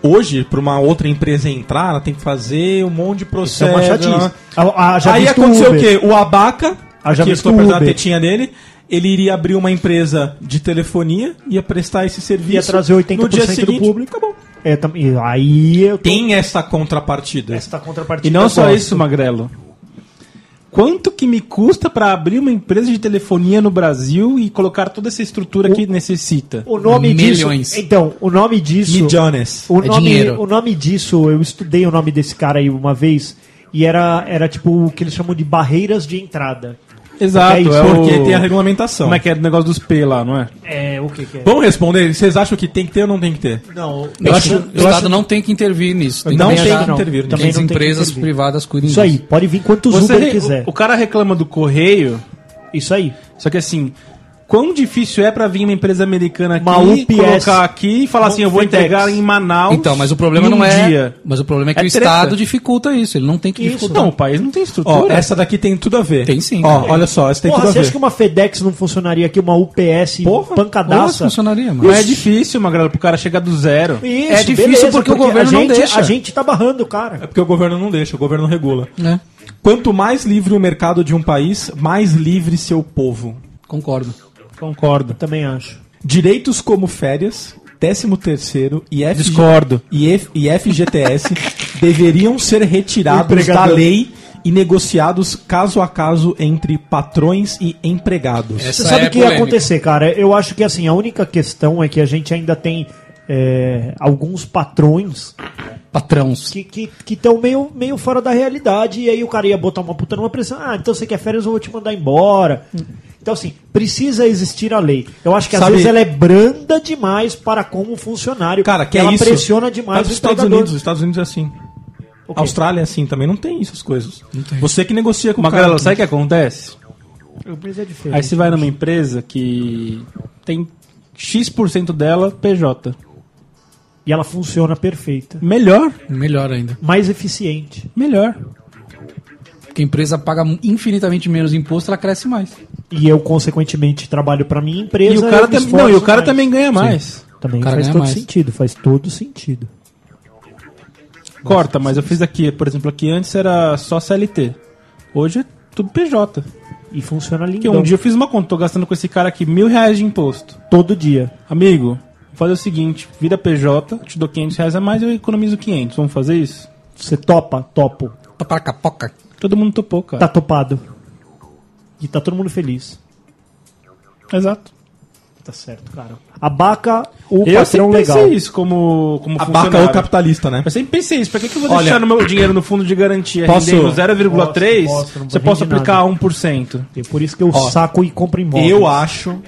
[SPEAKER 1] Hoje, para uma outra empresa entrar, ela tem que fazer um monte de
[SPEAKER 2] Isso é
[SPEAKER 1] processo. né?
[SPEAKER 2] uma chatice. Ah, ah, já
[SPEAKER 1] Aí
[SPEAKER 2] visto o
[SPEAKER 1] aconteceu o
[SPEAKER 2] Uber.
[SPEAKER 1] quê? O Abaca,
[SPEAKER 2] Ah, já
[SPEAKER 1] que eu
[SPEAKER 2] visto
[SPEAKER 1] estou
[SPEAKER 2] o
[SPEAKER 1] apertando a
[SPEAKER 2] Uber.
[SPEAKER 1] tetinha dele, ele iria abrir uma empresa de telefonia, ia prestar esse serviço.
[SPEAKER 2] Ia trazer 80%
[SPEAKER 1] no dia
[SPEAKER 2] do
[SPEAKER 1] seguinte,
[SPEAKER 2] público.
[SPEAKER 1] Acabou.
[SPEAKER 2] É, tam- e aí eu tô-
[SPEAKER 1] Tem essa contrapartida.
[SPEAKER 2] esta contrapartida.
[SPEAKER 4] E não
[SPEAKER 2] eu
[SPEAKER 4] só
[SPEAKER 2] gosto.
[SPEAKER 4] isso, Magrelo. Quanto que me custa pra abrir uma empresa de telefonia no Brasil e colocar toda essa estrutura que necessita?
[SPEAKER 2] O nome
[SPEAKER 3] Milhões.
[SPEAKER 2] disso. Então, o nome disso.
[SPEAKER 1] Millones.
[SPEAKER 2] O,
[SPEAKER 3] É
[SPEAKER 2] nome,
[SPEAKER 3] dinheiro.
[SPEAKER 2] o nome disso, eu estudei o nome desse cara aí uma vez. E era, era tipo o que eles chamam de barreiras de entrada.
[SPEAKER 4] Exato,
[SPEAKER 2] É isso,
[SPEAKER 4] é
[SPEAKER 1] Porque
[SPEAKER 4] o-
[SPEAKER 1] tem a regulamentação.
[SPEAKER 4] Como é que é do negócio dos P lá, não é?
[SPEAKER 2] É, o que que é?
[SPEAKER 1] Vamos responder, vocês acham que tem que ter ou não tem que ter?
[SPEAKER 2] Não,
[SPEAKER 3] Eu acho, o Estado não tem que intervir nisso.
[SPEAKER 1] Não
[SPEAKER 3] deixar
[SPEAKER 1] tem que intervir,
[SPEAKER 3] Que
[SPEAKER 2] também
[SPEAKER 3] as
[SPEAKER 2] não tem que
[SPEAKER 3] empresas
[SPEAKER 2] intervir.
[SPEAKER 3] privadas cuidem
[SPEAKER 2] Isso aí,
[SPEAKER 3] disso.
[SPEAKER 2] pode vir quantos
[SPEAKER 4] Você
[SPEAKER 2] Uber
[SPEAKER 4] re-
[SPEAKER 2] quiser.
[SPEAKER 4] o, o cara reclama do correio,
[SPEAKER 2] Isso aí.
[SPEAKER 4] só que assim, quão difícil é pra vir uma empresa americana aqui,
[SPEAKER 2] Uma UPS,
[SPEAKER 4] colocar aqui e falar assim, eu vou
[SPEAKER 2] Fintechs.
[SPEAKER 4] entregar em Manaus.
[SPEAKER 3] Então, mas o problema
[SPEAKER 4] em um
[SPEAKER 3] não é.
[SPEAKER 4] dia.
[SPEAKER 3] Mas o problema é que
[SPEAKER 4] É
[SPEAKER 3] o
[SPEAKER 4] treta.
[SPEAKER 3] Estado dificulta isso. Ele não tem que
[SPEAKER 4] Isso.
[SPEAKER 3] dificultar.
[SPEAKER 4] Não, o país não tem
[SPEAKER 1] Ó,
[SPEAKER 4] estrutura.
[SPEAKER 1] essa daqui tem tudo a ver.
[SPEAKER 3] Tem sim,
[SPEAKER 1] Ó,
[SPEAKER 3] cara.
[SPEAKER 1] olha só, essa tem
[SPEAKER 2] Porra,
[SPEAKER 1] tudo
[SPEAKER 2] você
[SPEAKER 1] a
[SPEAKER 2] acha
[SPEAKER 1] ver.
[SPEAKER 2] que uma FedEx não funcionaria aqui? Uma UPS
[SPEAKER 1] Porra,
[SPEAKER 3] Ou
[SPEAKER 2] pancadaça?
[SPEAKER 3] funcionaria,
[SPEAKER 4] Não é
[SPEAKER 3] mas.
[SPEAKER 4] difícil, Magrelo, pro cara chegar do zero.
[SPEAKER 2] Isso,
[SPEAKER 3] É difícil porque o governo
[SPEAKER 2] a
[SPEAKER 3] não
[SPEAKER 2] gente,
[SPEAKER 3] deixa.
[SPEAKER 2] A gente tá barrando, o cara.
[SPEAKER 1] É porque o governo não deixa, o governo regula.
[SPEAKER 3] É,
[SPEAKER 1] Quanto mais livre o mercado de um país, mais livre seu povo.
[SPEAKER 3] concordo.
[SPEAKER 4] Concordo.
[SPEAKER 2] Também acho.
[SPEAKER 1] Direitos como férias, 13 terceiro e, FG...
[SPEAKER 4] Discordo.
[SPEAKER 1] e, F- e FGTS deveriam ser
[SPEAKER 2] O
[SPEAKER 1] retirados da
[SPEAKER 2] empregador.
[SPEAKER 1] lei e negociados caso a caso entre patrões e empregados.
[SPEAKER 3] Essa
[SPEAKER 2] Você sabe
[SPEAKER 3] é
[SPEAKER 2] o que ia
[SPEAKER 3] polêmica.
[SPEAKER 2] acontecer, cara? Eu acho que assim, a única questão é que a gente ainda tem é, alguns patrões
[SPEAKER 3] Patrões.
[SPEAKER 2] que estão que, tão meio, meio fora da realidade. E aí o cara ia botar uma puta numa pressão. Ah, então você quer férias, eu vou te mandar embora. Então, assim, precisa existir a lei. Eu acho que às
[SPEAKER 1] Sabe-
[SPEAKER 2] vezes ela é branda demais para com o funcionário.
[SPEAKER 1] Cara, que
[SPEAKER 2] ela
[SPEAKER 1] é isso?
[SPEAKER 2] pressiona
[SPEAKER 1] Mas
[SPEAKER 2] demais
[SPEAKER 1] os
[SPEAKER 2] o
[SPEAKER 1] Estados
[SPEAKER 2] empregador.
[SPEAKER 1] Unidos, os Estados Unidos é assim.
[SPEAKER 2] Ok.
[SPEAKER 1] Austrália é assim também, não tem essas coisas. Você que negocia com o cara.
[SPEAKER 4] Magrelo, sabe o que acontece?
[SPEAKER 2] Eu preciso é diferente.
[SPEAKER 4] Aí você vai numa empresa que tem X% dela PJ.
[SPEAKER 2] E ela funciona perfeita.
[SPEAKER 4] Melhor,
[SPEAKER 3] Melhor ainda.
[SPEAKER 2] Mais eficiente.
[SPEAKER 4] melhor.
[SPEAKER 3] Porque a empresa paga infinitamente menos imposto, ela cresce mais.
[SPEAKER 2] E eu, consequentemente, trabalho para minha empresa.
[SPEAKER 4] E o cara,
[SPEAKER 2] eu me
[SPEAKER 4] também, não, e o
[SPEAKER 2] esforço
[SPEAKER 4] cara
[SPEAKER 2] mais.
[SPEAKER 4] também ganha mais.
[SPEAKER 2] Também
[SPEAKER 3] O cara
[SPEAKER 2] faz
[SPEAKER 3] ganha
[SPEAKER 2] todo
[SPEAKER 3] mais.
[SPEAKER 2] sentido, faz todo sentido.
[SPEAKER 4] Corta, mas eu fiz aqui, por exemplo, aqui antes era só CLT. Hoje é tudo PJ.
[SPEAKER 2] E funciona
[SPEAKER 4] Porque
[SPEAKER 2] lindão.
[SPEAKER 4] um dia eu fiz uma conta, tô gastando com esse cara aqui mil reais de imposto.
[SPEAKER 2] todo dia.
[SPEAKER 4] Amigo, vou fazer o seguinte, vira PJ, te dou 500 reais a mais, eu economizo 500. Vamos fazer isso?
[SPEAKER 2] Você topa? Topo.
[SPEAKER 3] Tá para capoca.
[SPEAKER 4] Todo mundo topou, cara.
[SPEAKER 2] Tá topado. E tá todo mundo feliz.
[SPEAKER 4] Exato.
[SPEAKER 2] Tá certo, cara. Abaca o patrão
[SPEAKER 4] sempre
[SPEAKER 2] legal.
[SPEAKER 4] pensei isso como, como
[SPEAKER 2] é
[SPEAKER 1] Abaca o
[SPEAKER 4] funcionário.
[SPEAKER 1] capitalista, né?
[SPEAKER 4] Eu sempre pensei isso. Pra que, que eu vou
[SPEAKER 1] Olha,
[SPEAKER 4] deixar no meu dinheiro no fundo de garantia
[SPEAKER 1] posso-
[SPEAKER 4] rendendo
[SPEAKER 2] Posso, posso,
[SPEAKER 4] 0,3?
[SPEAKER 2] não
[SPEAKER 4] Você
[SPEAKER 2] vou
[SPEAKER 4] pode
[SPEAKER 2] render
[SPEAKER 4] aplicar
[SPEAKER 2] nada.
[SPEAKER 4] 1%.
[SPEAKER 2] E É por isso que eu
[SPEAKER 1] Ó,
[SPEAKER 2] saco e compro imóvel.
[SPEAKER 1] Eu acho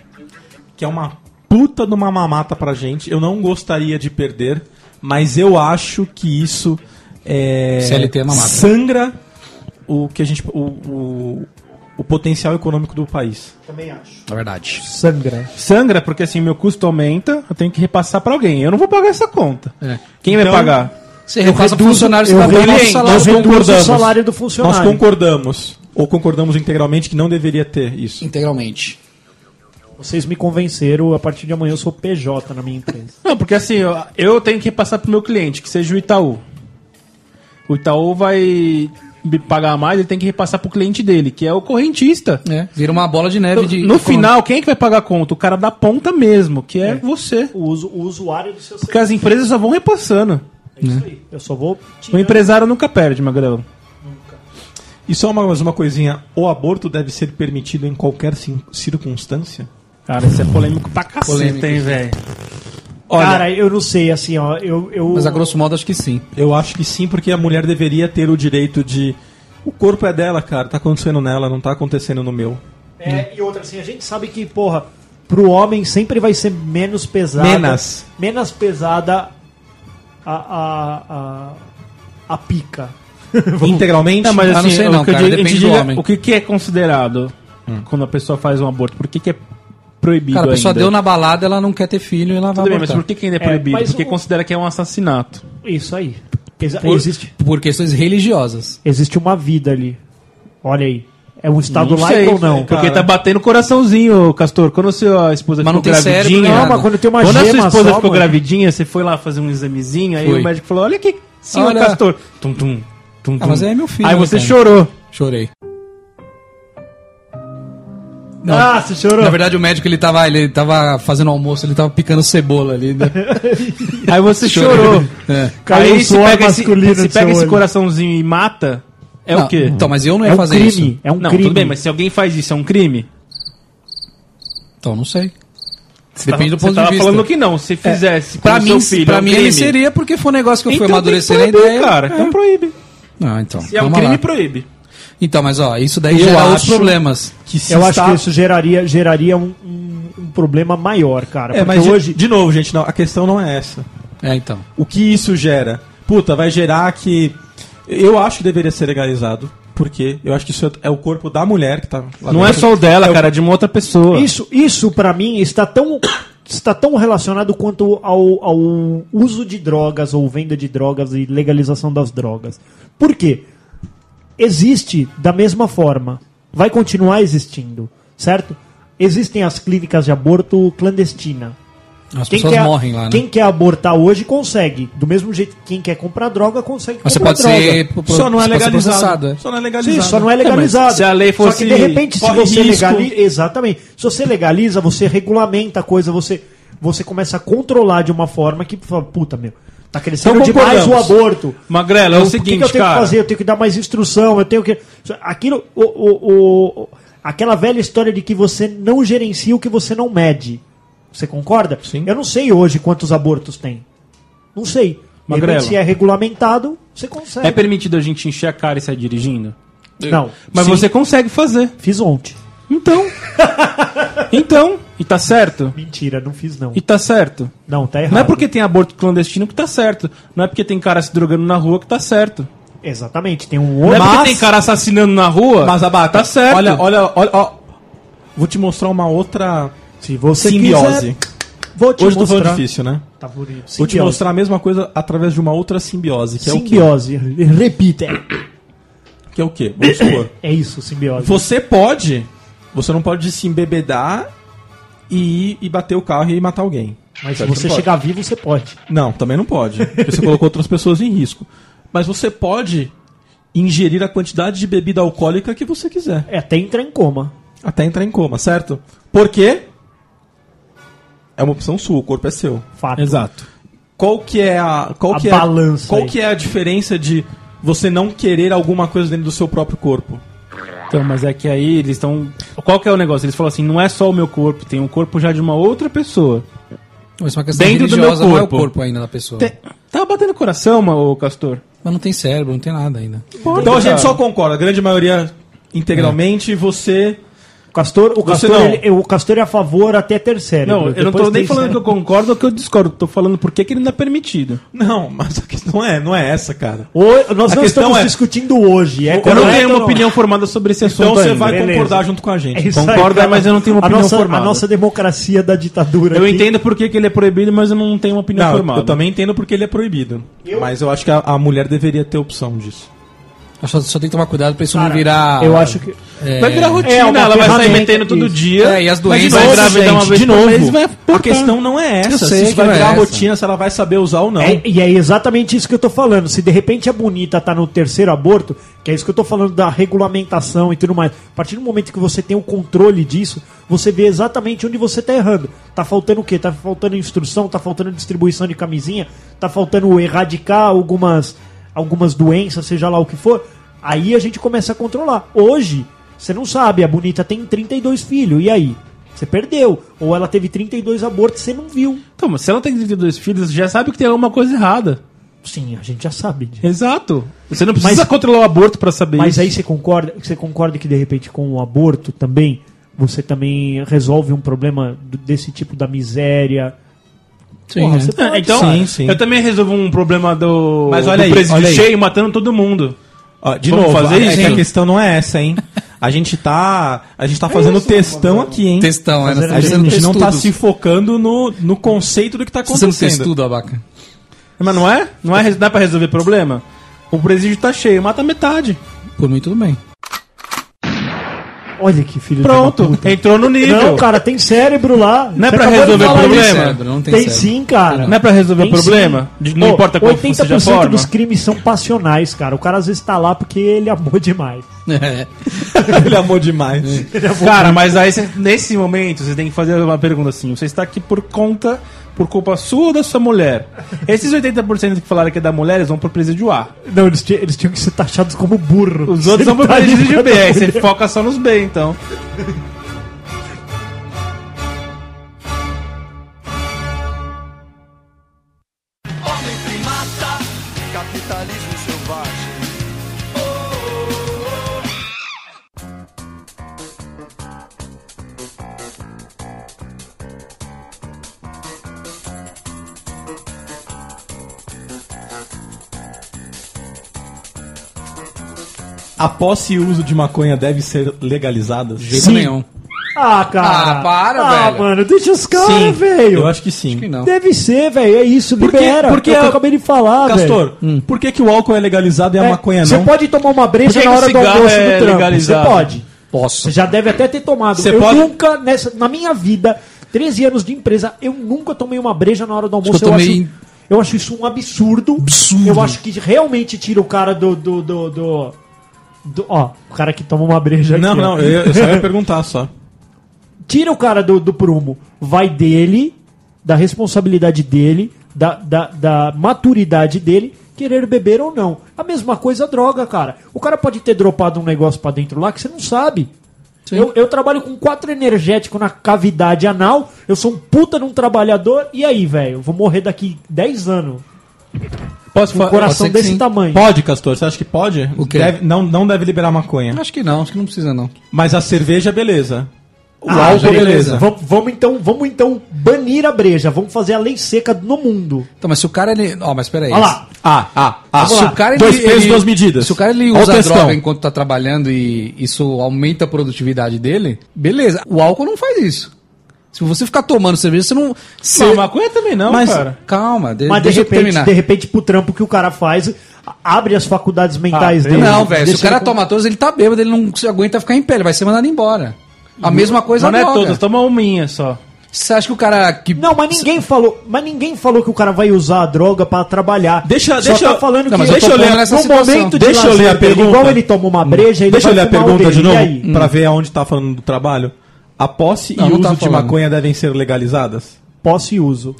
[SPEAKER 1] que é uma puta de uma mamata pra gente. Eu não gostaria de perder, mas eu acho que isso é,
[SPEAKER 3] CLT é mamata.
[SPEAKER 1] sangra o que a gente o, o, o potencial econômico do país.
[SPEAKER 2] Também acho.
[SPEAKER 3] Na verdade.
[SPEAKER 2] Sangra.
[SPEAKER 4] Sangra, porque assim, meu custo aumenta, eu tenho que repassar pra alguém. Eu não vou pagar essa conta.
[SPEAKER 3] É.
[SPEAKER 4] Quem
[SPEAKER 1] Então-
[SPEAKER 4] vai pagar?
[SPEAKER 3] Você repassa funcionários
[SPEAKER 2] eu
[SPEAKER 3] pra
[SPEAKER 2] reduzo-
[SPEAKER 3] pagar o salário
[SPEAKER 2] eu
[SPEAKER 3] do
[SPEAKER 2] reduzo
[SPEAKER 3] concordamos.
[SPEAKER 2] o salário do
[SPEAKER 1] Nós
[SPEAKER 2] é funcionário.
[SPEAKER 1] concordamos ou concordamos integralmente que não deveria ter isso.
[SPEAKER 3] Integralmente.
[SPEAKER 2] Vocês me convenceram, a partir de amanhã eu sou PJ na minha empresa.
[SPEAKER 4] Não, porque assim, eu, eu tenho que passar pro meu cliente, que seja o Itaú. O Itaú vai me pagar mais, ele tem que repassar pro cliente dele, que é o correntista.
[SPEAKER 3] É, vira uma bola de neve
[SPEAKER 4] No,
[SPEAKER 3] de.
[SPEAKER 4] no final, quem é que vai pagar a conta? O cara da ponta mesmo, que é, você.
[SPEAKER 2] O, usu- o usuário do seu
[SPEAKER 4] Porque as empresas só vão repassando.
[SPEAKER 2] É isso aí. Eu só vou
[SPEAKER 4] O
[SPEAKER 2] tirar.
[SPEAKER 4] empresário nunca perde, Magrelo.
[SPEAKER 1] E só mais uma coisinha, o aborto deve ser permitido em qualquer cin- circunstância?
[SPEAKER 4] Cara, isso é polêmico pra cacete,
[SPEAKER 3] Polêmico.
[SPEAKER 4] hein, velho.
[SPEAKER 2] Cara, eu não sei, assim, ó. Eu, eu...
[SPEAKER 3] Mas a grosso modo acho que sim.
[SPEAKER 1] Eu acho que sim, porque a mulher deveria ter o direito de. O corpo é dela, cara. Tá acontecendo nela, não tá acontecendo no meu.
[SPEAKER 2] É, e outra, assim, a gente sabe que, porra, pro homem sempre vai ser menos pesada.
[SPEAKER 1] Menos.
[SPEAKER 2] Menos pesada a. a. a, a pica.
[SPEAKER 1] Integralmente?
[SPEAKER 2] É,
[SPEAKER 4] Não, mas
[SPEAKER 3] Ah,
[SPEAKER 4] assim,
[SPEAKER 3] não sei
[SPEAKER 4] o
[SPEAKER 3] não,
[SPEAKER 4] que eu
[SPEAKER 3] cara,
[SPEAKER 4] digo- a gente
[SPEAKER 3] depende do
[SPEAKER 4] diga
[SPEAKER 3] homem. Hum.
[SPEAKER 4] O que, que é considerado quando a pessoa faz um aborto? Por que, que é proibido
[SPEAKER 3] Cara, a pessoa
[SPEAKER 4] ainda?
[SPEAKER 3] deu na tá. balada, ela não quer ter filho e ela vai
[SPEAKER 4] Tudo bem, mas
[SPEAKER 3] abortar.
[SPEAKER 4] por que, que ainda
[SPEAKER 2] É,
[SPEAKER 4] é proibido?
[SPEAKER 2] mas
[SPEAKER 4] Porque
[SPEAKER 2] o-
[SPEAKER 4] considera que é um assassinato.
[SPEAKER 2] Isso aí. Exa-
[SPEAKER 3] Por-
[SPEAKER 2] Existe,
[SPEAKER 3] por questões religiosas.
[SPEAKER 2] existe uma vida ali. Olha aí. É um estado
[SPEAKER 4] Não sei,
[SPEAKER 2] laico ou não?
[SPEAKER 4] Porque
[SPEAKER 1] cara.
[SPEAKER 4] tá batendo o coraçãozinho, Castor. Quando a sua esposa
[SPEAKER 3] Mas não
[SPEAKER 4] ficou
[SPEAKER 3] tem cérebro,
[SPEAKER 4] gravidinha.
[SPEAKER 3] né?
[SPEAKER 2] Não, mas quando tem uma
[SPEAKER 4] quando a sua
[SPEAKER 2] gema
[SPEAKER 4] esposa
[SPEAKER 2] só,
[SPEAKER 4] ficou
[SPEAKER 2] mano.
[SPEAKER 4] gravidinha, você foi lá fazer um examezinho, aí
[SPEAKER 3] Foi.
[SPEAKER 4] o médico falou: Olha aqui, senhor
[SPEAKER 3] Olha.
[SPEAKER 4] Castor. Tum, tum, tum,
[SPEAKER 3] Ah, mas aí é meu filho,
[SPEAKER 4] Aí
[SPEAKER 3] né,
[SPEAKER 4] você
[SPEAKER 3] cara?
[SPEAKER 4] chorou.
[SPEAKER 3] Chorei. Não,
[SPEAKER 2] Ah, você chorou.
[SPEAKER 3] Na verdade, o médico ele tava, ele tava fazendo almoço, ele tava picando cebola ali. né?
[SPEAKER 4] Aí você chorou.
[SPEAKER 3] É.
[SPEAKER 2] Caiu um
[SPEAKER 4] aí se
[SPEAKER 2] suor
[SPEAKER 4] pega, esse,
[SPEAKER 2] masculino do
[SPEAKER 4] se pega
[SPEAKER 2] seu
[SPEAKER 4] esse
[SPEAKER 2] olho.
[SPEAKER 4] coraçãozinho e mata, é
[SPEAKER 3] Não,
[SPEAKER 4] o quê?
[SPEAKER 3] Então, mas eu não ia
[SPEAKER 2] É um
[SPEAKER 3] fazer
[SPEAKER 2] crime.
[SPEAKER 3] isso.
[SPEAKER 2] É um
[SPEAKER 4] não,
[SPEAKER 2] crime.
[SPEAKER 4] tudo bem, mas se alguém faz isso, é um crime?
[SPEAKER 3] Então, não sei. Depende do
[SPEAKER 4] Você
[SPEAKER 3] ponto
[SPEAKER 4] tava
[SPEAKER 3] de vista.
[SPEAKER 4] falando que não.
[SPEAKER 2] É,
[SPEAKER 4] Se fizesse com
[SPEAKER 3] Pra
[SPEAKER 4] o
[SPEAKER 3] mim,
[SPEAKER 4] seu filho,
[SPEAKER 3] pra
[SPEAKER 4] é um
[SPEAKER 3] mim
[SPEAKER 4] crime.
[SPEAKER 3] ele seria porque foi um negócio que eu fui
[SPEAKER 4] Então tem que
[SPEAKER 3] amadurecendo a
[SPEAKER 4] proibir,
[SPEAKER 3] ideia.
[SPEAKER 4] Cara, então proíbe.
[SPEAKER 3] Não, então.
[SPEAKER 4] Se é um
[SPEAKER 3] calma
[SPEAKER 4] crime,
[SPEAKER 3] um é. lá.
[SPEAKER 4] proíbe.
[SPEAKER 3] Então, mas ó, isso daí
[SPEAKER 1] Eu
[SPEAKER 3] gera outros
[SPEAKER 1] acho-
[SPEAKER 3] problemas.
[SPEAKER 1] Que se
[SPEAKER 2] Eu
[SPEAKER 1] está-
[SPEAKER 2] acho que isso geraria, geraria um, um- um problema maior, cara.
[SPEAKER 1] É,
[SPEAKER 2] porque
[SPEAKER 1] mas de-
[SPEAKER 2] hoje.
[SPEAKER 1] de, novo, gente, não, a questão não é essa.
[SPEAKER 3] É, então.
[SPEAKER 1] O que isso gera? Puta, vai gerar que. Eu acho que deveria ser legalizado, porque eu acho que isso é é o corpo da mulher que tá lá
[SPEAKER 4] Não é
[SPEAKER 1] dentro.
[SPEAKER 4] só o dela, cara, é de uma outra pessoa.
[SPEAKER 2] Isso, isso para mim está tão está tão relacionado quanto ao, ao uso de drogas ou venda de drogas e legalização das drogas. Por quê? Existe da mesma forma, vai continuar existindo, certo? Existem as clínicas de aborto clandestina.
[SPEAKER 3] As pessoas
[SPEAKER 2] quer,
[SPEAKER 3] morrem lá, né?
[SPEAKER 2] quem quer abortar hoje consegue. Do mesmo jeito que quem quer comprar droga consegue
[SPEAKER 3] Mas você
[SPEAKER 2] comprar
[SPEAKER 3] pode ser. pro-
[SPEAKER 1] Só não é
[SPEAKER 3] você pode ser processado,
[SPEAKER 1] legalizado.
[SPEAKER 3] é.
[SPEAKER 1] Só não é
[SPEAKER 2] Sim,
[SPEAKER 1] legalizado.
[SPEAKER 2] só não é
[SPEAKER 4] mas
[SPEAKER 2] legalizado.
[SPEAKER 4] se a lei
[SPEAKER 2] Só que
[SPEAKER 4] fosse
[SPEAKER 2] de repente, se
[SPEAKER 1] corre
[SPEAKER 2] você
[SPEAKER 1] risco-
[SPEAKER 2] legaliza. Exatamente. Se você legaliza, você regulamenta a coisa, você, você começa a controlar de uma forma que fala, puta meu, tá crescendo
[SPEAKER 1] Então
[SPEAKER 2] demais o
[SPEAKER 1] concordamos.
[SPEAKER 2] aborto.
[SPEAKER 4] Magrelo, é o
[SPEAKER 2] Então, que
[SPEAKER 4] seguinte,
[SPEAKER 2] que eu tenho
[SPEAKER 4] cara.
[SPEAKER 2] que fazer? Eu tenho que dar mais instrução, eu tenho que. Aquilo. O, o, o- aquela velha história de que você não gerencia o que você não mede. Você concorda?
[SPEAKER 1] Sim.
[SPEAKER 2] Eu não sei hoje quantos abortos tem. Não sei. De repente,
[SPEAKER 4] Magrelo.
[SPEAKER 2] Se é regulamentado, você consegue.
[SPEAKER 4] É permitido a gente encher a cara e sair dirigindo?
[SPEAKER 2] Não.
[SPEAKER 4] Mas
[SPEAKER 2] Sim,
[SPEAKER 4] você consegue fazer.
[SPEAKER 2] Fiz ontem.
[SPEAKER 4] Então. então. E tá certo?
[SPEAKER 2] Mentira, não fiz não.
[SPEAKER 4] E tá certo.
[SPEAKER 2] Não, tá errado.
[SPEAKER 4] Não é porque tem aborto clandestino que tá certo. Não é porque tem cara se drogando na rua que tá certo.
[SPEAKER 2] Exatamente, tem um
[SPEAKER 4] Não
[SPEAKER 2] outro.
[SPEAKER 4] é porque tem cara assassinando na rua.
[SPEAKER 1] Mas abaca.
[SPEAKER 4] Tá certo.
[SPEAKER 1] Olha, olha, olha, ó. Vou te mostrar uma outra
[SPEAKER 2] Se você
[SPEAKER 1] simbiose.
[SPEAKER 2] vou te
[SPEAKER 1] Hoje eu tô
[SPEAKER 2] mostrar.
[SPEAKER 1] falando difícil, né?
[SPEAKER 2] Tá bonito.
[SPEAKER 1] Vou te
[SPEAKER 2] Simbiose.
[SPEAKER 1] mostrar a mesma coisa através de uma outra simbiose, que é o
[SPEAKER 2] simbiose. Repita.
[SPEAKER 1] quê? Que é o quê? Vamos supor.
[SPEAKER 2] É isso, simbiose.
[SPEAKER 1] Você pode, você não pode se embebedar e ir e bater o carro e matar alguém.
[SPEAKER 2] Mas se
[SPEAKER 1] Certo?
[SPEAKER 2] você
[SPEAKER 1] Não pode.
[SPEAKER 2] chegar vivo, você pode.
[SPEAKER 1] Não, também não pode. Porque você colocou outras pessoas em risco. Mas você pode ingerir a quantidade de bebida alcoólica que você quiser,
[SPEAKER 2] É até entrar em coma.
[SPEAKER 1] até entrar em coma, certo? Porque é uma opção sua, o corpo é seu.
[SPEAKER 2] Fato.
[SPEAKER 4] Exato.
[SPEAKER 1] Qual que é a qual
[SPEAKER 2] A
[SPEAKER 1] que
[SPEAKER 2] balança
[SPEAKER 1] é, qual
[SPEAKER 2] aí.
[SPEAKER 1] que é a diferença de você não querer alguma coisa dentro do seu próprio corpo?
[SPEAKER 4] Então, mas é que aí eles estão. Qual que é o negócio? Eles falam assim: não é só o meu corpo, tem um corpo já de uma outra pessoa.
[SPEAKER 3] Isso é uma questão
[SPEAKER 4] Dentro do meu
[SPEAKER 3] religiosa, não é o
[SPEAKER 4] corpo.
[SPEAKER 3] corpo ainda da pessoa.
[SPEAKER 4] Tem- Tava Tá batendo coração, ma- ô Castor?
[SPEAKER 3] Mas não tem cérebro, não tem nada ainda.
[SPEAKER 1] então a gente só concorda, a grande maioria
[SPEAKER 4] É.
[SPEAKER 1] integralmente você
[SPEAKER 2] O Castor, o
[SPEAKER 1] Você
[SPEAKER 2] Castor,
[SPEAKER 1] não.
[SPEAKER 2] ele- o Castor é a favor até terceiro.
[SPEAKER 4] Não, eu não tô nem falando que eu concordo ou que eu discordo, tô falando por que que ele não é permitido.
[SPEAKER 1] não, mas a questão é, não é essa, cara.
[SPEAKER 2] nós
[SPEAKER 1] A
[SPEAKER 2] não
[SPEAKER 1] questão
[SPEAKER 2] estamos
[SPEAKER 1] é-
[SPEAKER 2] discutindo hoje. É
[SPEAKER 4] Eu não
[SPEAKER 2] correto
[SPEAKER 4] tenho
[SPEAKER 2] ou
[SPEAKER 4] uma
[SPEAKER 2] não?
[SPEAKER 4] opinião formada sobre esse assunto.
[SPEAKER 1] Então você
[SPEAKER 4] ainda.
[SPEAKER 1] vai
[SPEAKER 2] beleza.
[SPEAKER 1] concordar junto com a gente.
[SPEAKER 2] É isso
[SPEAKER 4] Concordo,
[SPEAKER 2] cara.
[SPEAKER 4] mas eu não tenho uma
[SPEAKER 2] a
[SPEAKER 4] opinião
[SPEAKER 2] nossa,
[SPEAKER 4] formada.
[SPEAKER 2] A nossa democracia da ditadura.
[SPEAKER 4] Eu
[SPEAKER 2] aqui.
[SPEAKER 4] entendo por que, que ele é proibido, mas eu não tenho uma opinião
[SPEAKER 1] Não, eu-
[SPEAKER 4] formada.
[SPEAKER 1] eu também entendo porque ele é proibido. Mas eu acho que a, a mulher deveria ter opção disso.
[SPEAKER 3] Eu Só, só tem que tomar cuidado pra isso não
[SPEAKER 2] Cara,
[SPEAKER 3] virar.
[SPEAKER 2] Eu acho que.
[SPEAKER 3] é,
[SPEAKER 4] Vai virar rotina,
[SPEAKER 2] É, uma
[SPEAKER 4] ela vai sair
[SPEAKER 2] ferramenta,
[SPEAKER 4] metendo todo
[SPEAKER 2] isso.
[SPEAKER 4] dia.
[SPEAKER 3] É, e as
[SPEAKER 4] vai de
[SPEAKER 3] doenças-
[SPEAKER 4] novo
[SPEAKER 3] gente,
[SPEAKER 4] engravidar uma vez
[SPEAKER 1] de
[SPEAKER 4] por
[SPEAKER 1] novo,
[SPEAKER 4] mês, vai
[SPEAKER 1] a questão não é essa.
[SPEAKER 3] sei
[SPEAKER 1] Se isso
[SPEAKER 3] que
[SPEAKER 1] vai
[SPEAKER 3] não é
[SPEAKER 1] virar
[SPEAKER 3] essa.
[SPEAKER 1] rotina, se ela vai saber usar ou não.
[SPEAKER 2] É, e é exatamente isso que eu tô falando. Se de repente a bonita tá no terceiro aborto, que é isso que eu tô falando da regulamentação e tudo mais. A partir do momento que você tem o controle disso, você vê exatamente onde você tá errando. Tá faltando o quê? Tá faltando instrução, tá faltando distribuição de camisinha, tá faltando erradicar algumas, algumas doenças, seja lá o que for. Aí a gente começa a controlar. Hoje, você não sabe, a bonita tem 32 filhos, e aí? Você perdeu. Ou ela teve 32 abortos e você não viu.
[SPEAKER 4] Então, mas se ela tem 32 filhos, já sabe que tem alguma coisa errada.
[SPEAKER 2] Sim, a gente já sabe disso.
[SPEAKER 4] Exato. Você não precisa
[SPEAKER 2] Mas-
[SPEAKER 4] controlar o aborto pra saber
[SPEAKER 2] Mas
[SPEAKER 4] isso.
[SPEAKER 2] aí você concorda, você concorda que de repente com o aborto também você também resolve um problema do- desse tipo da miséria.
[SPEAKER 3] Sim,
[SPEAKER 2] Porra,
[SPEAKER 3] é.
[SPEAKER 2] você
[SPEAKER 4] É,
[SPEAKER 2] pode,
[SPEAKER 4] então,
[SPEAKER 2] cara.
[SPEAKER 1] Sim, sim.
[SPEAKER 4] eu também resolvo um problema do,
[SPEAKER 1] Mas olha
[SPEAKER 4] do
[SPEAKER 1] aí,
[SPEAKER 4] presídio
[SPEAKER 1] olha aí.
[SPEAKER 4] cheio matando todo mundo.
[SPEAKER 1] Ó, de
[SPEAKER 4] Vamos
[SPEAKER 1] novo,
[SPEAKER 4] fazer
[SPEAKER 1] a,
[SPEAKER 4] isso?
[SPEAKER 1] é que a
[SPEAKER 4] Sim.
[SPEAKER 1] questão não é essa, hein? A gente tá, a gente tá fazendo textão aqui, hein?
[SPEAKER 3] Textão, é. nós
[SPEAKER 1] A
[SPEAKER 3] estamos
[SPEAKER 1] gente
[SPEAKER 3] fazendo
[SPEAKER 1] não tá
[SPEAKER 3] textudo.
[SPEAKER 1] se focando no, no conceito do que tá
[SPEAKER 3] Vocês estão
[SPEAKER 1] acontecendo.
[SPEAKER 3] textudo, abaca.
[SPEAKER 4] Mas não é? Não é res- dá pra resolver problema? O presídio tá cheio, mata metade.
[SPEAKER 3] Por mim, tudo bem.
[SPEAKER 2] Olha que filho
[SPEAKER 1] É
[SPEAKER 2] de uma
[SPEAKER 4] Pronto,
[SPEAKER 2] puta.
[SPEAKER 4] entrou no nível.
[SPEAKER 2] Não, cara, tem cérebro lá.
[SPEAKER 4] Não é
[SPEAKER 2] Você
[SPEAKER 4] pra
[SPEAKER 2] acabou de
[SPEAKER 4] resolver
[SPEAKER 2] falar
[SPEAKER 4] problema.
[SPEAKER 2] isso.
[SPEAKER 3] cérebro, não tem
[SPEAKER 2] Tem,
[SPEAKER 3] cérebro.
[SPEAKER 2] sim, cara.
[SPEAKER 4] Não é pra resolver
[SPEAKER 2] Tem
[SPEAKER 4] problema?
[SPEAKER 2] sim.
[SPEAKER 4] De- não importa qual que seja a
[SPEAKER 2] 80%
[SPEAKER 4] forma.
[SPEAKER 2] dos crimes são passionais, cara. O cara às vezes tá lá porque ele amou demais.
[SPEAKER 3] É,
[SPEAKER 1] Ele amou demais.
[SPEAKER 4] Cara, mas aí cê- nesse momento você tem que fazer uma pergunta assim: você está aqui por conta, por culpa sua ou da sua mulher? Esses 80% que falaram que é da mulher, eles vão pro presídio A.
[SPEAKER 2] Não, eles, ti- eles tinham que ser taxados como burro.
[SPEAKER 4] Os outros vão pro
[SPEAKER 2] Tá
[SPEAKER 4] presídio
[SPEAKER 2] ligado?
[SPEAKER 4] B. Aí você foca só nos B, então.
[SPEAKER 5] Homem primata, capitalismo selvagem.
[SPEAKER 1] A posse e uso de maconha deve ser legalizada?
[SPEAKER 3] Jeito nenhum.
[SPEAKER 2] Ah, cara.
[SPEAKER 3] Ah, para,
[SPEAKER 2] Ah,
[SPEAKER 3] velho.
[SPEAKER 2] mano, deixa os caras, velho.
[SPEAKER 1] Eu acho que sim.
[SPEAKER 3] Que não.
[SPEAKER 2] Deve ser, velho. É isso,
[SPEAKER 1] Porque-
[SPEAKER 2] libera.
[SPEAKER 1] porque
[SPEAKER 2] é o que
[SPEAKER 1] a-
[SPEAKER 2] eu acabei de
[SPEAKER 4] Ah,
[SPEAKER 2] falar, velho.
[SPEAKER 1] Castor, por que, que o álcool é legalizado e a maconha
[SPEAKER 2] Você
[SPEAKER 1] não?
[SPEAKER 2] pode tomar uma
[SPEAKER 4] Por
[SPEAKER 2] breja
[SPEAKER 4] que
[SPEAKER 2] na
[SPEAKER 4] que
[SPEAKER 2] hora
[SPEAKER 4] o
[SPEAKER 2] do
[SPEAKER 4] cigarro
[SPEAKER 2] almoço
[SPEAKER 4] é
[SPEAKER 2] do trampo. Você
[SPEAKER 4] legalizado?
[SPEAKER 2] pode.
[SPEAKER 3] Posso.
[SPEAKER 2] Você já deve até ter tomado.
[SPEAKER 1] Você
[SPEAKER 2] eu
[SPEAKER 1] pode-
[SPEAKER 2] nunca, nessa, na minha vida, 13 anos de empresa, eu nunca tomei uma breja na hora do almoço.
[SPEAKER 3] Acho que eu tomei-
[SPEAKER 2] acho, eu acho isso um absurdo.
[SPEAKER 3] Absurdo.
[SPEAKER 2] Eu acho que realmente tira o cara do... do, do, do- do- ó, o cara que toma uma breja
[SPEAKER 1] Não,
[SPEAKER 2] aqui, ó.
[SPEAKER 1] não, eu, eu só ia perguntar só.
[SPEAKER 2] tira o cara do, do prumo, vai dele, da responsabilidade dele, da, da, da maturidade dele, querer beber ou não. A mesma coisa a droga, cara. O cara pode ter dropado um negócio pra dentro lá que você não sabe. Eu, eu trabalho com quatro energético na cavidade anal, eu sou um puta de um trabalhador, e aí, velho? Eu Vou morrer daqui 10 anos.
[SPEAKER 1] Posso
[SPEAKER 2] Com um coração
[SPEAKER 3] que
[SPEAKER 2] desse
[SPEAKER 3] sim.
[SPEAKER 2] tamanho.
[SPEAKER 1] Pode, Castor, você acha que pode?
[SPEAKER 3] O quê?
[SPEAKER 1] Deve- não, não deve liberar maconha.
[SPEAKER 3] Acho que não, acho que não precisa, não.
[SPEAKER 1] Mas a cerveja, é beleza. O
[SPEAKER 2] Ah,
[SPEAKER 1] álcool,
[SPEAKER 2] beleza.
[SPEAKER 1] beleza.
[SPEAKER 2] Vamos, vamos então, vamos então banir a breja, vamos fazer a lei seca no mundo.
[SPEAKER 3] Então, mas se o cara ele. Ó, mas peraí.
[SPEAKER 2] Olha lá.
[SPEAKER 1] Ah, ah, ah.
[SPEAKER 3] Se o cara,
[SPEAKER 1] dois
[SPEAKER 3] ele,
[SPEAKER 1] pesos,
[SPEAKER 3] ele-
[SPEAKER 1] duas medidas.
[SPEAKER 3] Se o cara ele
[SPEAKER 1] Olha o
[SPEAKER 3] usa a
[SPEAKER 1] textão.
[SPEAKER 3] droga enquanto tá trabalhando e isso aumenta a produtividade dele, beleza. O álcool não faz isso. Se você ficar tomando cerveja, você não. Você...
[SPEAKER 4] Não, maconha também não,
[SPEAKER 3] mas,
[SPEAKER 4] cara.
[SPEAKER 3] calma, de-
[SPEAKER 2] Mas de
[SPEAKER 3] deixa eu
[SPEAKER 2] repente,
[SPEAKER 3] terminar.
[SPEAKER 2] de repente, pro trampo que o cara faz, a- abre as faculdades
[SPEAKER 1] Ah,
[SPEAKER 2] mentais dele.
[SPEAKER 3] Não, velho, se o
[SPEAKER 2] Deixa
[SPEAKER 3] cara
[SPEAKER 2] ele com-
[SPEAKER 3] toma todas, ele tá bêbado, ele não se aguenta ficar em pé, ele vai ser mandado embora. A mesma coisa
[SPEAKER 4] Mas não é
[SPEAKER 3] droga.
[SPEAKER 4] todas, toma uma minha só.
[SPEAKER 3] Você acha que o cara que.
[SPEAKER 2] Não, mas ninguém falou, mas ninguém falou que o cara vai usar a droga pra trabalhar.
[SPEAKER 1] Deixa-
[SPEAKER 2] Só
[SPEAKER 1] deixa
[SPEAKER 2] tá
[SPEAKER 1] eu-
[SPEAKER 2] falando
[SPEAKER 1] Não,
[SPEAKER 2] que
[SPEAKER 1] mas eu tô
[SPEAKER 2] no
[SPEAKER 1] pondo nessa situação.
[SPEAKER 2] momento de
[SPEAKER 1] Deixa eu ler
[SPEAKER 2] lazer
[SPEAKER 1] a
[SPEAKER 2] dele, igual
[SPEAKER 1] pergunta.
[SPEAKER 2] ele toma uma breja, ele
[SPEAKER 1] Deixa eu
[SPEAKER 2] vai
[SPEAKER 1] ler a
[SPEAKER 2] fumar o
[SPEAKER 1] pergunta
[SPEAKER 2] dele.
[SPEAKER 1] de
[SPEAKER 2] E
[SPEAKER 1] novo,
[SPEAKER 2] aí?
[SPEAKER 1] pra ver aonde tá falando do trabalho. A posse
[SPEAKER 3] Não,
[SPEAKER 1] e
[SPEAKER 3] não
[SPEAKER 1] uso
[SPEAKER 3] tá
[SPEAKER 1] de
[SPEAKER 3] falando.
[SPEAKER 1] maconha devem ser legalizadas?
[SPEAKER 2] Posse e uso.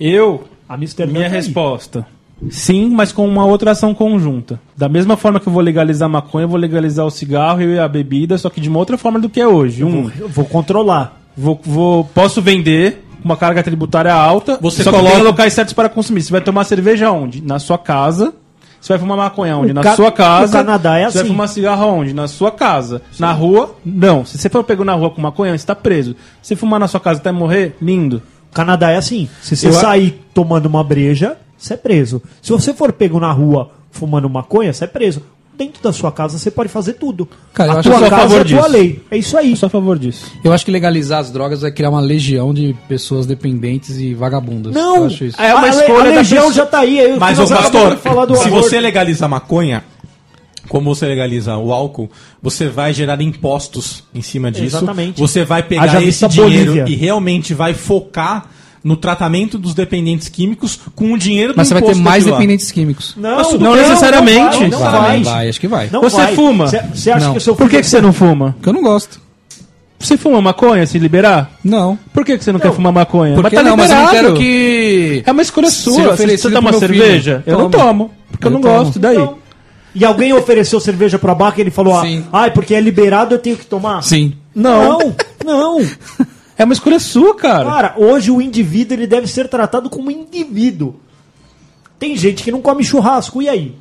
[SPEAKER 4] Eu,
[SPEAKER 2] Amsterdã
[SPEAKER 4] minha
[SPEAKER 2] tá aí.
[SPEAKER 4] resposta. Sim, mas com uma outra ação conjunta. Da mesma forma que eu vou legalizar a maconha, eu vou legalizar o cigarro e a bebida, só que de uma outra forma do que é hoje. Um,
[SPEAKER 2] Eu vou controlar.
[SPEAKER 4] vou, vou- posso vender uma carga tributária alta,
[SPEAKER 1] Você
[SPEAKER 4] só que
[SPEAKER 1] coloca-
[SPEAKER 4] tem locais certos para consumir. Você vai tomar cerveja onde? Na sua casa. Você vai fumar maconha onde?
[SPEAKER 2] O
[SPEAKER 4] Na
[SPEAKER 2] Ca-
[SPEAKER 4] sua casa.
[SPEAKER 2] o Canadá é
[SPEAKER 4] Você vai
[SPEAKER 2] assim.
[SPEAKER 4] fumar cigarro onde? Na sua casa. Na rua? Não. Se você for pego na rua com maconha, você tá preso. Se fumar na sua casa até morrer, lindo.
[SPEAKER 2] O Canadá é assim. Se você
[SPEAKER 1] Eu a-
[SPEAKER 2] sair tomando uma breja, você é preso. Se você for pego na rua fumando maconha, você é preso. Dentro da sua casa você pode fazer tudo.
[SPEAKER 3] Cara, eu
[SPEAKER 2] a
[SPEAKER 3] acho que
[SPEAKER 2] tua
[SPEAKER 3] eu
[SPEAKER 4] sou a
[SPEAKER 2] casa é
[SPEAKER 4] favor
[SPEAKER 2] a tua
[SPEAKER 4] disso.
[SPEAKER 2] lei. É isso aí.
[SPEAKER 4] Eu sou a favor disso.
[SPEAKER 3] Eu acho que legalizar as drogas vai criar uma legião de pessoas dependentes e vagabundas. Eu
[SPEAKER 2] Não,
[SPEAKER 3] acho isso.
[SPEAKER 4] É uma
[SPEAKER 2] a, le-
[SPEAKER 4] escolha
[SPEAKER 2] a
[SPEAKER 4] da
[SPEAKER 2] legião
[SPEAKER 4] pessoa.
[SPEAKER 2] já tá aí. aí
[SPEAKER 1] Mas,
[SPEAKER 2] nós
[SPEAKER 1] ô pastor,
[SPEAKER 2] acabamos de falar do
[SPEAKER 1] se
[SPEAKER 2] aborto.
[SPEAKER 1] você legaliza a maconha, como você legaliza o álcool, você vai gerar impostos em cima disso.
[SPEAKER 2] Exatamente.
[SPEAKER 1] Você vai
[SPEAKER 2] Haja
[SPEAKER 1] pegar esse
[SPEAKER 2] vista
[SPEAKER 1] dinheiro
[SPEAKER 2] Bolívia.
[SPEAKER 1] e realmente vai focar no tratamento dos dependentes químicos com o dinheiro do
[SPEAKER 3] Mas você vai ter
[SPEAKER 1] imposto
[SPEAKER 3] mais
[SPEAKER 1] de lá.
[SPEAKER 3] dependentes químicos.
[SPEAKER 4] Mas
[SPEAKER 2] tudo
[SPEAKER 4] não
[SPEAKER 2] bem,
[SPEAKER 4] necessariamente.
[SPEAKER 2] Não
[SPEAKER 3] vai,
[SPEAKER 2] vai, não vai.
[SPEAKER 3] vai, acho que vai.
[SPEAKER 2] Não
[SPEAKER 4] Você
[SPEAKER 2] vai.
[SPEAKER 4] fuma?
[SPEAKER 2] Você- Você acha
[SPEAKER 3] Não.
[SPEAKER 2] que o seu
[SPEAKER 4] Por que, que você não fuma?
[SPEAKER 3] Porque eu não gosto.
[SPEAKER 4] Você fuma maconha se liberar?
[SPEAKER 3] Não.
[SPEAKER 4] Por que, que você não, quer fumar maconha?
[SPEAKER 3] Porque
[SPEAKER 4] tá
[SPEAKER 3] não, mas eu não
[SPEAKER 4] liberado.
[SPEAKER 3] quero que.
[SPEAKER 4] É uma escolha
[SPEAKER 3] Ser
[SPEAKER 4] sua. Você
[SPEAKER 3] oferecido
[SPEAKER 4] você toma
[SPEAKER 3] pro meu
[SPEAKER 4] cerveja?
[SPEAKER 3] filho.
[SPEAKER 4] Eu não
[SPEAKER 3] Toma.
[SPEAKER 4] tomo. Porque eu,
[SPEAKER 3] Eu
[SPEAKER 4] não
[SPEAKER 3] tomo.
[SPEAKER 4] gosto. Daí.
[SPEAKER 2] Então, E alguém ofereceu cerveja pro Abaca e ele falou: ah,
[SPEAKER 3] Sim.
[SPEAKER 2] ai, porque é liberado eu tenho que tomar?
[SPEAKER 3] Sim.
[SPEAKER 4] Não.
[SPEAKER 2] Não, não.
[SPEAKER 4] É uma escolha sua, cara.
[SPEAKER 2] Cara, hoje o indivíduo ele deve ser tratado como indivíduo. Tem gente que não come churrasco, e aí?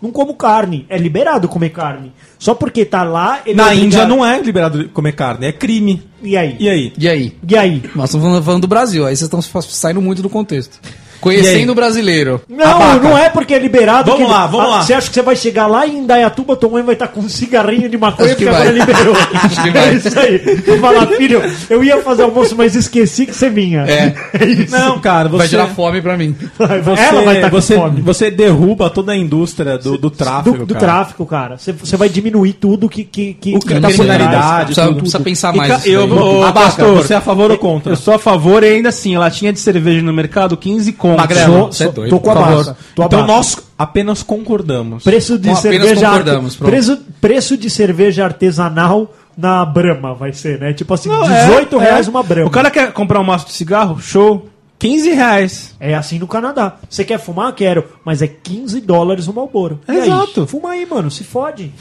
[SPEAKER 2] Não como carne. É liberado comer carne. Só porque tá lá. ele
[SPEAKER 1] Na
[SPEAKER 2] é
[SPEAKER 1] Índia
[SPEAKER 2] obrigado.
[SPEAKER 1] não é liberado comer carne, é crime.
[SPEAKER 2] E aí?
[SPEAKER 1] E aí?
[SPEAKER 3] E aí?
[SPEAKER 2] E aí?
[SPEAKER 3] Nós estamos falando- falando do Brasil, aí vocês estão fa- saindo muito do contexto. Conhecendo o brasileiro.
[SPEAKER 2] Não, não é porque é liberado.
[SPEAKER 1] Vamos
[SPEAKER 2] que-
[SPEAKER 1] lá, vamos
[SPEAKER 2] Ah,
[SPEAKER 1] lá.
[SPEAKER 2] Você acha que você vai chegar lá em Indaiatuba, tua mãe vai estar com um cigarrinho de maconha
[SPEAKER 3] Acho que
[SPEAKER 2] porque agora
[SPEAKER 3] vai.
[SPEAKER 2] liberou.
[SPEAKER 3] Acho que
[SPEAKER 2] É
[SPEAKER 3] vai.
[SPEAKER 2] isso aí. Vou falar, filho, eu ia fazer almoço, mas esqueci que você vinha.
[SPEAKER 3] É.
[SPEAKER 2] isso. é
[SPEAKER 1] Não, cara, você.
[SPEAKER 3] Vai gerar fome pra mim.
[SPEAKER 1] Você,
[SPEAKER 2] Ela
[SPEAKER 4] tá
[SPEAKER 2] vai estar com
[SPEAKER 1] você,
[SPEAKER 2] fome.
[SPEAKER 1] você derruba toda a indústria do, do tráfico.
[SPEAKER 2] do, do
[SPEAKER 1] cara.
[SPEAKER 2] tráfico, cara. Você- Você vai diminuir tudo que, que, que,
[SPEAKER 1] O
[SPEAKER 2] que é
[SPEAKER 1] da
[SPEAKER 2] por trás, cara.
[SPEAKER 1] criminalidade,
[SPEAKER 3] Precisa, precisa pensar mais. nisso
[SPEAKER 4] eu
[SPEAKER 3] daí.
[SPEAKER 4] vou-
[SPEAKER 1] Ô,
[SPEAKER 4] Ah,
[SPEAKER 1] Abaca,
[SPEAKER 4] pastor,
[SPEAKER 1] você é a favor ou contra?
[SPEAKER 4] Eu sou a favor e ainda assim, a latinha de cerveja no mercado, 15 contos.
[SPEAKER 1] Magrelo.
[SPEAKER 4] Sou-
[SPEAKER 3] Você é doido.
[SPEAKER 2] Tô com a
[SPEAKER 3] por favor.
[SPEAKER 2] barra. Tô a
[SPEAKER 1] Então
[SPEAKER 2] barra.
[SPEAKER 1] nós apenas concordamos.
[SPEAKER 2] Preço de
[SPEAKER 3] Bom, apenas
[SPEAKER 2] cerveja.
[SPEAKER 3] concordamos, pronto.
[SPEAKER 2] preço, preço de cerveja artesanal na Brahma vai ser, né? Tipo assim,
[SPEAKER 4] Não, é,
[SPEAKER 2] 18 reais
[SPEAKER 4] é.
[SPEAKER 2] uma Brahma.
[SPEAKER 4] O cara quer comprar um maço de cigarro? Show. 15 reais.
[SPEAKER 2] É assim no Canadá. Você quer fumar? Quero. Mas é 15 dólares o Malboro. E aí?
[SPEAKER 4] Exato.
[SPEAKER 2] Fuma aí, mano. Se fode.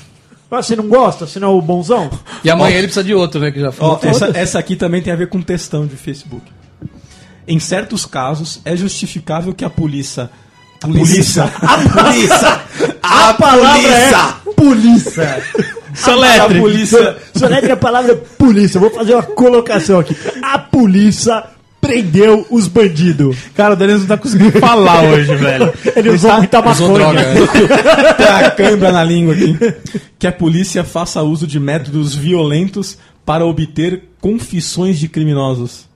[SPEAKER 2] Ah, Você não gosta? Você não é o bonzão?
[SPEAKER 3] E amanhã ele precisa de outro, né? Que já
[SPEAKER 1] Ó,
[SPEAKER 3] falou.
[SPEAKER 1] essa, essa aqui também tem a ver com textão de Facebook. Em certos casos, é justificável que a polícia. A polícia! A polícia! A,
[SPEAKER 2] é polícia.
[SPEAKER 1] Soletre! A
[SPEAKER 4] é-
[SPEAKER 1] polícia!
[SPEAKER 2] Soletra é a palavra polícia. Eu Vou fazer uma colocação aqui. A polícia prendeu os bandidos.
[SPEAKER 4] Cara, o Denis não tá conseguindo falar hoje, velho. Tá-
[SPEAKER 2] Ele usou muita
[SPEAKER 3] Usou
[SPEAKER 2] maconha.
[SPEAKER 3] droga.
[SPEAKER 1] Tem Tá a câimbra na língua aqui. Que a polícia faça uso de métodos violentos para obter confissões de criminosos.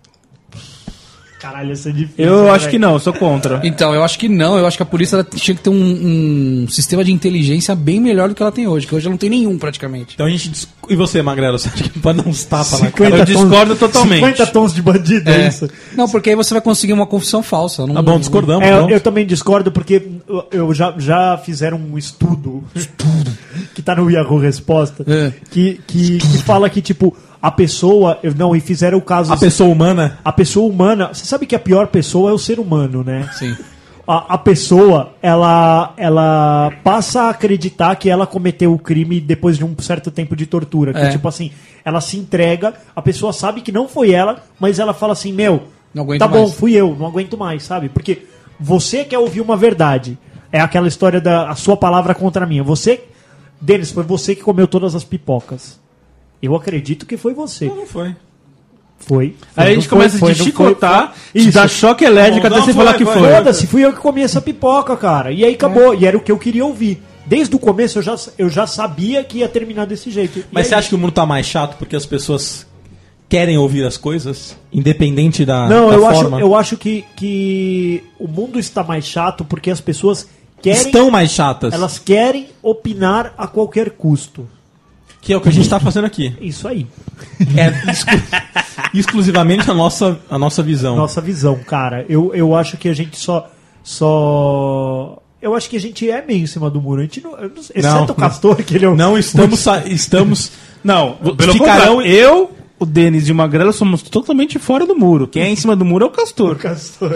[SPEAKER 2] Caralho, isso é difícil.
[SPEAKER 4] Eu
[SPEAKER 2] né,
[SPEAKER 4] acho que
[SPEAKER 2] velho?
[SPEAKER 4] não, eu sou contra.
[SPEAKER 3] Então, eu acho que não. Eu acho que a polícia ela tinha que ter um, um sistema de inteligência bem melhor do que ela tem hoje, que hoje ela não tem nenhum praticamente.
[SPEAKER 1] Então a gente. dis- E você, Magrelo? Você acha que pode dar uns tapas na cara?
[SPEAKER 2] 50
[SPEAKER 4] Eu discordo
[SPEAKER 2] tons,
[SPEAKER 4] totalmente.
[SPEAKER 2] 50 tons de bandido, é,
[SPEAKER 3] É.
[SPEAKER 2] isso?
[SPEAKER 3] Não, porque aí você vai conseguir uma confissão falsa. Não,
[SPEAKER 1] Tá bom, discordamos.
[SPEAKER 2] É, eu,
[SPEAKER 1] pronto.
[SPEAKER 2] eu também discordo porque eu- eu já, já fizeram um estudo, que tá no Yahoo Resposta
[SPEAKER 3] É.
[SPEAKER 2] que, que, que fala que, tipo, a pessoa. eu- Não, e fizeram o caso. assim,
[SPEAKER 1] A pessoa humana.
[SPEAKER 2] a pessoa humana. Você sabe que a pior pessoa é o ser humano, né?
[SPEAKER 3] Sim.
[SPEAKER 2] a, a pessoa ela, ela passa a acreditar que ela cometeu o crime depois de um certo tempo de tortura. Que,
[SPEAKER 3] É.
[SPEAKER 2] Tipo assim, ela se entrega, a pessoa sabe que não foi ela, mas ela fala assim: Meu,
[SPEAKER 3] Não aguento
[SPEAKER 2] tá bom,
[SPEAKER 3] mais."
[SPEAKER 2] fui eu, não aguento mais, sabe? Porque você quer ouvir uma verdade. É aquela história da a sua palavra contra a minha. Você, Denis, foi você que comeu todas as pipocas. Eu acredito que foi você.
[SPEAKER 1] Não foi.
[SPEAKER 2] Foi.
[SPEAKER 4] Aí a gente começa a te chicotar, te dar choque elétrico
[SPEAKER 1] Não,
[SPEAKER 4] até você
[SPEAKER 1] não
[SPEAKER 4] falar
[SPEAKER 1] foi,
[SPEAKER 4] que
[SPEAKER 1] foi.
[SPEAKER 4] foi.
[SPEAKER 2] Foda-se, fui eu que comi essa pipoca, cara. E aí acabou. E era o que eu queria ouvir. Desde o começo eu já, eu já sabia que ia terminar desse jeito. E é
[SPEAKER 1] Mas
[SPEAKER 2] aí-
[SPEAKER 1] você acha que o mundo tá mais chato porque as pessoas querem ouvir as coisas? Independente da,
[SPEAKER 2] Não,
[SPEAKER 1] da
[SPEAKER 2] eu acho,
[SPEAKER 1] forma?
[SPEAKER 2] eu acho que, que o mundo está mais chato porque as pessoas querem.
[SPEAKER 1] Estão mais chatas.
[SPEAKER 2] Elas querem opinar a qualquer custo.
[SPEAKER 1] Que é o que a gente tá fazendo aqui.
[SPEAKER 2] Isso aí.
[SPEAKER 1] É exclu- exclusivamente a nossa, a nossa visão.
[SPEAKER 2] Nossa visão, cara. Eu, eu acho que a gente só. Só. Eu acho que a gente é meio em cima do muro. A gente não, eu não- exceto o Castor, que ele é um-
[SPEAKER 1] Não estamos. sa- estamos
[SPEAKER 4] Não, pelo
[SPEAKER 1] Ficarão-
[SPEAKER 4] contrário, eu, o Denis e o Magrela somos totalmente fora do muro. Quem é em cima do muro é o Castor.
[SPEAKER 2] Castor.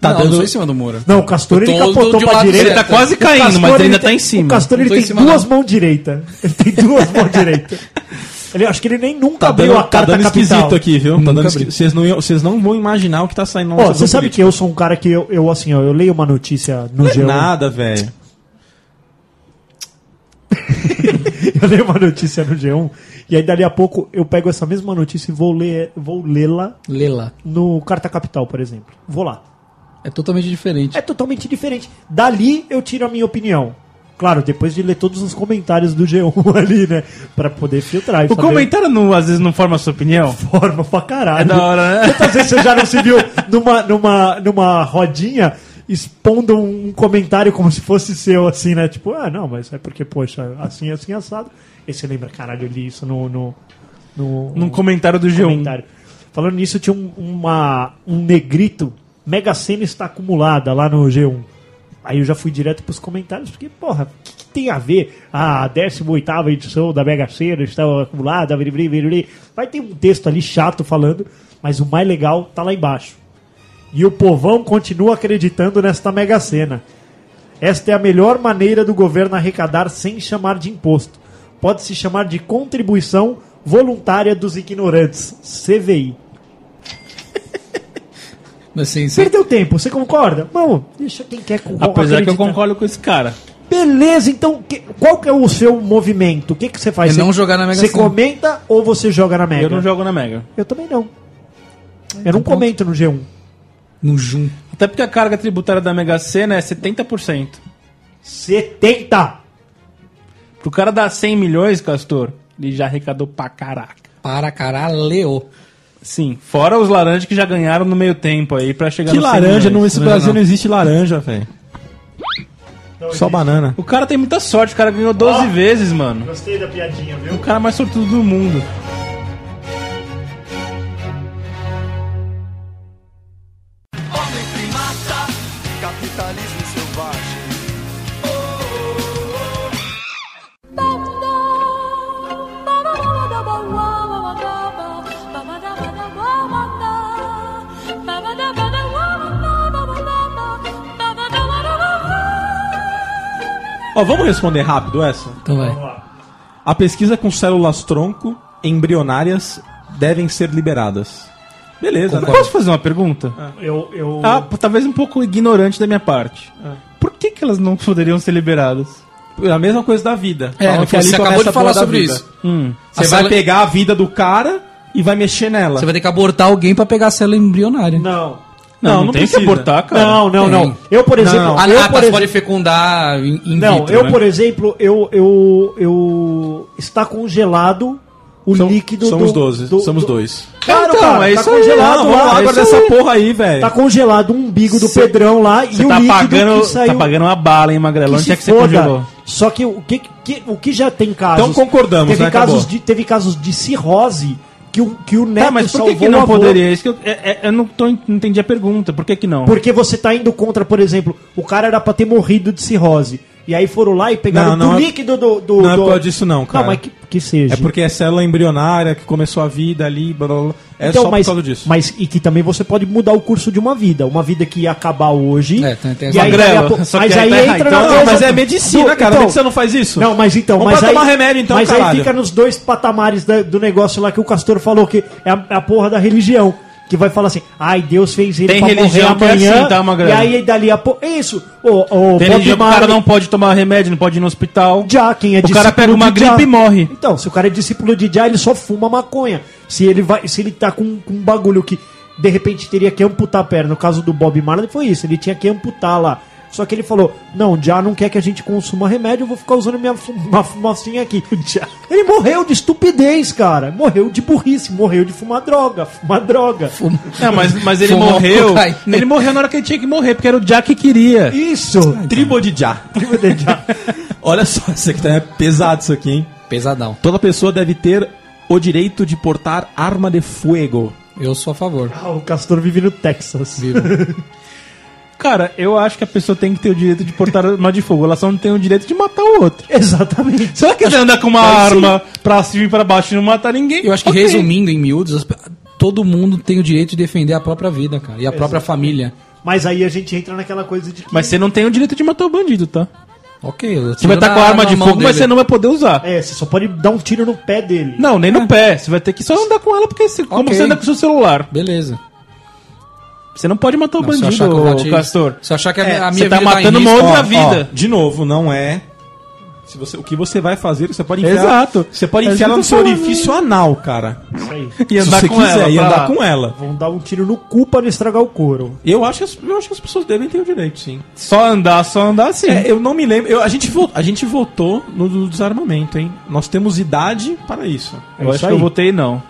[SPEAKER 1] tá
[SPEAKER 3] não, eu
[SPEAKER 1] dando-
[SPEAKER 3] sou em cima do muro.
[SPEAKER 2] Não, o Castor ele
[SPEAKER 3] Eu tô
[SPEAKER 2] capotou
[SPEAKER 3] de um
[SPEAKER 2] pra
[SPEAKER 3] lado
[SPEAKER 2] direita.
[SPEAKER 3] certo.
[SPEAKER 4] Ele tá quase
[SPEAKER 2] é, O
[SPEAKER 4] caindo,
[SPEAKER 2] Castor,
[SPEAKER 4] mas
[SPEAKER 2] ele
[SPEAKER 4] ainda
[SPEAKER 2] tem-
[SPEAKER 4] tá em cima.
[SPEAKER 2] O Castor ele
[SPEAKER 3] Não tô em
[SPEAKER 2] tem
[SPEAKER 3] cima,
[SPEAKER 2] duas
[SPEAKER 3] não.
[SPEAKER 2] mãos direitas. Ele tem duas mãos direitas. Ele acho que ele nem nunca
[SPEAKER 1] Tá
[SPEAKER 2] abriu
[SPEAKER 1] dando,
[SPEAKER 2] a
[SPEAKER 1] tá
[SPEAKER 2] carta
[SPEAKER 1] dando
[SPEAKER 2] capital.
[SPEAKER 1] esquisito aqui, viu? Tá
[SPEAKER 3] Nunca
[SPEAKER 1] dando
[SPEAKER 3] abri.
[SPEAKER 1] esqui- Vocês não, iam- vocês não vão imaginar o que tá saindo na
[SPEAKER 2] Ó,
[SPEAKER 1] nossa
[SPEAKER 2] você
[SPEAKER 1] visão
[SPEAKER 2] sabe que
[SPEAKER 1] política.
[SPEAKER 2] eu sou um cara que eu, eu assim, ó, eu leio uma notícia
[SPEAKER 4] é
[SPEAKER 2] no G1.
[SPEAKER 1] Nada, velho.
[SPEAKER 2] Eu leio uma notícia no G1 e aí dali a pouco eu pego essa mesma notícia e vou ler, vou lê-la
[SPEAKER 3] Lela.
[SPEAKER 2] no Carta Capital, por exemplo. Vou lá.
[SPEAKER 3] É totalmente diferente.
[SPEAKER 2] É totalmente diferente. Dali eu tiro a minha opinião. Claro, depois de ler todos os comentários do G1 ali, né? Pra poder filtrar. e
[SPEAKER 4] O
[SPEAKER 2] saber-
[SPEAKER 4] comentário não- às vezes não forma a sua opinião.
[SPEAKER 2] forma pra caralho.
[SPEAKER 4] É da hora, né?
[SPEAKER 2] Quantas vezes você já não se viu numa, numa, numa rodinha expondo um comentário como se fosse seu, assim, né? Tipo, ah, não, mas é porque, poxa, assim, assim, assado. E você lembra, caralho, eu li isso no... no, no
[SPEAKER 4] Num comentário do G1.
[SPEAKER 2] comentário. Falando nisso, tinha um, uma, um negrito, Mega Sena está acumulada lá no G1. Aí eu já fui direto pros comentários, porque, porra, o que, que tem a ver? A 18ª edição da Mega Sena está acumulada, blí, blí, blí, blí. vai ter um texto ali chato falando, mas o mais legal tá lá embaixo. E o povão continua acreditando nesta Mega Sena. Esta é a melhor maneira do governo arrecadar sem chamar de imposto. Pode se chamar de contribuição voluntária dos ignorantes, CVI.
[SPEAKER 3] Assim, você-
[SPEAKER 2] Perdeu tempo, você concorda? Não, deixa quem quer con-
[SPEAKER 4] Apesar que eu
[SPEAKER 2] acreditar.
[SPEAKER 4] concordo com esse cara.
[SPEAKER 2] Beleza, então que- qual que é o seu movimento? O que, que você faz?
[SPEAKER 3] É
[SPEAKER 2] Você-
[SPEAKER 3] não jogar na Mega
[SPEAKER 2] Você
[SPEAKER 3] Sena.
[SPEAKER 2] comenta ou você joga na Mega?
[SPEAKER 4] Eu não jogo na Mega.
[SPEAKER 2] Eu também não.
[SPEAKER 3] Então
[SPEAKER 2] Eu não comento no G1.
[SPEAKER 3] No Jun.
[SPEAKER 4] Até porque a carga tributária da Mega Sena é 70%.
[SPEAKER 2] 70!
[SPEAKER 4] Pro cara dar 100 milhões, Castor, ele já arrecadou pra caraca.
[SPEAKER 3] Para caralho.
[SPEAKER 4] Sim, fora os laranjas que já ganharam no meio tempo aí pra chegar
[SPEAKER 1] Que
[SPEAKER 4] nos 100
[SPEAKER 1] laranja?
[SPEAKER 4] milhões. né?
[SPEAKER 1] Não, nesse Brasil não existe laranja, velho.
[SPEAKER 2] Então,
[SPEAKER 1] Só banana.
[SPEAKER 4] O cara tem muita sorte, o cara ganhou 12
[SPEAKER 2] Ó.
[SPEAKER 4] vezes, mano.
[SPEAKER 2] Gostei da piadinha, viu?
[SPEAKER 4] O cara mais sortudo do mundo.
[SPEAKER 5] Homem primata, capitalismo selvagem.
[SPEAKER 1] Ó, vamos responder rápido essa?
[SPEAKER 3] Então vai.
[SPEAKER 1] A pesquisa com células tronco embrionárias devem ser liberadas. Beleza, né?
[SPEAKER 4] Posso fazer uma pergunta?
[SPEAKER 2] Eu, eu...
[SPEAKER 4] Ah, pô, talvez um pouco ignorante da minha parte. Por que, que elas não poderiam ser liberadas?
[SPEAKER 1] É a mesma coisa da vida.
[SPEAKER 3] É,
[SPEAKER 1] Falam
[SPEAKER 3] você
[SPEAKER 1] ali
[SPEAKER 3] acabou
[SPEAKER 1] começa
[SPEAKER 3] de
[SPEAKER 1] a porra
[SPEAKER 3] falar
[SPEAKER 1] da
[SPEAKER 3] sobre
[SPEAKER 1] vida.
[SPEAKER 3] isso.
[SPEAKER 4] Hum.
[SPEAKER 1] Você
[SPEAKER 3] A
[SPEAKER 1] vai
[SPEAKER 3] célula-
[SPEAKER 1] pegar a vida do cara e vai mexer nela.
[SPEAKER 3] Você vai ter que abortar alguém pra pegar a célula embrionária.
[SPEAKER 2] Não.
[SPEAKER 4] Não, não,
[SPEAKER 1] não
[SPEAKER 4] tem que
[SPEAKER 1] precisa.
[SPEAKER 4] abortar, cara.
[SPEAKER 2] Não, não,
[SPEAKER 3] Tem.
[SPEAKER 2] não. Eu, por exemplo...
[SPEAKER 1] Não.
[SPEAKER 3] Ah,
[SPEAKER 2] eu,
[SPEAKER 3] tá,
[SPEAKER 2] por
[SPEAKER 3] você
[SPEAKER 2] exemplo-
[SPEAKER 3] pode fecundar in, in
[SPEAKER 2] Não,
[SPEAKER 3] vitro,
[SPEAKER 2] eu,
[SPEAKER 3] né?
[SPEAKER 2] por exemplo, eu, eu, eu. Está congelado o
[SPEAKER 1] São-
[SPEAKER 2] líquido
[SPEAKER 1] somos
[SPEAKER 2] do.
[SPEAKER 1] 12,
[SPEAKER 2] do-
[SPEAKER 1] somos
[SPEAKER 2] do-
[SPEAKER 1] dois.
[SPEAKER 2] Claro,
[SPEAKER 4] Então,
[SPEAKER 2] cara,
[SPEAKER 4] é
[SPEAKER 2] tá
[SPEAKER 4] isso aí,
[SPEAKER 2] congelado
[SPEAKER 1] Não, vamos
[SPEAKER 2] lá.
[SPEAKER 1] lá,
[SPEAKER 2] é
[SPEAKER 1] guarda
[SPEAKER 2] isso
[SPEAKER 1] essa
[SPEAKER 2] aí.
[SPEAKER 1] porra aí, velho.
[SPEAKER 2] Tá congelado o umbigo do Pedrão lá e
[SPEAKER 4] Você
[SPEAKER 2] o
[SPEAKER 4] tá
[SPEAKER 2] líquido
[SPEAKER 4] pagando,
[SPEAKER 2] que saiu.
[SPEAKER 4] tá pagando uma bala, hein,
[SPEAKER 2] que
[SPEAKER 4] Magrelão? Onde
[SPEAKER 2] se
[SPEAKER 4] é que você
[SPEAKER 2] foda.
[SPEAKER 4] congelou?
[SPEAKER 2] Só que o que, que- o que já tem casos.
[SPEAKER 1] Então concordamos,
[SPEAKER 2] teve
[SPEAKER 1] né,
[SPEAKER 2] casos
[SPEAKER 1] acabou.
[SPEAKER 2] de Teve casos de cirrose que o, que o neto
[SPEAKER 4] Tá, mas por
[SPEAKER 2] salvou
[SPEAKER 4] que, que
[SPEAKER 2] o
[SPEAKER 4] não
[SPEAKER 2] avô.
[SPEAKER 4] poderia? Isso que eu, é- é- eu não, tô, en- não entendi a pergunta. Por que, que não?
[SPEAKER 2] Porque você tá indo contra, por exemplo, o cara era pra ter morrido de cirrose. E aí foram lá e
[SPEAKER 1] Não,
[SPEAKER 2] pegaram
[SPEAKER 1] não
[SPEAKER 2] do
[SPEAKER 1] é-
[SPEAKER 2] líquido do, do.
[SPEAKER 1] não é
[SPEAKER 2] do-
[SPEAKER 1] por causa disso não, cara.
[SPEAKER 2] Não, mas que, que seja.
[SPEAKER 1] É porque é célula embrionária que começou a vida ali, blá blá blá. É só
[SPEAKER 2] Então, mas,
[SPEAKER 1] por causa disso.
[SPEAKER 2] Mas, e que também você pode mudar o curso de uma vida. Uma vida que ia acabar hoje.
[SPEAKER 3] É, tem- tem
[SPEAKER 2] e
[SPEAKER 3] essa-
[SPEAKER 2] aí,
[SPEAKER 4] Magrelo,
[SPEAKER 2] daqui a pouco-
[SPEAKER 4] só que
[SPEAKER 2] mas
[SPEAKER 4] aí
[SPEAKER 2] aí
[SPEAKER 4] tá errado.
[SPEAKER 2] entra
[SPEAKER 4] Então,
[SPEAKER 2] na
[SPEAKER 4] não,
[SPEAKER 1] Não,
[SPEAKER 2] coisa
[SPEAKER 1] mas é
[SPEAKER 2] do-
[SPEAKER 1] medicina,
[SPEAKER 2] do-
[SPEAKER 1] cara.
[SPEAKER 2] então-
[SPEAKER 1] medicina não faz isso.
[SPEAKER 2] Não, mas então.
[SPEAKER 1] Vamos
[SPEAKER 2] mas
[SPEAKER 1] pra
[SPEAKER 2] aí,
[SPEAKER 1] tomar remédio, então,
[SPEAKER 2] Mas aí
[SPEAKER 1] caralho.
[SPEAKER 2] fica nos dois patamares da- do negócio lá que o Castor falou que é a, é a porra da religião. Que vai falar assim, ai, Deus fez ele
[SPEAKER 4] Tem
[SPEAKER 2] pra morrer
[SPEAKER 4] religião que é
[SPEAKER 2] amanhã.
[SPEAKER 4] assim, tá, Magrelo?
[SPEAKER 2] e aí dali a pouco. Isso! O, o Bob
[SPEAKER 4] Tem religião que o cara
[SPEAKER 2] Marley-
[SPEAKER 4] não pode tomar remédio, não pode ir no hospital.
[SPEAKER 2] Já, quem é
[SPEAKER 4] O cara
[SPEAKER 2] discípulo
[SPEAKER 4] pega uma
[SPEAKER 2] de Já.
[SPEAKER 4] gripe e morre.
[SPEAKER 2] Então, se o cara é discípulo de Já, ele só fuma maconha. Se ele vai, se ele tá com, com um bagulho que de repente teria que amputar a perna, no caso do Bob Marley foi isso, ele tinha que amputar lá. Só que ele falou: "Não, Já não quer que a gente consuma remédio, eu vou ficar usando minha fu- uma fumacinha aqui". Ele morreu de estupidez, cara. Morreu de burrice, morreu de fumar droga, fumar droga.
[SPEAKER 4] É, mas, mas ele
[SPEAKER 3] Fumar
[SPEAKER 4] morreu.
[SPEAKER 3] cocaína.
[SPEAKER 4] Ele morreu na hora que ele tinha que morrer, porque era o Jack que queria.
[SPEAKER 2] Isso.
[SPEAKER 1] Tribo de Já.
[SPEAKER 2] Tribo de Já.
[SPEAKER 1] Olha só, isso aqui tá é pesado isso aqui, hein?
[SPEAKER 3] Pesadão.
[SPEAKER 1] Toda pessoa deve ter o direito de portar arma de fogo.
[SPEAKER 3] Eu sou a favor.
[SPEAKER 2] Ah, o Castor vive no Texas.
[SPEAKER 3] Vivo.
[SPEAKER 4] Cara, eu acho que a pessoa tem que ter o direito de portar arma de fogo. Ela só não tem o direito de matar o outro.
[SPEAKER 2] Exatamente.
[SPEAKER 4] Se ela quiser andar com uma arma pra cima e pra baixo e não matar ninguém.
[SPEAKER 3] Eu acho que
[SPEAKER 4] ok.
[SPEAKER 3] resumindo em miúdos, as pe- todo mundo tem o direito de defender a própria vida, cara, e a própria família.
[SPEAKER 2] Mas aí a gente entra naquela coisa de que.
[SPEAKER 4] Mas você não tem o direito de matar o bandido, tá?
[SPEAKER 3] Ok. eu
[SPEAKER 4] Você vai
[SPEAKER 3] tiro
[SPEAKER 4] estar
[SPEAKER 3] na-
[SPEAKER 4] com a arma
[SPEAKER 3] na
[SPEAKER 4] de
[SPEAKER 3] mão
[SPEAKER 4] fogo, mas
[SPEAKER 3] dele.
[SPEAKER 4] você não vai poder usar.
[SPEAKER 2] É, você só pode dar um tiro no pé dele.
[SPEAKER 4] Não, nem no pé. Você vai ter que só andar com ela, porque você, como
[SPEAKER 3] É. Ok.
[SPEAKER 4] você anda com o seu celular.
[SPEAKER 3] Beleza.
[SPEAKER 4] Você não pode matar o
[SPEAKER 3] Não, se eu achar que eu
[SPEAKER 4] bandido,
[SPEAKER 3] bati-
[SPEAKER 4] Castor.
[SPEAKER 3] Se eu achar que a,
[SPEAKER 4] É,
[SPEAKER 3] a minha
[SPEAKER 4] você tá
[SPEAKER 3] vida
[SPEAKER 4] matando
[SPEAKER 3] em
[SPEAKER 4] uma
[SPEAKER 3] risco-
[SPEAKER 4] outra
[SPEAKER 3] Ó,
[SPEAKER 4] vida.
[SPEAKER 1] de novo, não é. Se você, o que você vai fazer, você pode enfiar.
[SPEAKER 4] Exato.
[SPEAKER 1] Você pode
[SPEAKER 4] É isso
[SPEAKER 1] enfiar ela
[SPEAKER 4] que
[SPEAKER 1] no
[SPEAKER 4] eu
[SPEAKER 1] seu
[SPEAKER 4] tô falando.
[SPEAKER 1] orifício anal, cara.
[SPEAKER 2] Isso aí.
[SPEAKER 4] E
[SPEAKER 1] Se
[SPEAKER 4] andar
[SPEAKER 1] você
[SPEAKER 4] com
[SPEAKER 1] quiser,
[SPEAKER 4] ela.
[SPEAKER 1] e
[SPEAKER 4] pra lá.
[SPEAKER 1] andar com ela.
[SPEAKER 2] Vão dar um tiro no cu pra não estragar o couro.
[SPEAKER 1] Eu acho, que as, eu acho que as pessoas devem ter o direito, sim.
[SPEAKER 4] Só andar, só andar assim.
[SPEAKER 1] É, eu não me lembro. eu- a, gente vo- a gente votou no, do desarmamento, hein? Nós temos idade para isso.
[SPEAKER 2] É
[SPEAKER 4] eu
[SPEAKER 2] isso
[SPEAKER 4] acho que
[SPEAKER 2] aí.
[SPEAKER 4] eu votei não.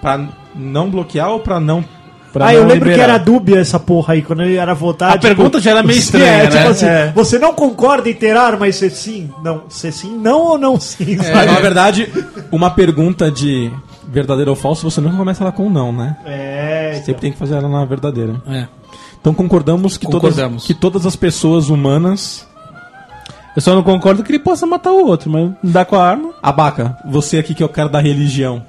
[SPEAKER 1] Pra não bloquear ou pra não.
[SPEAKER 4] Pra
[SPEAKER 2] ah, eu
[SPEAKER 4] não
[SPEAKER 2] lembro
[SPEAKER 4] liberar.
[SPEAKER 2] que era dúbia essa porra aí, quando ele era votar.
[SPEAKER 4] A
[SPEAKER 1] tipo,
[SPEAKER 4] pergunta já era meio
[SPEAKER 2] Sim,
[SPEAKER 4] estranha,
[SPEAKER 2] é, tipo
[SPEAKER 4] né?
[SPEAKER 2] assim,
[SPEAKER 4] É.
[SPEAKER 2] você não concorda em ter arma e ser sim? Não, ser sim, não ou não
[SPEAKER 4] É.
[SPEAKER 2] sim?
[SPEAKER 1] Mas,
[SPEAKER 2] sabe?
[SPEAKER 1] na verdade, uma pergunta de verdadeiro ou falso, você nunca começa ela com não, né?
[SPEAKER 2] É, então.
[SPEAKER 1] Sempre tem que fazer ela na verdadeira.
[SPEAKER 3] É.
[SPEAKER 1] Então concordamos que,
[SPEAKER 3] Concordamos.
[SPEAKER 1] Todas, que todas as pessoas humanas.
[SPEAKER 4] Eu só não concordo que ele possa matar o outro, mas andar com a arma.
[SPEAKER 1] Abaca, você aqui que é o cara da religião.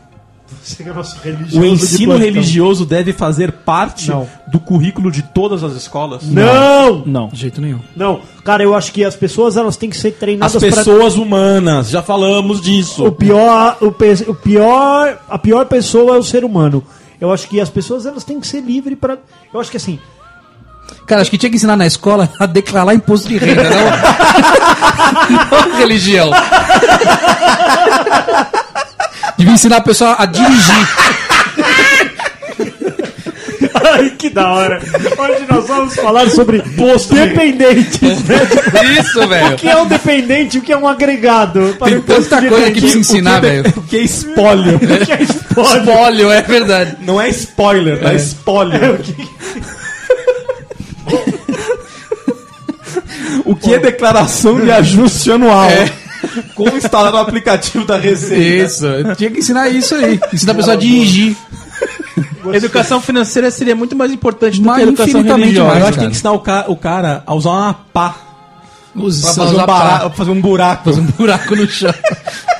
[SPEAKER 2] Você que é nosso religioso
[SPEAKER 1] O
[SPEAKER 2] de
[SPEAKER 1] ensino
[SPEAKER 2] plantão.
[SPEAKER 1] religioso deve fazer parte
[SPEAKER 2] Não.
[SPEAKER 1] do currículo de todas as escolas?
[SPEAKER 2] Não!
[SPEAKER 4] Não.
[SPEAKER 3] De jeito nenhum.
[SPEAKER 2] Não, cara, eu acho que as pessoas elas têm que ser treinadas
[SPEAKER 1] As pessoas humanas, já falamos disso.
[SPEAKER 2] O pior, o, pe- o pior, a pior pessoa é o ser humano. Eu acho que as pessoas elas têm que ser livres pra. Eu acho que assim,
[SPEAKER 3] Cara, acho que tinha que ensinar na escola a declarar imposto de renda, não, não religião. Devia ensinar a pessoa a dirigir.
[SPEAKER 2] Ai, que da hora. Hoje nós vamos falar sobre dependentes, né?
[SPEAKER 3] Isso,
[SPEAKER 2] O
[SPEAKER 3] velho.
[SPEAKER 2] que é um dependente, o que é um agregado. Para
[SPEAKER 3] Tem
[SPEAKER 2] o posto
[SPEAKER 3] tanta
[SPEAKER 2] de
[SPEAKER 3] coisa que
[SPEAKER 2] renda.
[SPEAKER 3] precisa ensinar, velho.
[SPEAKER 1] Porque é espólio.
[SPEAKER 2] O que é spoiler?
[SPEAKER 3] Espólio, é verdade.
[SPEAKER 1] Não é spoiler, é,
[SPEAKER 3] É.
[SPEAKER 1] espólio. o que é declaração de ajuste anual? Como instalar o aplicativo da Receita?
[SPEAKER 3] Isso. Tinha que ensinar isso aí. Ensinar a pessoa a dirigir.
[SPEAKER 4] Educação financeira seria muito mais importante do
[SPEAKER 3] Mas
[SPEAKER 4] que a educação
[SPEAKER 3] infinitamente
[SPEAKER 4] religiosa.
[SPEAKER 1] Eu
[SPEAKER 3] mais.
[SPEAKER 1] acho que tem que ensinar o, ca- o cara a usar uma pá pra
[SPEAKER 3] Usar
[SPEAKER 1] fazer um, bara- pra fazer um buraco.
[SPEAKER 3] Fazer um buraco no chão.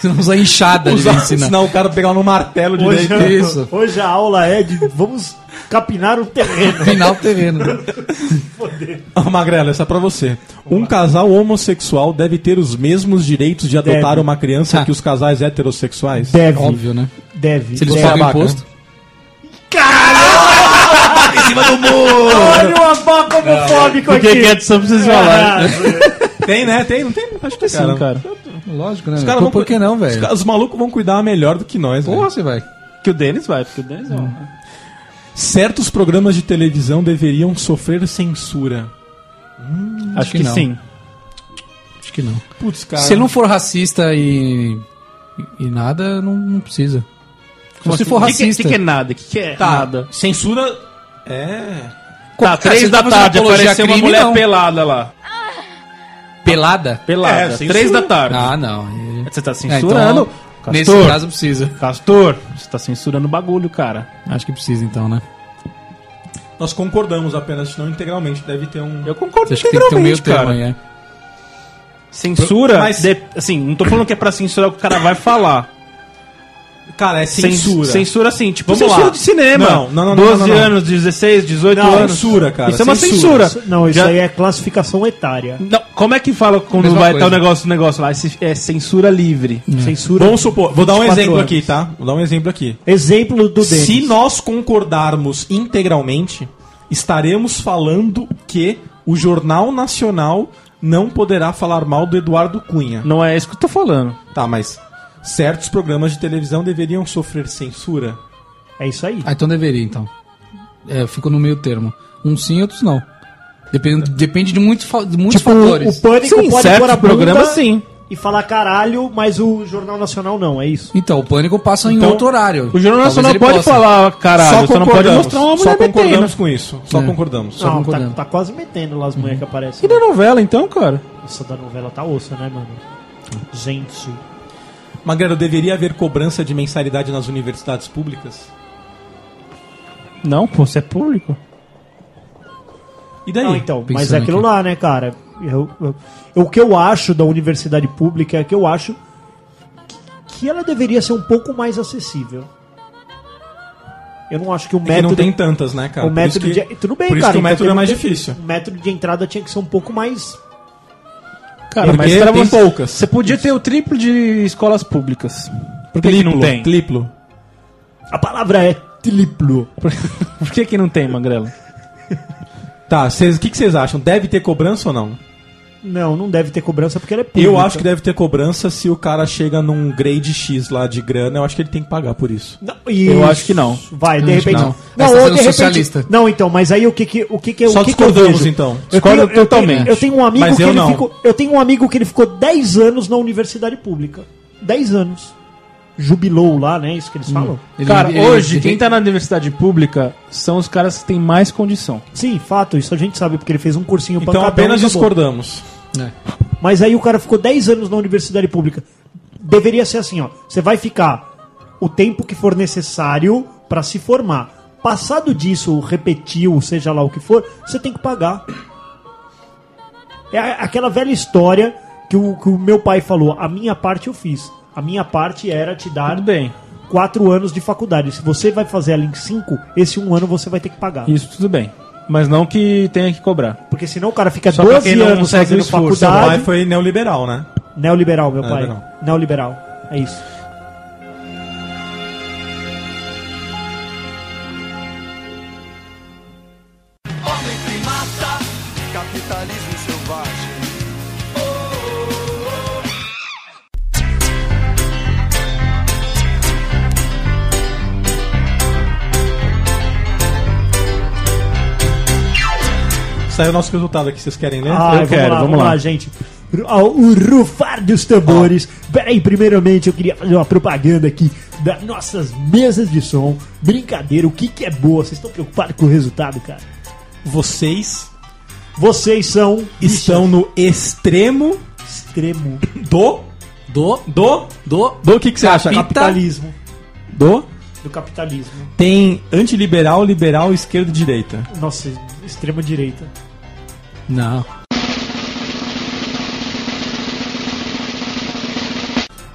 [SPEAKER 3] Senão usar enxada
[SPEAKER 1] Usar-
[SPEAKER 3] de ensinar.
[SPEAKER 1] ensinar o cara a pegar no martelo
[SPEAKER 2] Hoje,
[SPEAKER 1] direito.
[SPEAKER 3] Hoje- Isso.
[SPEAKER 2] hoje a aula é de vamos capinar o terreno.
[SPEAKER 3] Final terreno.
[SPEAKER 1] Ah, Magrela, essa é pra você. Um casal homossexual deve ter os mesmos direitos de adotar
[SPEAKER 2] Deve.
[SPEAKER 1] uma criança
[SPEAKER 3] Ah.
[SPEAKER 1] que os casais heterossexuais?
[SPEAKER 2] Deve,
[SPEAKER 3] Óbvio, né?
[SPEAKER 2] deve.
[SPEAKER 3] Se eles
[SPEAKER 4] é
[SPEAKER 2] deve.
[SPEAKER 3] pagam
[SPEAKER 1] abaca.
[SPEAKER 3] imposto. é.
[SPEAKER 2] Olha o abaco homofóbico aqui.
[SPEAKER 4] Porque quieto só pra vocês falarem.
[SPEAKER 3] É.
[SPEAKER 1] Tem, né? Tem, não tem? Acho que
[SPEAKER 4] Sim, cara.
[SPEAKER 3] Lógico, né?
[SPEAKER 1] Os
[SPEAKER 3] velho?
[SPEAKER 1] caras
[SPEAKER 3] Por,
[SPEAKER 1] vão
[SPEAKER 3] por que não,
[SPEAKER 1] Os,
[SPEAKER 3] velho?
[SPEAKER 1] ca- os malucos vão cuidar melhor do que nós,
[SPEAKER 3] Porra,
[SPEAKER 1] velho. Hum.
[SPEAKER 3] você vai.
[SPEAKER 4] Que o Denis vai, porque o Denis é um...
[SPEAKER 1] Certos programas de televisão deveriam sofrer censura.
[SPEAKER 4] Acho que,
[SPEAKER 3] que não.
[SPEAKER 4] sim.
[SPEAKER 3] Acho que não.
[SPEAKER 1] Putz, cara.
[SPEAKER 3] Se ele não for racista e, e nada, não, não precisa. Só se for
[SPEAKER 4] O que que-
[SPEAKER 3] racista.
[SPEAKER 4] O que, que é nada? O que, que é
[SPEAKER 1] Tá,
[SPEAKER 4] nada?
[SPEAKER 1] Censura. É.
[SPEAKER 4] Tá, três da tarde apareceu uma mulher pelada lá.
[SPEAKER 3] pelada.
[SPEAKER 1] É,
[SPEAKER 4] Pelada.
[SPEAKER 1] censura.
[SPEAKER 4] três da tarde.
[SPEAKER 3] Ah, não. E-
[SPEAKER 4] Você tá
[SPEAKER 3] É,
[SPEAKER 4] censurando.
[SPEAKER 3] então, nesse
[SPEAKER 4] Castor.
[SPEAKER 3] caso precisa.
[SPEAKER 4] Castor, você tá censurando o bagulho, cara.
[SPEAKER 3] Acho que precisa então, né?
[SPEAKER 1] Nós concordamos apenas, não integralmente. Deve ter um.
[SPEAKER 4] Eu concordo
[SPEAKER 3] Acho que tem que ter um meio
[SPEAKER 4] integralmente,
[SPEAKER 3] termo
[SPEAKER 4] cara.
[SPEAKER 3] aí, é.
[SPEAKER 4] Censura,
[SPEAKER 1] Mas-
[SPEAKER 4] de- assim, não tô falando que é pra censurar o que o cara vai falar.
[SPEAKER 1] Cara, é censura.
[SPEAKER 4] Cens- Censura, assim, tipo,
[SPEAKER 1] Vamos lá.
[SPEAKER 4] censura de cinema.
[SPEAKER 1] Não, não, não, não,
[SPEAKER 4] 12
[SPEAKER 1] não, não, não.
[SPEAKER 4] anos, 16, 18
[SPEAKER 2] Não,
[SPEAKER 4] anos.
[SPEAKER 1] Censura, cara.
[SPEAKER 4] Isso é uma censura.
[SPEAKER 2] Isso- Não, isso
[SPEAKER 4] Já-
[SPEAKER 2] aí é classificação etária.
[SPEAKER 4] Não, como é que fala quando
[SPEAKER 3] Mesma
[SPEAKER 4] vai
[SPEAKER 3] coisa.
[SPEAKER 4] estar o negócio, o negócio lá? Esse- É censura livre.
[SPEAKER 2] Censura.
[SPEAKER 1] É. Vamos supor. Vou dar um
[SPEAKER 2] 24
[SPEAKER 1] exemplo
[SPEAKER 2] anos.
[SPEAKER 1] aqui, tá? Vou dar um exemplo aqui.
[SPEAKER 2] Exemplo do Denis.
[SPEAKER 1] Se nós concordarmos integralmente, estaremos falando que o Jornal Nacional não poderá falar mal do Eduardo Cunha.
[SPEAKER 4] Não é isso que eu tô falando.
[SPEAKER 1] Tá, mas certos programas de televisão deveriam sofrer censura?
[SPEAKER 2] É isso aí.
[SPEAKER 3] Ah, então deveria, então. É, eu fico no meio termo. Um sim, outros não. Depende, depende de, muito, fa- de muitos
[SPEAKER 2] Tipo,
[SPEAKER 3] fatores.
[SPEAKER 2] o pânico
[SPEAKER 4] Sim,
[SPEAKER 2] pode
[SPEAKER 4] certos
[SPEAKER 2] pôr a bunda
[SPEAKER 4] programas, sim.
[SPEAKER 2] e falar caralho, mas o Jornal Nacional não, é isso?
[SPEAKER 3] Então, o pânico passa em
[SPEAKER 1] Então,
[SPEAKER 3] outro horário.
[SPEAKER 4] O Jornal
[SPEAKER 3] Talvez
[SPEAKER 4] Nacional
[SPEAKER 3] ele
[SPEAKER 4] pode
[SPEAKER 3] possa.
[SPEAKER 4] falar, caralho, só, não pode
[SPEAKER 1] concordamos,
[SPEAKER 4] mostrar uma
[SPEAKER 1] Só
[SPEAKER 4] mulher metendo.
[SPEAKER 1] concordamos com isso. Só
[SPEAKER 3] É.
[SPEAKER 1] concordamos. Só-
[SPEAKER 2] Não, tá,
[SPEAKER 3] concordando. Uhum.
[SPEAKER 2] tá quase metendo lá as mulheres que aparecem.
[SPEAKER 4] E da novela, então, cara?
[SPEAKER 2] Nossa, da novela tá osso, né, mano? Gente.
[SPEAKER 1] Magrelo, deveria haver cobrança de mensalidade nas universidades públicas?
[SPEAKER 4] Não, pô, você é público.
[SPEAKER 1] E daí?
[SPEAKER 2] Não, então, mas é
[SPEAKER 3] pensando
[SPEAKER 2] aquilo
[SPEAKER 3] aqui.
[SPEAKER 2] lá, né, cara? Eu, eu- eu- o que eu acho da universidade pública é que eu acho que, que ela deveria ser um pouco mais acessível. Eu não acho que o
[SPEAKER 1] É que
[SPEAKER 2] método.
[SPEAKER 1] não tem tantas, né, cara?
[SPEAKER 2] o
[SPEAKER 1] Por
[SPEAKER 2] método
[SPEAKER 1] isso que-
[SPEAKER 2] de. Tudo bem,
[SPEAKER 1] por isso
[SPEAKER 2] cara.
[SPEAKER 1] que o
[SPEAKER 2] então
[SPEAKER 1] método
[SPEAKER 2] tem-
[SPEAKER 1] é mais
[SPEAKER 2] tem-
[SPEAKER 1] difícil.
[SPEAKER 2] O método de entrada tinha que ser um pouco mais.
[SPEAKER 4] Cara,
[SPEAKER 1] Porque
[SPEAKER 4] pra
[SPEAKER 1] tem
[SPEAKER 4] você-
[SPEAKER 1] poucas.
[SPEAKER 4] Você podia ter o triplo de escolas públicas. Por que, que não tem?
[SPEAKER 1] Triplo.
[SPEAKER 2] A palavra é triplo.
[SPEAKER 4] Por, por que, que não tem, Magrelo?
[SPEAKER 1] Tá, cês- o que vocês acham? Deve ter cobrança ou não?
[SPEAKER 2] Não, não deve ter cobrança porque ela é pública.
[SPEAKER 1] Eu acho que deve ter cobrança se o cara chega num grade X lá de grana, eu acho que ele tem que pagar por isso.
[SPEAKER 2] Não, isso.
[SPEAKER 4] Eu acho que não.
[SPEAKER 2] Vai, de
[SPEAKER 3] Eu acho que
[SPEAKER 2] repente.
[SPEAKER 3] não. Essa
[SPEAKER 2] ou
[SPEAKER 3] é
[SPEAKER 2] de
[SPEAKER 3] do
[SPEAKER 2] repente-
[SPEAKER 3] socialista.
[SPEAKER 2] Não, então, mas aí o que que o que que
[SPEAKER 1] Só
[SPEAKER 2] o que que eu
[SPEAKER 1] discordamos,
[SPEAKER 2] vejo?
[SPEAKER 1] então.
[SPEAKER 2] Eu
[SPEAKER 4] Discordo
[SPEAKER 2] tenho, eu
[SPEAKER 4] totalmente.
[SPEAKER 2] Tenho, eu tenho um amigo
[SPEAKER 1] Mas
[SPEAKER 2] que
[SPEAKER 1] eu
[SPEAKER 2] ele
[SPEAKER 1] não.
[SPEAKER 2] ficou, eu tenho um amigo que ele ficou 10 anos na universidade pública. 10 anos. Jubilou lá, né? Isso que
[SPEAKER 1] Hum.
[SPEAKER 2] eles falam.
[SPEAKER 3] Ele-
[SPEAKER 4] Cara,
[SPEAKER 3] ele-
[SPEAKER 4] hoje,
[SPEAKER 3] ele-
[SPEAKER 4] quem tá na universidade pública são os caras que têm mais condição.
[SPEAKER 2] Sim, fato, isso a gente sabe porque ele fez um cursinho
[SPEAKER 1] Então
[SPEAKER 2] pancadão
[SPEAKER 1] apenas
[SPEAKER 2] e acabou.
[SPEAKER 1] discordamos.
[SPEAKER 3] É.
[SPEAKER 2] Mas aí o cara ficou 10 anos na universidade pública. Deveria ser assim, ó. Você vai ficar o tempo que for necessário pra se formar. Passado disso, repetiu, seja lá o que for, você tem que pagar. É a- aquela velha história que o, que o meu pai falou. A minha parte eu fiz. A minha parte era te dar
[SPEAKER 4] Tudo bem.
[SPEAKER 2] quatro anos de faculdade. Se você vai fazer ela em cinco, esse um ano você vai ter que pagar.
[SPEAKER 4] Isso tudo bem. Mas não que tenha que cobrar.
[SPEAKER 2] Porque senão o cara fica
[SPEAKER 4] Só pra
[SPEAKER 2] 12
[SPEAKER 4] quem não
[SPEAKER 2] anos
[SPEAKER 4] segue o
[SPEAKER 2] fazendo
[SPEAKER 4] esforço,
[SPEAKER 1] Seu pai
[SPEAKER 2] faculdade.
[SPEAKER 1] foi neoliberal, né?
[SPEAKER 2] Neoliberal,
[SPEAKER 4] É,
[SPEAKER 2] meu pai.
[SPEAKER 1] Neoliberal.
[SPEAKER 2] Neoliberal. É isso.
[SPEAKER 5] Homem primata, capitalismo selvagem.
[SPEAKER 1] Saiu o nosso resultado aqui, vocês querem ler?
[SPEAKER 2] Ah,
[SPEAKER 4] Eu
[SPEAKER 2] vamos
[SPEAKER 4] quero,
[SPEAKER 2] lá, vamos
[SPEAKER 4] vamos
[SPEAKER 2] lá,
[SPEAKER 4] lá.
[SPEAKER 2] gente. Ru- ao- O rufar dos tambores. Peraí, primeiramente eu queria fazer uma propaganda aqui das nossas mesas de som. Brincadeira, o que, que é boa? Vocês estão preocupados com o resultado, cara?
[SPEAKER 1] Vocês
[SPEAKER 2] Vocês são
[SPEAKER 1] estão no extremo
[SPEAKER 2] extremo
[SPEAKER 1] do.
[SPEAKER 3] Do,
[SPEAKER 1] Do.
[SPEAKER 3] do,
[SPEAKER 1] Do que, que você acha?
[SPEAKER 3] Capita-
[SPEAKER 2] capitalismo.
[SPEAKER 1] Do.
[SPEAKER 2] Do capitalismo.
[SPEAKER 1] Tem antiliberal, liberal, esquerda e direita.
[SPEAKER 2] Nossa, extrema direita.
[SPEAKER 3] Não.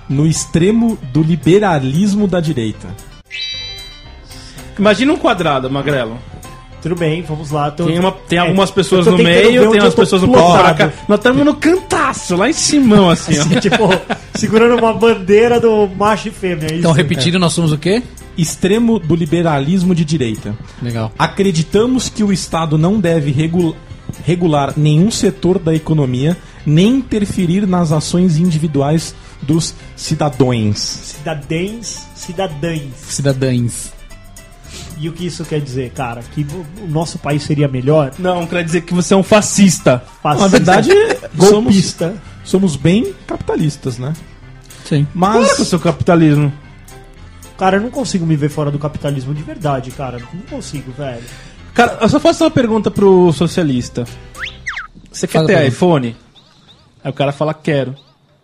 [SPEAKER 1] No extremo do liberalismo da direita.
[SPEAKER 4] Imagina um quadrado, Magrelo.
[SPEAKER 2] Tudo bem, vamos lá. tô-
[SPEAKER 4] Tem, uma, tem
[SPEAKER 2] É,
[SPEAKER 4] algumas pessoas
[SPEAKER 2] eu
[SPEAKER 4] no
[SPEAKER 2] tô tentando ver
[SPEAKER 4] meio,
[SPEAKER 2] onde
[SPEAKER 4] tem
[SPEAKER 2] eu
[SPEAKER 4] umas
[SPEAKER 2] tô
[SPEAKER 4] pessoas um pouco pra
[SPEAKER 2] plotado.
[SPEAKER 4] cá. Nós estamos no cantaço, lá em cima, assim, ó.
[SPEAKER 2] Assim, tipo, segurando uma bandeira do macho e fêmea. é isso?
[SPEAKER 3] Então, repetindo, nós somos o quê?
[SPEAKER 1] Extremo do liberalismo de direita.
[SPEAKER 3] Legal.
[SPEAKER 1] Acreditamos que o Estado não deve regula- regular nenhum setor da economia, nem interferir nas ações individuais dos cidadãos.
[SPEAKER 2] Cidadãs, cidadãs.
[SPEAKER 3] Cidadãs.
[SPEAKER 2] E o que isso quer dizer, cara? Que o o nosso país seria melhor?
[SPEAKER 4] Não, quer dizer que você é um fascista.
[SPEAKER 1] Na verdade, somos,
[SPEAKER 2] golpista.
[SPEAKER 1] somos bem capitalistas, né?
[SPEAKER 3] Sim.
[SPEAKER 4] Para com o
[SPEAKER 1] Mas
[SPEAKER 4] seu capitalismo.
[SPEAKER 2] Cara, eu não consigo me ver fora do capitalismo de verdade, cara. Não consigo, velho.
[SPEAKER 4] Cara, eu só faço uma pergunta pro socialista. Você quer
[SPEAKER 3] Fala pra
[SPEAKER 4] ter
[SPEAKER 3] mim.
[SPEAKER 4] iPhone? Aí o cara fala, quero.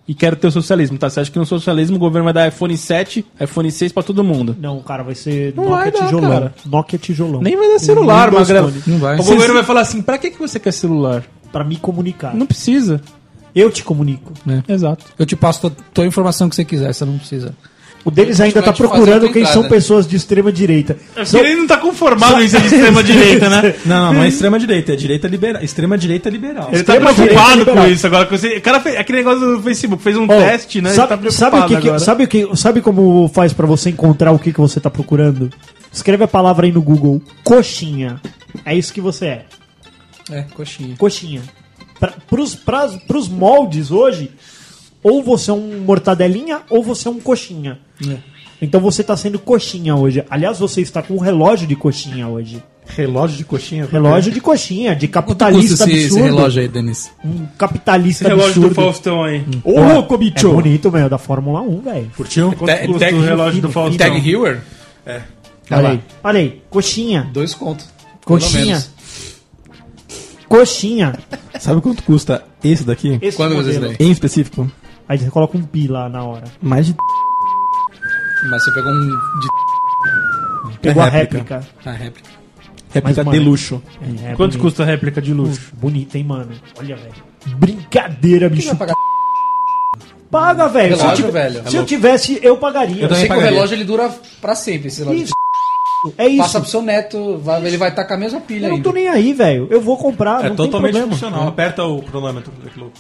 [SPEAKER 4] E quero ter o socialismo, tá? Você acha que no socialismo o governo vai dar iPhone 7, iPhone 6 pra todo mundo?
[SPEAKER 2] Não, cara, vai ser
[SPEAKER 4] Não vai
[SPEAKER 2] Nokia
[SPEAKER 4] dar,
[SPEAKER 2] tijolão.
[SPEAKER 4] cara.
[SPEAKER 2] Nokia tijolão.
[SPEAKER 4] Nem vai dar celular,
[SPEAKER 2] Windows
[SPEAKER 4] Magrelo.
[SPEAKER 2] Phone.
[SPEAKER 3] Não vai.
[SPEAKER 4] O governo vai falar assim, pra que, que você quer celular?
[SPEAKER 2] Pra me comunicar.
[SPEAKER 4] Não precisa.
[SPEAKER 2] Eu te comunico.
[SPEAKER 4] Exato.
[SPEAKER 3] Né? Eu te passo to- toda a informação que você quiser, você não precisa.
[SPEAKER 2] O deles ainda
[SPEAKER 3] vai
[SPEAKER 2] tá
[SPEAKER 3] te fazer
[SPEAKER 2] procurando
[SPEAKER 3] outra
[SPEAKER 2] quem
[SPEAKER 3] entrada.
[SPEAKER 2] são pessoas de extrema direita. São-
[SPEAKER 4] Ele não tá conformado em ser de extrema direita, né?
[SPEAKER 1] não, não, não é extrema direita, é direita liberal, extrema direita liberal.
[SPEAKER 4] Ele tá
[SPEAKER 2] Extrema
[SPEAKER 4] preocupado
[SPEAKER 2] direita
[SPEAKER 4] com
[SPEAKER 2] liberal.
[SPEAKER 4] isso agora. com esse- O cara fez aquele negócio do Facebook, fez um
[SPEAKER 2] Ó,
[SPEAKER 4] teste, né? Ele tá
[SPEAKER 2] Sabe,
[SPEAKER 4] preocupado
[SPEAKER 2] sabe o que que-
[SPEAKER 4] agora.
[SPEAKER 2] sabe o que, sabe como faz pra você encontrar o que, que você tá procurando? Escreve a palavra aí no Google, coxinha. É isso que você é.
[SPEAKER 3] É, coxinha.
[SPEAKER 2] coxinha. Pra, pros, pras- pros moldes hoje, ou você é um mortadelinha ou você é um coxinha. Então você tá sendo coxinha hoje. Aliás, você está com um relógio de coxinha hoje.
[SPEAKER 1] Relógio de coxinha.
[SPEAKER 2] Relógio de coxinha, de
[SPEAKER 3] Quanto
[SPEAKER 2] capitalista
[SPEAKER 3] custa esse, esse
[SPEAKER 2] absurdo.
[SPEAKER 3] relógio aí, Denis?
[SPEAKER 2] Um capitalista
[SPEAKER 4] Esse relógio do
[SPEAKER 2] absurdo.
[SPEAKER 4] Faustão aí.
[SPEAKER 1] Ô, louco,
[SPEAKER 2] é
[SPEAKER 1] bicho!
[SPEAKER 2] bonito, meu, da Fórmula 1, velho.
[SPEAKER 1] Curtiu?
[SPEAKER 3] Te-
[SPEAKER 4] Custa
[SPEAKER 3] Tag
[SPEAKER 4] o relógio do
[SPEAKER 2] fino,
[SPEAKER 4] Faustão.
[SPEAKER 3] Tag Heuer? Então. É.
[SPEAKER 2] Olha aí, olha aí, coxinha,
[SPEAKER 3] Dois contos.
[SPEAKER 2] coxinha, coxinha.
[SPEAKER 1] Sabe quanto custa esse daqui?
[SPEAKER 2] Esse
[SPEAKER 3] Quando você
[SPEAKER 2] modelo.
[SPEAKER 3] daí?
[SPEAKER 1] Em específico?
[SPEAKER 2] Aí você coloca um pi lá na hora.
[SPEAKER 1] Mais de
[SPEAKER 3] Mas você pegou um de
[SPEAKER 2] Pegou a
[SPEAKER 1] réplica.
[SPEAKER 2] réplica.
[SPEAKER 3] na réplica.
[SPEAKER 1] réplica
[SPEAKER 2] uma-
[SPEAKER 1] de luxo.
[SPEAKER 2] É,
[SPEAKER 4] Quanto
[SPEAKER 2] bonito.
[SPEAKER 4] custa a réplica de luxo?
[SPEAKER 2] Bonito, hein, mano? Olha, velho. Brincadeira,
[SPEAKER 3] Quem
[SPEAKER 2] bicho.
[SPEAKER 3] vai pagar?
[SPEAKER 2] Paga, velho. Se, eu,
[SPEAKER 3] Relógio,
[SPEAKER 2] tive-
[SPEAKER 3] velho.
[SPEAKER 2] se eu tivesse, eu pagaria.
[SPEAKER 1] Eu
[SPEAKER 3] Eu
[SPEAKER 1] também
[SPEAKER 3] sei que o
[SPEAKER 1] pagaria.
[SPEAKER 3] relógio Então ele dura pra sempre, esse relógio.
[SPEAKER 2] Isso, É isso.
[SPEAKER 3] Passa pro seu neto, vai- ele vai estar com a mesma pilha
[SPEAKER 2] Eu não
[SPEAKER 3] ainda.
[SPEAKER 2] tô nem aí, velho. Eu vou comprar,
[SPEAKER 1] É
[SPEAKER 2] não
[SPEAKER 1] totalmente
[SPEAKER 2] tem problema.
[SPEAKER 1] funcional. Aperta o cronômetro. Leclerc.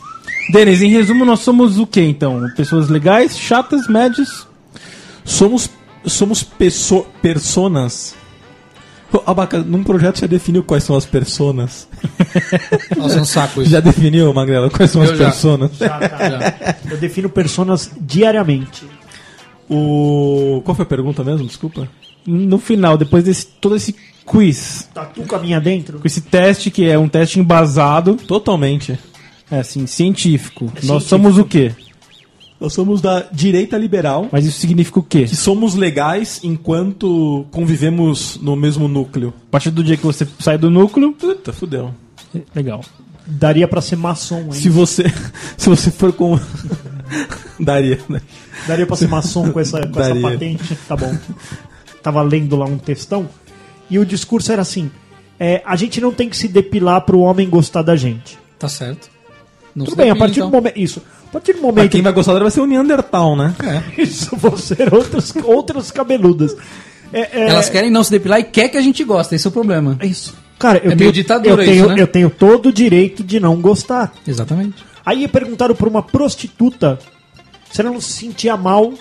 [SPEAKER 4] Denis, em resumo, nós somos o que então? Pessoas legais, chatas, médias.
[SPEAKER 1] Somos, somos perso personas. Ô, Abaca, num projeto já definiu quais são as personas?
[SPEAKER 3] Nossa, é um saco isso.
[SPEAKER 1] Já definiu, Magrela, quais são
[SPEAKER 3] Eu
[SPEAKER 1] as
[SPEAKER 3] já.
[SPEAKER 1] personas?
[SPEAKER 2] Ah, tá. Eu defino personas diariamente.
[SPEAKER 1] O... Qual foi a pergunta mesmo? Desculpa.
[SPEAKER 4] No final, depois desse todo esse quiz,
[SPEAKER 2] Tatu Tá a minha dentro?
[SPEAKER 4] com esse teste que é um teste embasado,
[SPEAKER 1] Totalmente.
[SPEAKER 4] é assim, científico. Nós somos o quê?
[SPEAKER 1] Nós somos da direita liberal,
[SPEAKER 4] Mas isso significa o quê?
[SPEAKER 1] que somos legais enquanto convivemos no mesmo núcleo.
[SPEAKER 4] A partir do dia que você sai do núcleo,
[SPEAKER 1] Puta, fudeu.
[SPEAKER 4] legal.
[SPEAKER 2] Daria pra ser maçom, hein?
[SPEAKER 1] Se você, se você for com... Daria, né?
[SPEAKER 2] Daria pra ser maçom com essa, com essa
[SPEAKER 1] Daria.
[SPEAKER 2] patente? Tá bom. Tava lendo lá um textão e o discurso era assim: é, a gente não tem que se depilar pro homem gostar da gente.
[SPEAKER 3] Tá certo. Não
[SPEAKER 2] Tudo
[SPEAKER 3] se
[SPEAKER 2] bem, a
[SPEAKER 3] depende,
[SPEAKER 2] partir
[SPEAKER 3] então.
[SPEAKER 2] do momento. Isso. A partir do
[SPEAKER 1] Mas
[SPEAKER 2] momento
[SPEAKER 1] quem vai gostar dela vai ser o Neandertal, né?
[SPEAKER 4] É.
[SPEAKER 2] que isso vão ser outras, outras cabeludas. É, é,
[SPEAKER 3] Elas querem não se depilar e quer que a gente goste, esse é o problema.
[SPEAKER 2] é isso. Cara, eu
[SPEAKER 3] É meio
[SPEAKER 2] tenho,
[SPEAKER 3] ditadura
[SPEAKER 2] eu,
[SPEAKER 3] isso,
[SPEAKER 2] tenho,
[SPEAKER 3] né?
[SPEAKER 2] eu tenho todo o direito de não gostar.
[SPEAKER 3] Exatamente.
[SPEAKER 2] Aí perguntaram pra uma prostituta se ela não se sentia mal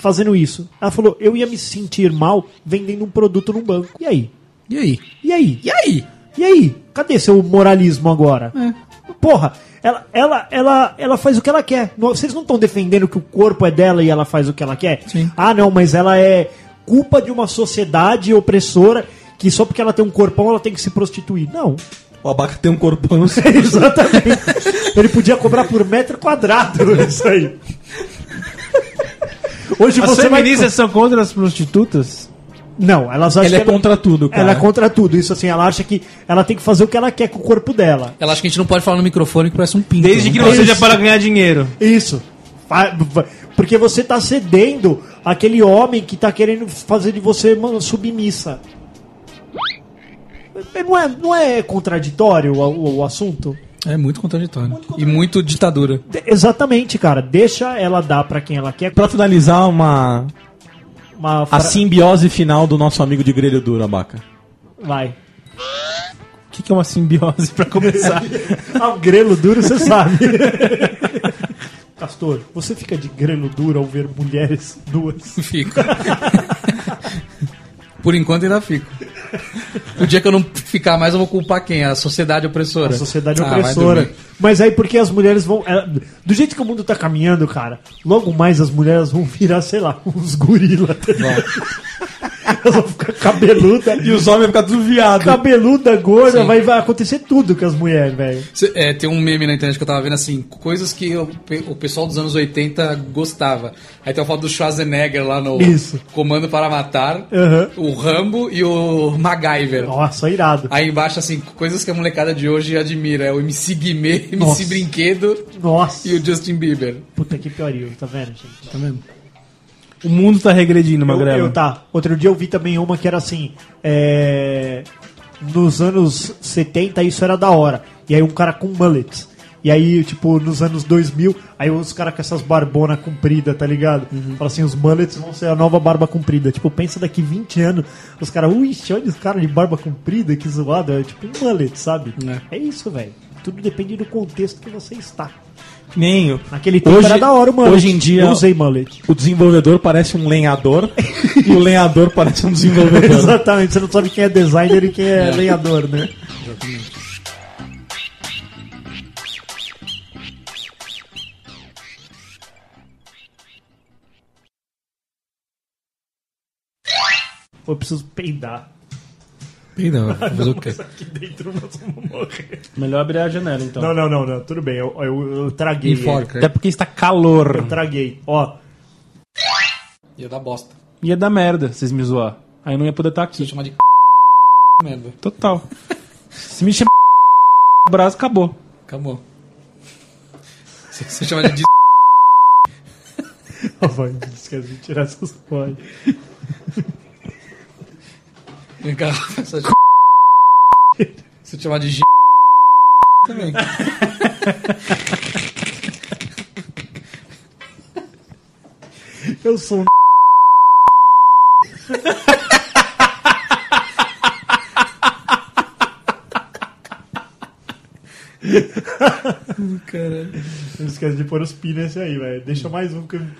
[SPEAKER 2] fazendo isso. Ela falou: eu ia me sentir mal vendendo um produto num banco. E aí?
[SPEAKER 3] E aí?
[SPEAKER 2] E aí?
[SPEAKER 3] E aí?
[SPEAKER 2] E aí? Cadê seu moralismo agora?
[SPEAKER 1] É.
[SPEAKER 2] Porra, ela, ela, ela, ela faz o que ela quer. Não- Vocês não estão defendendo que o corpo é dela e ela faz o que ela quer?
[SPEAKER 3] Sim.
[SPEAKER 2] Ah, não, mas ela é culpa de uma sociedade opressora que só porque ela tem um corpão ela tem que se prostituir. Não.
[SPEAKER 1] O Abaca tem um corpão...
[SPEAKER 2] Exatamente. Ele podia cobrar por metro quadrado isso aí. Hoje
[SPEAKER 4] As
[SPEAKER 2] você vai...
[SPEAKER 4] feministas são contra as prostitutas?
[SPEAKER 2] Não, elas acham
[SPEAKER 1] Ela é
[SPEAKER 2] que
[SPEAKER 1] contra tudo, cara.
[SPEAKER 2] ela é contra tudo. Isso assim, ela acha que ela tem que fazer o que ela quer com o corpo dela.
[SPEAKER 3] Ela acha que a gente não pode falar no microfone que parece um pinto.
[SPEAKER 4] Desde que
[SPEAKER 3] né?
[SPEAKER 4] não
[SPEAKER 2] Isso.
[SPEAKER 4] seja para ganhar dinheiro.
[SPEAKER 2] Isso. Fa- va- Porque você tá cedendo aquele homem que tá querendo fazer de você uma submissa. É, Não é, não é contraditório o, o- o assunto?
[SPEAKER 3] É muito contraditório. E muito ditadura.
[SPEAKER 2] De- exatamente, cara. Deixa ela dar pra quem ela quer.
[SPEAKER 1] Pra finalizar, uma...
[SPEAKER 2] Uma fra-
[SPEAKER 1] A simbiose final do nosso amigo de grelho duro, Abaca.
[SPEAKER 2] Vai.
[SPEAKER 4] O que que é uma simbiose para começar?
[SPEAKER 2] Ah, o grelo duro, você sabe. Castor, você fica de grelo duro ao ver mulheres duas.
[SPEAKER 3] Fico. Por enquanto ainda fico. O dia que eu não ficar mais, eu vou culpar quem? A sociedade opressora.
[SPEAKER 2] A sociedade
[SPEAKER 3] Ah, vai
[SPEAKER 2] opressora.
[SPEAKER 3] dormir.
[SPEAKER 2] Mas aí porque as mulheres vão. é, do jeito que o mundo tá caminhando, cara, logo mais as mulheres vão virar, sei lá, uns gorila. tá ligado?
[SPEAKER 3] É.
[SPEAKER 2] Elas vão ficar cabeluda.
[SPEAKER 1] E os homens vão ficar tudo viado.
[SPEAKER 2] Cabeluda, gorda,
[SPEAKER 3] Sim.
[SPEAKER 2] vai, vai acontecer tudo com as mulheres, velho.
[SPEAKER 3] Cê- é, tem um meme na internet que eu tava vendo assim, coisas que o, pe- o pessoal dos anos 80 gostava. Aí tem a foto do Schwarzenegger lá no
[SPEAKER 2] Isso.
[SPEAKER 3] Comando para Matar,
[SPEAKER 2] Aham.
[SPEAKER 3] o Rambo e o MacGyver.
[SPEAKER 2] Nossa, irado.
[SPEAKER 3] Aí embaixo, assim, coisas que a molecada de hoje admira. É o MC Guimê, MC
[SPEAKER 2] Nossa.
[SPEAKER 3] Brinquedo
[SPEAKER 2] Nossa.
[SPEAKER 3] e o Justin Bieber.
[SPEAKER 2] Puta que pariu, tá vendo, gente?
[SPEAKER 3] Tá vendo?
[SPEAKER 4] o mundo tá regredindo,
[SPEAKER 2] Eu,
[SPEAKER 4] Magrela.
[SPEAKER 2] eu, tá. Outro dia eu vi também uma que era assim. é, Nos anos 70 isso era da hora. E aí um cara com mullet. E aí, tipo, nos anos 2000, aí os caras com essas barbonas compridas, tá ligado?
[SPEAKER 1] Uhum.
[SPEAKER 2] Fala assim, os mullets vão ser a nova barba comprida. Tipo, pensa daqui 20 anos, os caras, ui, olha os caras de barba comprida, que zoado. É tipo um mullet, sabe? É, isso, velho. Tudo depende do contexto que você está.
[SPEAKER 1] Nem o-
[SPEAKER 2] Naquele tempo
[SPEAKER 1] Hoje-
[SPEAKER 2] era da hora o mullet.
[SPEAKER 1] hoje em dia-
[SPEAKER 2] Eu usei mullet.
[SPEAKER 1] o desenvolvedor parece um lenhador e o lenhador parece um desenvolvedor.
[SPEAKER 2] Exatamente, você não sabe quem é designer e quem é lenhador, né? Pô, Eu preciso peidar.
[SPEAKER 3] Não, fazer o quê?
[SPEAKER 2] Aqui dentro nós vamos morrer.
[SPEAKER 4] Melhor abrir a janela, então.
[SPEAKER 2] Não, não, não, não. Tudo bem, eu, eu, eu traguei.
[SPEAKER 3] Enforca.
[SPEAKER 4] Até porque está calor.
[SPEAKER 2] Eu traguei. Ó,
[SPEAKER 3] Ia dar bosta.
[SPEAKER 4] Ia dar merda se vocês me zoar. Aí eu não ia poder estar
[SPEAKER 3] Ia
[SPEAKER 4] aqui.
[SPEAKER 3] chamar de c... merda.
[SPEAKER 4] Total. se me chamar o braço, acabou.
[SPEAKER 3] Acabou. Você chama de
[SPEAKER 2] A voz disse que a gente tirar essas porras.
[SPEAKER 3] Vem cá, essa g... Se eu chamar de g... também.
[SPEAKER 2] Eu sou um. Não esquece de pôr os pi nesse aí, velho. Deixa mais um que eu